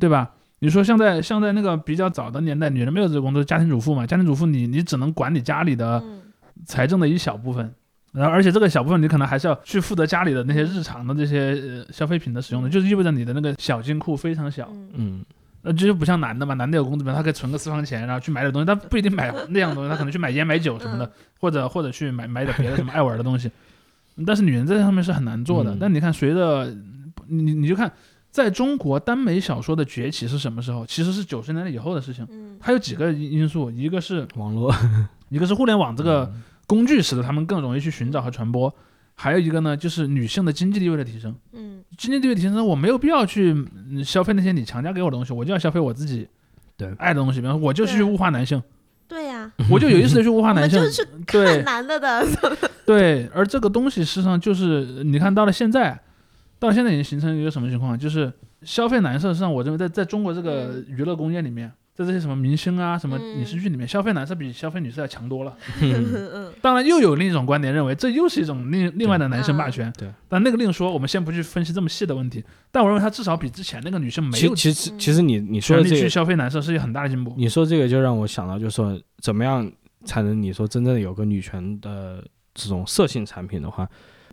Speaker 2: 对吧？你说像在像在那个比较早的年代，女人没有这个工作，家庭主妇嘛，家庭主妇你你只能管理家里
Speaker 1: 呃
Speaker 2: 的
Speaker 3: 嗯
Speaker 2: 财政的一小部分，然后而且这个小部分你可能还是要去负责家里的那些日常的这些呃消费品的使用的，就是意味着你的那个小金库非常小，
Speaker 3: 嗯
Speaker 1: 嗯，
Speaker 2: 呃，这就不像男的嘛，男的有工资本，他可以存个私房钱，然后去买点东西，他不一定买那样东西，他可能去买烟、买酒什么的，或者或者去买买点别的什么爱玩的东西。但是女人在这上面是很难做的。
Speaker 1: 嗯
Speaker 2: 但你看，随着你你就看，在中国耽美小说的崛起是什么时候？其实是九十年代以后的事情。
Speaker 3: 嗯
Speaker 2: 它有几个因因素，一个是
Speaker 1: 网络
Speaker 2: 一个是互联网这个
Speaker 3: 嗯
Speaker 2: 工具使得他们更容易去寻找和传播，还有一个呢就是女性的经济地位的提升。
Speaker 3: 嗯
Speaker 2: 经济地位提升，我没有必要去嗯消费那些你强加给我的东西，我就要消费我自己
Speaker 1: 对
Speaker 2: 爱的东西。比方说，我就去
Speaker 3: 对
Speaker 2: 物化男性，
Speaker 3: 对呀、
Speaker 2: 我就有意识的去物化
Speaker 3: 我
Speaker 2: 男
Speaker 3: 们
Speaker 2: 性
Speaker 3: 就。是看
Speaker 2: 对
Speaker 3: 男 的的，
Speaker 2: 对，而这个东西事实上就是你看到了现在，到了现在已经形成一个什么情况？就是消费男色，实际上我认为在在中国这个
Speaker 3: 嗯
Speaker 2: 娱乐工业里面，在这些什么明星啊、什么
Speaker 3: 嗯
Speaker 2: 影视剧里面，消费男色比消费女色要强多了。
Speaker 1: 嗯
Speaker 3: 嗯
Speaker 2: 当然，又有另一种观点认为，这又是一种另另外的男性霸权。
Speaker 1: 嗯对对
Speaker 2: 但那个另说，我们先不去分析这么细的问题。但我认为它至少比之前那个女性没
Speaker 1: 其
Speaker 2: 有
Speaker 1: 其实其实你你说的
Speaker 2: 权力
Speaker 1: 这
Speaker 2: 去
Speaker 1: 个，
Speaker 2: 消费男生是一个很大的进步。
Speaker 1: 你说这个就让我想到，就是说怎么样才能你说真正有个女权的这种色性产品的话，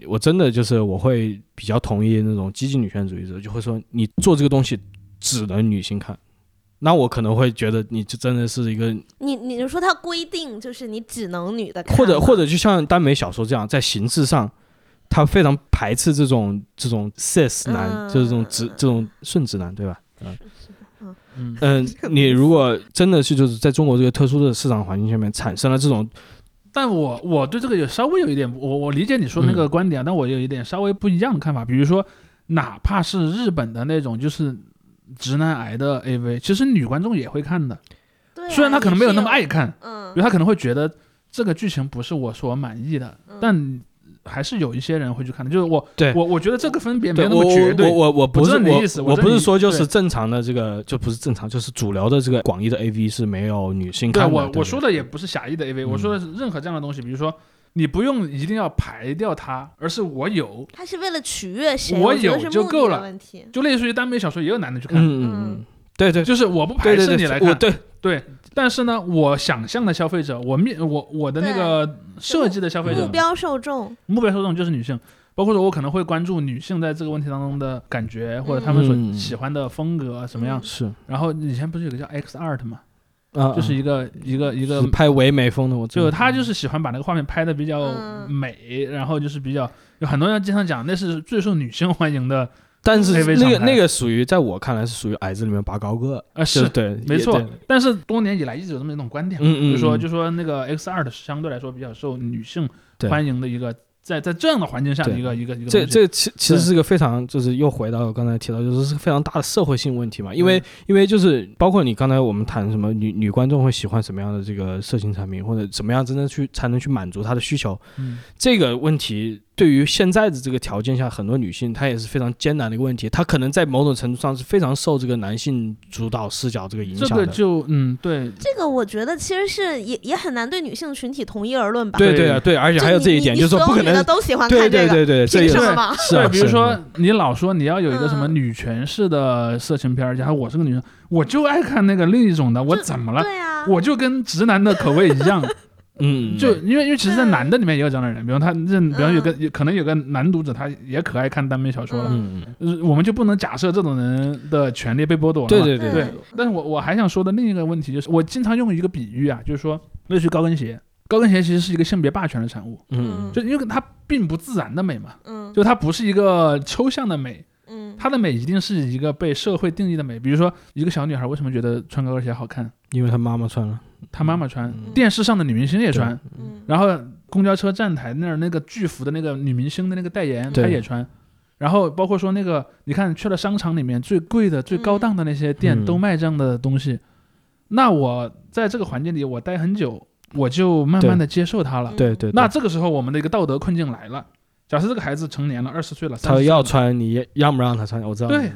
Speaker 1: 我真的就是我会比较同意那种激进女权主义者，就会说你做这个东西只能女性看。那我可能会觉得你这真的是一个，
Speaker 3: 你你就说他规定就是你只能女的看吗，
Speaker 1: 或者或者就像耽美小说这样，在形式上，他非常排斥这种这种 cis 男，
Speaker 3: 嗯
Speaker 1: 就是这种直这种顺直男，对吧？
Speaker 2: 嗯，
Speaker 1: 嗯，你如果真的是就是在中国这个特殊的市场环境下面产生了这种，
Speaker 2: 但我我对这个有稍微有一点，我我理解你说那个
Speaker 1: 嗯
Speaker 2: 观点，但我有一点稍微不一样的看法。比如说，哪怕是日本的那种就是直男癌的 AV，其实女观众也会看的，
Speaker 3: 对啊
Speaker 2: 虽然她可能没有那么爱，看，
Speaker 3: 嗯
Speaker 2: 因为她可能会觉得这个剧情不是我所满意的，
Speaker 3: 嗯
Speaker 2: 但还是有一些人会去看的。就是我
Speaker 1: 对
Speaker 2: 我我觉得这个分别没
Speaker 1: 对
Speaker 2: 有那
Speaker 1: 我
Speaker 2: 么绝
Speaker 1: 我
Speaker 2: 对。
Speaker 1: 我我不
Speaker 2: 我知
Speaker 1: 是
Speaker 2: 道你的意思
Speaker 1: 我
Speaker 2: 我知道
Speaker 1: 不是
Speaker 2: 你
Speaker 1: 说就是
Speaker 2: 对
Speaker 1: 正常的这个就不是正常，就是主流的这个广义的 AV 是没有女性
Speaker 2: 对
Speaker 1: 看的。
Speaker 2: 我
Speaker 1: 对
Speaker 2: 我
Speaker 1: 不对
Speaker 2: 说的也不是狭义的 AV，、
Speaker 1: 嗯
Speaker 2: 我说的是任何这样的东西，比如说你不用一定要排掉它，而是我有，
Speaker 3: 他是为了取悦谁，
Speaker 2: 我
Speaker 3: 我觉得
Speaker 2: 有
Speaker 3: 是
Speaker 2: 就
Speaker 3: 目的
Speaker 2: 够
Speaker 3: 的
Speaker 2: 了
Speaker 3: 问题，
Speaker 2: 就类似于耽美小说也有男的去看，
Speaker 1: 嗯嗯嗯，对对
Speaker 2: 就是我不排
Speaker 1: 对对
Speaker 2: 斥
Speaker 1: 对，
Speaker 2: 你来
Speaker 1: 我
Speaker 2: 看，
Speaker 1: 对
Speaker 2: 但是呢，我想象的消费者，我面我我的那个设计的消费者
Speaker 3: 目标受众，
Speaker 2: 目标受众就是女性。包括说，我可能会关注女性在这个问题当中的感觉，或者她们
Speaker 1: 嗯
Speaker 2: 所喜欢的风格啊什么样。
Speaker 1: 是
Speaker 2: 然后以前不是有个叫 X Art 嘛，
Speaker 1: 啊，
Speaker 2: 就是
Speaker 1: 啊
Speaker 2: 一个一个一个
Speaker 1: 是嗯拍唯美风的，我知道
Speaker 2: 就他就是喜欢把那个画面拍的比较
Speaker 3: 嗯
Speaker 2: 美，然后就是比较有很多人经常讲那是最受女性欢迎的，
Speaker 1: 但是
Speaker 2: AV
Speaker 1: 那个
Speaker 2: 厂牌
Speaker 1: 那个属于在我看来是属于矮子里面拔高个，
Speaker 2: 呃
Speaker 1: 就是对，
Speaker 2: 没
Speaker 1: 也
Speaker 2: 错
Speaker 1: 对。
Speaker 2: 但是多年以来一直有这么一种观点，
Speaker 1: 嗯嗯，
Speaker 2: 就说
Speaker 1: 嗯
Speaker 2: 就说那个 X 二的相对来说比较受女性
Speaker 1: 对
Speaker 2: 欢迎的一个，在在这样的环境下的
Speaker 1: 对
Speaker 2: 一个一个一个
Speaker 1: 这
Speaker 2: 东西
Speaker 1: 这其其实是个非常，就是又回到我刚才提到，就是是个非常大的社会性问题嘛。因为、
Speaker 2: 嗯
Speaker 1: 因为就是包括你刚才我们谈什么女女观众会喜欢什么样的这个色情产品，或者怎么样真正去才能去满足她的需求，
Speaker 2: 嗯
Speaker 1: 这个问题对于现在的这个条件下，很多女性她也是非常艰难的一个问题。她可能在某种程度上是非常受这个男性主导视角这个影
Speaker 2: 这
Speaker 1: 响
Speaker 2: 个
Speaker 1: 的。
Speaker 2: 就嗯对，
Speaker 3: 这个我觉得其实是也也很难对女性群体统一而论吧。
Speaker 1: 对
Speaker 2: 对
Speaker 1: 对啊，对，而且
Speaker 3: 就
Speaker 1: 还有
Speaker 3: 你
Speaker 1: 这一
Speaker 3: 你
Speaker 1: 点，
Speaker 3: 你
Speaker 1: 就是说
Speaker 3: 所有
Speaker 1: 不可
Speaker 3: 女的
Speaker 1: 能，
Speaker 3: 都喜欢
Speaker 1: 对
Speaker 3: 看
Speaker 1: 对
Speaker 3: 这个，
Speaker 1: 对对，这
Speaker 3: 凭
Speaker 1: 也
Speaker 3: 什
Speaker 1: 是
Speaker 3: 么嘛？
Speaker 1: 是啊
Speaker 2: 对，比如
Speaker 1: 是
Speaker 2: 说你老说你要有一个什么
Speaker 3: 嗯
Speaker 2: 女权式的色情片儿，然后我是个女生，我就爱看那个另一种的，我
Speaker 3: 就
Speaker 2: 怎么了？
Speaker 3: 对啊，
Speaker 2: 我就跟直男的口味一样，
Speaker 1: 嗯，嗯
Speaker 2: 就因为因为其实，在
Speaker 3: 嗯
Speaker 2: 男的里面也有这样的人，比方他这，比方有个有可能有个男读者，他也可爱看耽美小说了，
Speaker 1: 嗯嗯，
Speaker 2: 呃我们就不能假设这种人的权利被剥夺了嘛。
Speaker 1: 对对
Speaker 3: 对
Speaker 1: 对
Speaker 2: 对。但是我我还想说的另一个问题就是，我经常用一个比喻啊，就是说类似于高跟鞋，高跟鞋其实是一个性别霸权的产物，
Speaker 1: 嗯，
Speaker 2: 就因为它并不自然的美嘛，
Speaker 3: 嗯
Speaker 2: 就它不是一个抽象的美，
Speaker 3: 嗯，
Speaker 2: 它的美一定是一个被社会定义的美。比如说，一个小女孩为什么觉得穿高跟鞋好看？
Speaker 1: 因为她妈妈穿了，
Speaker 2: 她妈妈穿，
Speaker 1: 嗯
Speaker 2: 电视上的女明星也
Speaker 1: 对
Speaker 2: 穿。
Speaker 3: 嗯
Speaker 2: 然后公交车站台那儿那个巨幅的那个女明星的那个代言，
Speaker 1: 对
Speaker 2: 她也穿。然后包括说那个，你看去了商场里面最贵的、最高档的那些店
Speaker 1: 嗯
Speaker 2: 都卖这样的东西，那我在这个环境里我待很久，我就慢慢的接受它了
Speaker 3: 嗯。
Speaker 1: 对对，对
Speaker 2: 那这个时候我们的一个道德困境来了。假设这个孩子成年了，二十岁了，
Speaker 1: 他
Speaker 2: 30岁
Speaker 1: 要
Speaker 2: 了，
Speaker 1: 穿，你让不让他穿？我知道。
Speaker 2: 对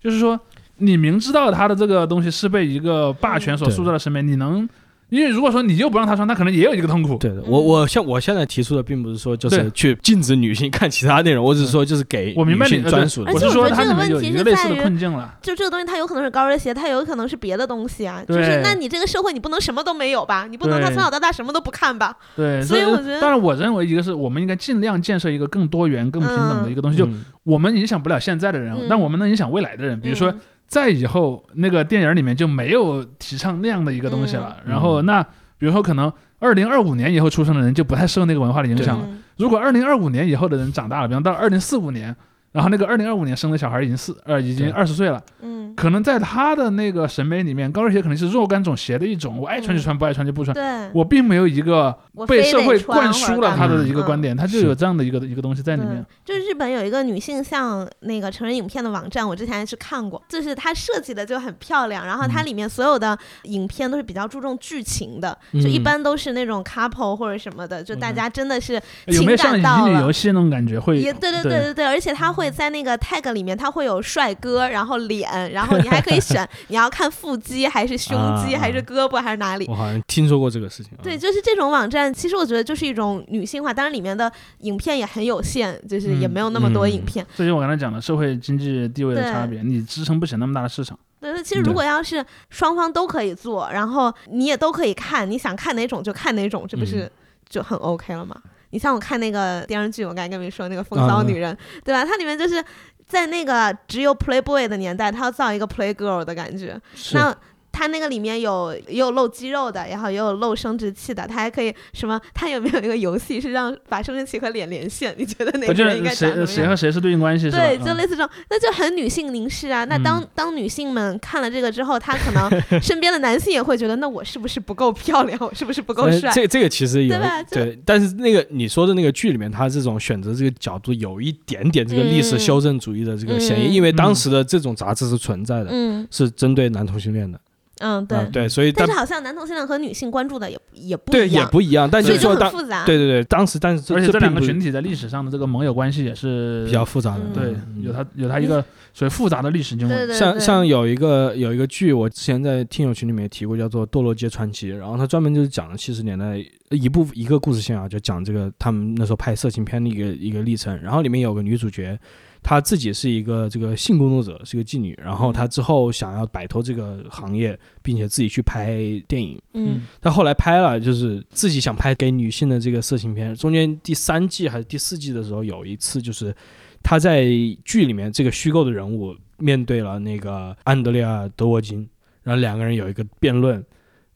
Speaker 2: 就是说你明知道他的这个东西是被一个霸权所
Speaker 1: 嗯
Speaker 2: 塑造的审美，你能因为如果说你又不让他穿，他可能也有一个痛苦。
Speaker 1: 对
Speaker 3: 嗯
Speaker 1: 的，我我像我现在提出的，并不是说就是去禁止女性看其他内容，我只是说就是给
Speaker 2: 嗯我明白
Speaker 1: 女
Speaker 2: 你呃
Speaker 1: 性专属的
Speaker 3: 而
Speaker 2: 我
Speaker 3: 且
Speaker 2: 是
Speaker 3: 我
Speaker 2: 说
Speaker 3: 觉得
Speaker 2: 他
Speaker 3: 这个
Speaker 2: 里面
Speaker 3: 问
Speaker 2: 有
Speaker 3: 题
Speaker 2: 一
Speaker 3: 是
Speaker 2: 个类似
Speaker 3: 在于
Speaker 2: 的困境了。
Speaker 3: 就这个东西，它有可能是高跟鞋，它有可能是别的东西啊。就
Speaker 2: 对
Speaker 3: 是那你这个社会，你不能什么都没有吧？你不能
Speaker 2: 对
Speaker 3: 他从小到大什么都不看吧？
Speaker 2: 对，
Speaker 3: 所以我觉得
Speaker 2: 当然我认为一个是我们应该尽量建设一个更多元、更平等的一个东西。就
Speaker 1: 嗯
Speaker 2: 我们影响不了现在的人，
Speaker 3: 嗯
Speaker 2: 但我们能影响未来的人。比如说
Speaker 3: 嗯，
Speaker 2: 在以后那个电影里面就没有提倡那样的一个东西了。然后
Speaker 1: 嗯
Speaker 2: 那比如说可能二零二五年以后出生的人就不太受那个文化的影响了。
Speaker 3: 嗯
Speaker 2: 如果二零二五年以后的人长大了，比方到二零四五年，然后那个二零二五年生的小孩已经四呃已经
Speaker 1: 对
Speaker 2: 二十岁了，
Speaker 3: 嗯，
Speaker 2: 可能在他的那个审美里面，高跟鞋可能是若干种鞋的一种，我爱穿就穿，不爱穿就不穿。
Speaker 3: 嗯对，
Speaker 2: 我并没有一个
Speaker 3: 我
Speaker 2: 被
Speaker 3: 非
Speaker 2: 社
Speaker 3: 得
Speaker 2: 会
Speaker 3: 穿
Speaker 2: 灌
Speaker 3: 或者
Speaker 2: 输了
Speaker 3: 干
Speaker 2: 他的
Speaker 3: 嘛
Speaker 2: 一个观。
Speaker 3: 嗯
Speaker 2: 点，他就是有这样的一个一个东西在里面
Speaker 3: 嗯。，就是日本有一个女性向那个成人影片的网站，我之前还去看过，就是它设计的就很漂亮，然后它
Speaker 2: 嗯
Speaker 3: 里面所有的影片都是比较注重剧情的，就一
Speaker 1: 嗯
Speaker 3: 般都是那种 couple 或者什么的，就大
Speaker 2: OK
Speaker 3: 家真的是
Speaker 2: 有没有
Speaker 3: 情
Speaker 2: 像
Speaker 3: 感到
Speaker 2: 乙女
Speaker 3: 了
Speaker 2: 游戏那种感觉？嗯会嗯
Speaker 3: 也对对对对对，而且它会在那个 tag 里面，它会有帅哥，然后脸，然后你还可以选你要看腹肌还是胸肌
Speaker 1: 啊
Speaker 3: 还是胳膊还是哪里。
Speaker 1: 我好像听说过这个事情啊。
Speaker 3: 对，就是这种网站，其实我觉得就是一种女性化，当然里面的影片也很有限，就是也
Speaker 2: 嗯
Speaker 3: 没有那么多
Speaker 1: 嗯
Speaker 3: 影片。
Speaker 2: 这就是我刚才讲的社会经济地位的差
Speaker 3: 对
Speaker 2: 别，你支撑不起那么大的市场。
Speaker 3: 对，那其实如
Speaker 1: 对
Speaker 3: 果要是双方都可以做，然后你也都可以看，你想看哪种就看哪种，这不是就很 OK 了吗？你像我看那个电视剧，我刚才跟你说那个《风骚女人》，对吧？它里面就是在那个只有 Playboy 的年代，它要造一个 Playgirl 的感觉。
Speaker 1: 是
Speaker 3: 那它那个里面有也有露肌肉的，然后也有露生殖器的，它还可以什么？它有没有一个游戏是让把生殖器和脸连线？你觉得哪
Speaker 2: 我
Speaker 3: 个
Speaker 2: 就
Speaker 3: 人应
Speaker 2: 是
Speaker 3: 该长什么
Speaker 2: 谁
Speaker 3: 样？
Speaker 2: 谁和谁是对应关系是吧？
Speaker 3: 对，
Speaker 2: 嗯
Speaker 3: 就类似这种，那就很女性凝视啊。那当、
Speaker 1: 嗯
Speaker 3: 当女性们看了这个之后，她可 能身边的男性也会觉得，那我是不是不够漂亮？我是不是不够
Speaker 1: 呃
Speaker 3: 帅？
Speaker 1: 这这个其实有
Speaker 3: 对吧就
Speaker 1: 对，但是那个你说的那个剧里面，他这种选择这个角度有一点点这个历史
Speaker 3: 嗯
Speaker 1: 修正主义的这个嫌疑，
Speaker 3: 嗯
Speaker 1: 因为当时的这种杂志是存在的，
Speaker 3: 嗯
Speaker 1: 是针对男同性恋的。
Speaker 3: 嗯，对。
Speaker 1: 啊对，所以
Speaker 3: 但
Speaker 1: 但
Speaker 3: 是好像男同性恋和女性关注的也也不
Speaker 1: 对
Speaker 3: 一
Speaker 1: 也
Speaker 3: 样，
Speaker 1: 不一样，但
Speaker 3: 所
Speaker 1: 就
Speaker 3: 以
Speaker 1: 是
Speaker 3: 就
Speaker 1: 说
Speaker 3: 很
Speaker 1: 当
Speaker 3: 复杂。嗯
Speaker 1: 对对对，当时但是
Speaker 2: 而且这两个群
Speaker 1: 体
Speaker 2: 体在历史上的这个盟友关系也是
Speaker 1: 比较复杂的，
Speaker 3: 嗯
Speaker 2: 对，
Speaker 1: 嗯
Speaker 2: 有它有它一个所谓复杂的历史经
Speaker 3: 对
Speaker 2: 文。
Speaker 3: 对
Speaker 1: 像
Speaker 3: 对
Speaker 1: 像有一个有一个剧，我之前在听友群里面也提过，叫做《堕落街传奇》，然后它专门就是讲了七十年代呃一部一个故事线啊，就讲这个他们那时候拍色情片的一个一个历程。然后里面有个女主角，她自己是一个这个性工作者，是个妓女，然后
Speaker 3: 嗯
Speaker 1: 她之后想要摆脱这个行业，并且自己去拍电影。
Speaker 3: 嗯
Speaker 1: 她后来拍了，就是自己想拍给女性的这个色情片。中间第三季还是第四季的时候，有一次就是她在剧里面这个虚构的人物面对了那个安德烈亚·德沃金，然后两个人有一个辩论，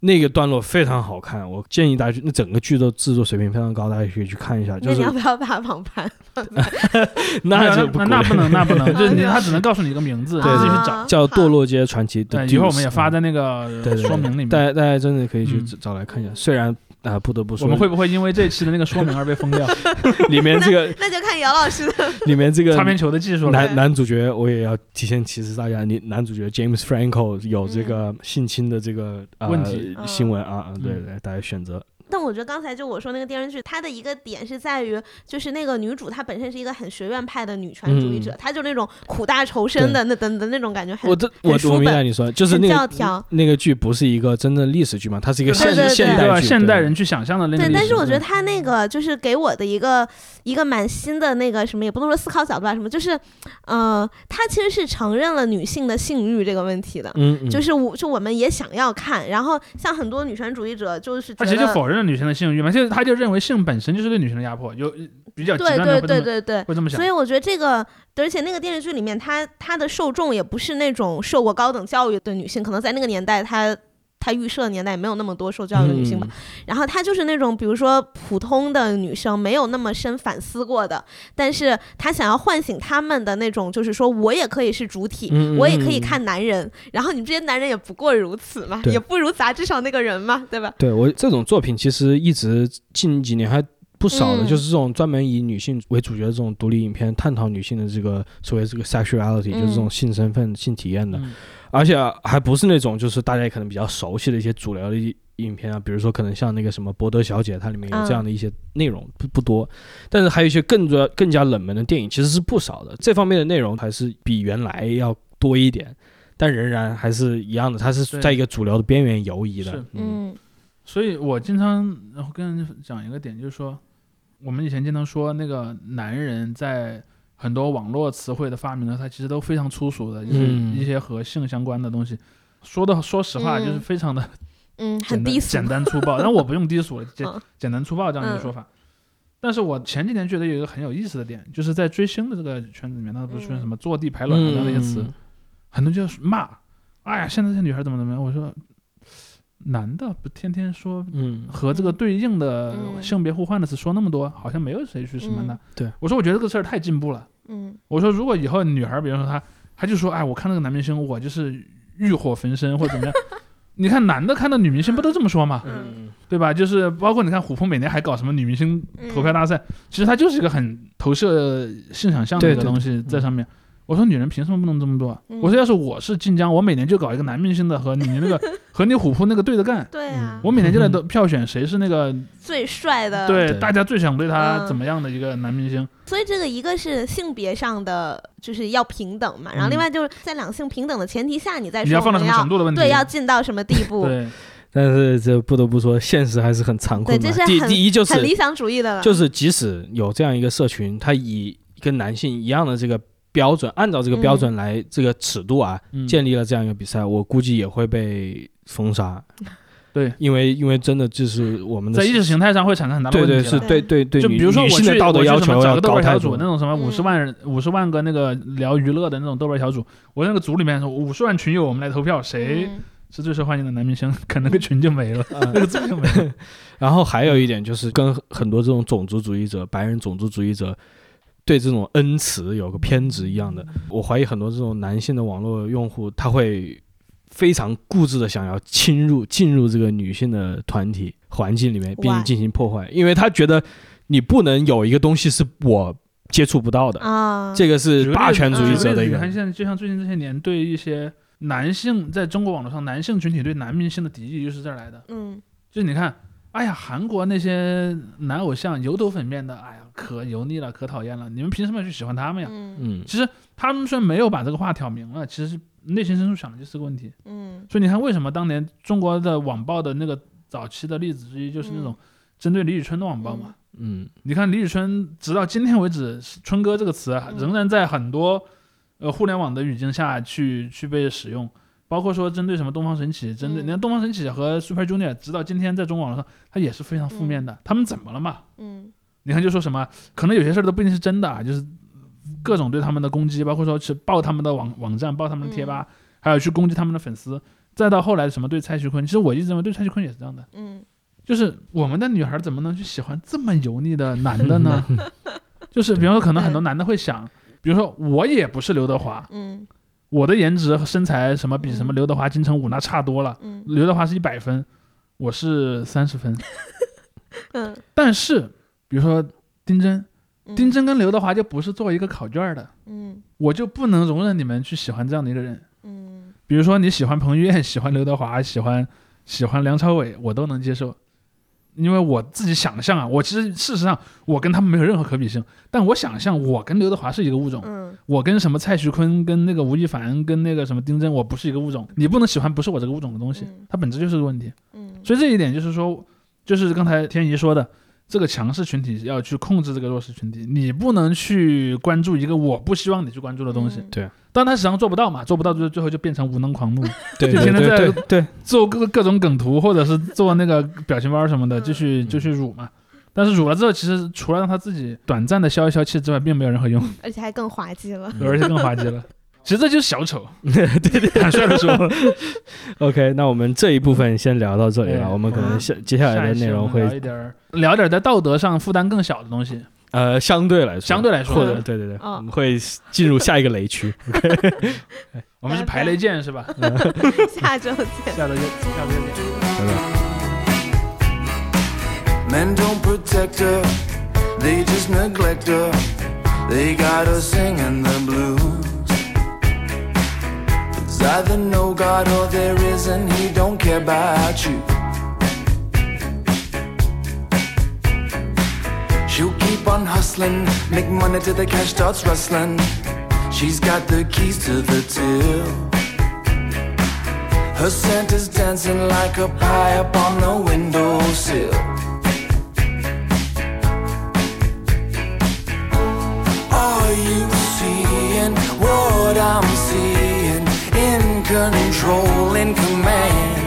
Speaker 1: 那个段落非常好看。我建议大家去，那整个剧都制作水平非常高，大家可以去看一下。
Speaker 3: 那
Speaker 1: 就
Speaker 3: 你
Speaker 1: 是
Speaker 3: 要不要把网盘？
Speaker 2: 没有
Speaker 1: 那就不
Speaker 2: 那
Speaker 1: 鼓励
Speaker 2: 那不能，那不 能，就是你
Speaker 3: 对
Speaker 2: 他只能告诉你一个名字，
Speaker 1: 对
Speaker 2: 你自己去
Speaker 3: 啊
Speaker 2: 找。
Speaker 1: 叫《堕落街传奇》的
Speaker 2: 对，
Speaker 1: Deuce，
Speaker 2: 一会儿我们也发
Speaker 1: 嗯
Speaker 2: 在那个
Speaker 1: 对对对
Speaker 2: 说明里面。
Speaker 1: 大家大家真的可以去
Speaker 2: 嗯
Speaker 1: 找找来看一下。虽然啊、不得不说，
Speaker 2: 我们会不会因为这期的那个说明而被封 掉？
Speaker 1: 里面这个
Speaker 3: 那就看姚老师的。
Speaker 1: 里面这 个
Speaker 2: 擦边球的技术了。
Speaker 1: 男男主角，我也要提前提示大家，你男主角 James Franco 有这个性侵的这个、呃、
Speaker 2: 问题
Speaker 3: 嗯
Speaker 1: 新闻啊，对
Speaker 2: 嗯
Speaker 1: 对，大家选择
Speaker 3: 但我觉得刚才就我说那个电视剧，它的一个点是在于，就是那个女主她本身是一个很学院派的女权主义者，她就那种苦大仇深的那等等那种感觉
Speaker 1: 嗯
Speaker 3: 很，
Speaker 1: 我这我
Speaker 3: 很书
Speaker 1: 我明白
Speaker 3: 本
Speaker 1: 你说，就是
Speaker 3: 很
Speaker 1: 那
Speaker 3: 教
Speaker 1: 个
Speaker 3: 条。
Speaker 1: 那个剧不是一个真正历史剧嘛，它是一个
Speaker 2: 对
Speaker 1: 现
Speaker 3: 对对对
Speaker 1: 现
Speaker 2: 对
Speaker 1: 代
Speaker 2: 吧
Speaker 1: 剧，
Speaker 2: 现代人去想象的那种
Speaker 3: 对，
Speaker 2: 历史。
Speaker 3: 但是我觉得
Speaker 2: 对
Speaker 3: 他那个就是给我的一个一个蛮新的那个什么，也不能说思考角度吧，什么就是，呃，他其实是承认了女性的性欲这个问题的，
Speaker 1: 嗯，嗯
Speaker 3: 就是我就我们也想要看，然后像很多女权主义者就是
Speaker 2: 他
Speaker 3: 觉
Speaker 2: 其实就
Speaker 3: 得，
Speaker 2: 否认了女性的性欲嘛，就是他就认为性本身就是对女性的压迫，有比较极
Speaker 3: 对
Speaker 2: 端的
Speaker 3: 对
Speaker 2: 会这
Speaker 3: 对
Speaker 2: 么
Speaker 3: 对对，
Speaker 2: 会这么想
Speaker 3: 所。以我觉得这个，而且那个电视剧里面，她她的受众也不是那种受过高等教育的女性，可能在那个年代她，她预设的年代也没有那么多受教育的女性吧。然后她就是那种，比如说普通的女生，没有那么深反思过的，但是她想要唤醒她们的那种，就是说我也可以是主体。
Speaker 1: 嗯，嗯
Speaker 3: 我也可以。
Speaker 1: 嗯嗯
Speaker 3: 看男人，然后你们这些男人也不过如此嘛，
Speaker 1: 对
Speaker 3: 也不如杂志上那个人嘛，对吧？
Speaker 1: 对我这种作品，其实一直近几年还不少的，
Speaker 3: 嗯
Speaker 1: 就是这种专门以女性为主角的这种独立影片，探讨女性的这个所谓这个 sexuality，、就是这种
Speaker 3: 嗯
Speaker 1: 性身份、性体验的。
Speaker 2: 嗯
Speaker 1: 而且还不是那种就是大家也可能比较熟悉的一些主流的影片啊，比如说可能像那个什么《博德小姐》，它里面有这
Speaker 3: 嗯
Speaker 1: 样的一些内容，不不多，但是还有一些更加更加冷门的电影其实是不少的，这方面的内容还是比原来要多一点，但仍然还是一样的，它是
Speaker 2: 对
Speaker 3: 嗯
Speaker 1: 在一个主流的边缘游移的嗯
Speaker 2: 是。，所以我经常然后跟人讲一个点，就是说，我们以前经常说那个男人在很多网络词汇的发明呢，它其实都非常粗俗的，就是
Speaker 1: 嗯
Speaker 2: 一些和性相关的东西。说的说实话，
Speaker 3: 嗯
Speaker 2: 就是非常的
Speaker 3: 嗯，
Speaker 2: 简
Speaker 3: 很
Speaker 2: 单
Speaker 3: 低俗
Speaker 2: 简，单粗 暴。但我不用低俗了，简
Speaker 3: 嗯
Speaker 2: 简单粗暴这样一个说法。但是我前几年觉得有一个很有意思的点，就是在追星的这个圈子里面，他不是出现什么坐地排卵啊这样的一些词，
Speaker 1: 嗯
Speaker 2: 很多人就是骂，哎呀，现在这些女孩怎么怎么样？我说，男的不天天说
Speaker 1: 嗯，
Speaker 2: 和这个对应的
Speaker 3: 嗯
Speaker 2: 性别互换的词说那么多，好像没有谁去什么呢
Speaker 3: 嗯？
Speaker 1: 对，
Speaker 2: 我说我觉得这个事儿太进步了。
Speaker 3: 嗯
Speaker 2: 我说如果以后女孩，比如说她，她就说，哎，我看那个男明星，我就是欲火焚身或者怎么样。 你看男的看到女明星不都这么说吗？
Speaker 1: 嗯
Speaker 2: 对吧？就是包括你看，虎扑每年还搞什么女明星投票大赛，
Speaker 3: 嗯
Speaker 2: 其实它就是一个很投射性想象的一
Speaker 1: 对
Speaker 2: 个
Speaker 1: 对
Speaker 2: 东西在上面。我说女人凭什么不能这么做？
Speaker 3: 嗯
Speaker 2: 我说要是我是晋江，我每年就搞一个男明星的和你 那个和你虎扑那个对着干，
Speaker 3: 对啊，
Speaker 2: 我每年就来都票选谁是那个
Speaker 3: 最帅
Speaker 2: 嗯
Speaker 3: 的，
Speaker 2: 对
Speaker 1: 对
Speaker 2: 大家最想对他
Speaker 3: 嗯
Speaker 2: 怎么样的一个男明星。
Speaker 3: 所以这个一个是性别上的就是要平等嘛，然后
Speaker 2: 嗯
Speaker 3: 另外就是在两性平等的前提下，你再
Speaker 2: 你
Speaker 3: 说
Speaker 2: 要
Speaker 3: 我
Speaker 2: 放到
Speaker 3: 们
Speaker 2: 什么程度的问题？
Speaker 3: 对要进到什么地步，
Speaker 2: 对
Speaker 1: 但是这不得不说，现实还是很残酷
Speaker 3: 对
Speaker 1: 的
Speaker 3: 这是。
Speaker 1: 第
Speaker 3: 很
Speaker 1: 第一就是
Speaker 3: 很理想主义的了，嗯
Speaker 1: 就是即使有这样一个社群，它以跟男性一样的这个标准，按照这个标准来这个尺度啊，
Speaker 2: 嗯
Speaker 1: 建立了这样一个比赛，我估计也会被封杀。
Speaker 2: 对，
Speaker 1: 因为因为真的就是我们的
Speaker 2: 在意识形态上会产生很大的
Speaker 1: 对
Speaker 2: 问题
Speaker 1: 对
Speaker 2: 了。
Speaker 1: 是
Speaker 3: 对
Speaker 1: 对对对，
Speaker 2: 就
Speaker 1: 女
Speaker 2: 比如说我
Speaker 1: 女性
Speaker 2: 去
Speaker 1: 的道德要求
Speaker 2: 我去什么找
Speaker 1: 要
Speaker 2: 个豆
Speaker 1: 高
Speaker 2: 瓣
Speaker 1: 太
Speaker 2: 小组
Speaker 1: 多
Speaker 2: 那。种什么
Speaker 3: 嗯
Speaker 2: 五十万人、五十万个那个聊娱乐的那种豆瓣小组，我那个组里面说五十万群友，我们来投票谁
Speaker 3: 嗯
Speaker 2: 是最受欢迎的男明星，可能那个群就没了，
Speaker 1: 嗯
Speaker 2: 那个组就没了。
Speaker 1: 然后还有一点就是跟很多这种种族主义者、白人种族主义者对这种恩词有个偏执一样的，我怀疑很多这种男性的网络用户他会非常固执的想要侵入进入这个女性的团体环境里面，并
Speaker 3: Why？
Speaker 1: 进行破坏，因为他觉得你不能有一个东西是我接触不到的，
Speaker 3: 啊，
Speaker 1: 这个
Speaker 2: 举
Speaker 1: 是
Speaker 2: 个
Speaker 1: 霸
Speaker 2: 例子
Speaker 1: 权主
Speaker 3: 嗯
Speaker 1: 义
Speaker 2: 举个
Speaker 1: 者的
Speaker 2: 例
Speaker 1: 一
Speaker 2: 子你
Speaker 1: 个。
Speaker 2: 看现在就像最近这些年对一些男性在中国网络上男性群体对男明星的敌意就是这儿来的。
Speaker 3: 嗯
Speaker 2: 就是你看，哎呀，韩国那些男偶像油头粉面的，哎呀，可油腻了，可讨厌了，你们凭什么去喜欢他们呀？
Speaker 3: 嗯
Speaker 1: 嗯，
Speaker 2: 其实他们虽然没有把这个话挑明了，其实内心深处想的就是这个问题。
Speaker 3: 嗯
Speaker 2: 所以你看，为什么当年中国的网暴的那个早期的例子之一，就是那种针对李宇春的网暴嘛？
Speaker 1: 嗯，
Speaker 2: 你看李宇春，直到今天为止，“春哥”这个词啊
Speaker 3: 嗯
Speaker 2: 仍然在很多呃互联网的语境下去去被使用，包括说针对什么东方神起，针对
Speaker 3: 嗯
Speaker 2: 你看东方神起和 Super Junior，直到今天在中国网络上，它也是非常负面的。他们怎么了嘛？
Speaker 3: 嗯
Speaker 2: 你看就说什么，可能有些事儿都不一定是真的，啊，就是各种对他们的攻击，包括说去爆他们的网网站、爆他们的贴吧，
Speaker 3: 嗯
Speaker 2: 还有去攻击他们的粉丝，再到后来什么对蔡徐坤，其实我一直认为对蔡徐坤也是这样的，
Speaker 3: 嗯
Speaker 2: 就是我们的女孩怎么能去喜欢这么油腻的男的呢？ 就是比方说，可能很多男的会想，比如说我也不是刘德华，
Speaker 3: 嗯
Speaker 2: 我的颜值和身材什么比什么
Speaker 3: 嗯
Speaker 2: 刘德华、金城武那差多了，
Speaker 3: 嗯
Speaker 2: 刘德华是一百分，我是三十分，
Speaker 3: 嗯
Speaker 2: 但是比如说丁真。
Speaker 3: 嗯，
Speaker 2: 丁真跟刘德华就不是做一个考卷儿的，
Speaker 3: 嗯
Speaker 2: 我就不能容忍你们去喜欢这样的一个人。
Speaker 3: 嗯
Speaker 2: 比如说你喜欢彭于晏， 喜欢刘德华，喜欢喜欢梁朝伟，我都能接受，因为我自己想象啊，我其实事实上我跟他们没有任何可比性，但我想象我跟刘德华是一个物种，
Speaker 3: 嗯
Speaker 2: 我跟什么蔡徐坤、跟那个吴亦凡、跟那个什么丁真，我不是一个物种。你不能喜欢不是我这个物种的东西
Speaker 3: 嗯，
Speaker 2: 它本质就是个问题。
Speaker 3: 嗯，
Speaker 2: 所以这一点就是说，就是刚才天怡说的，这个强势群体要去控制这个弱势群体，你不能去关注一个我不希望你去关注的东西。
Speaker 3: 嗯
Speaker 1: 对
Speaker 2: 但他实际上做不到嘛，做不到就最后就变成无能狂怒，
Speaker 1: 对
Speaker 2: 就
Speaker 1: 对
Speaker 2: 天天在
Speaker 1: 对对对，
Speaker 2: 做各各种梗图或者是做那个表情包什么的，
Speaker 3: 嗯
Speaker 2: 就去
Speaker 1: 嗯
Speaker 2: 就去辱嘛。但是辱了之后，其实除了让他自己短暂的消一消气之外，并没有任何用，
Speaker 3: 而且还更滑稽了，
Speaker 1: 嗯
Speaker 2: 而且更滑稽 了。其实这就是小丑，
Speaker 1: 对对
Speaker 2: 坦率的说，
Speaker 1: OK，那我们这一部分先聊到这里了。
Speaker 2: 嗯
Speaker 1: 我们可能
Speaker 3: 好啊
Speaker 1: 下接下来
Speaker 2: 下
Speaker 1: 的
Speaker 2: 一期
Speaker 1: 内容
Speaker 2: 我们聊
Speaker 1: 会
Speaker 2: 一点儿聊点儿在道德上负担更小的东西。
Speaker 1: 呃相对来说，
Speaker 2: 相对来说
Speaker 1: 或者
Speaker 2: 嗯
Speaker 1: 对对对，
Speaker 3: 哦
Speaker 1: 我们会进入下一个雷区。嗯
Speaker 2: 我们是排雷剑是吧？
Speaker 3: 下周见。
Speaker 2: 下周见，下周见。
Speaker 4: Men don't protect her, they just neglect her. They got her singing the blues. It's either no God or there isn't, he don't care about you. She'll keep on hustling, make money till the cash starts rustling. She's got the keys to the till. Her scent is dancing like a pie up on the windowsill. Are you seeing what I'm seeing? In control, in command.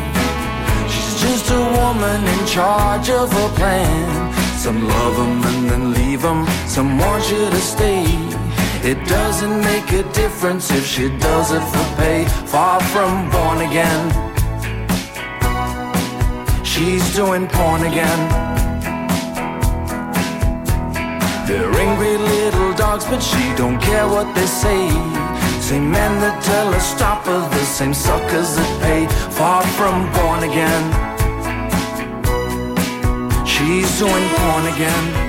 Speaker 4: She's just a woman in charge of a plan. Some love 'em and then leave 'em. some want you to stay. It doesn't make a difference if she does it for pay. Far from born again, she's doing porn again. They're angry little dogs, but she don't care what they say. Same men that tell her stop are the same suckers that pay. Far from born again, she's doing porn again.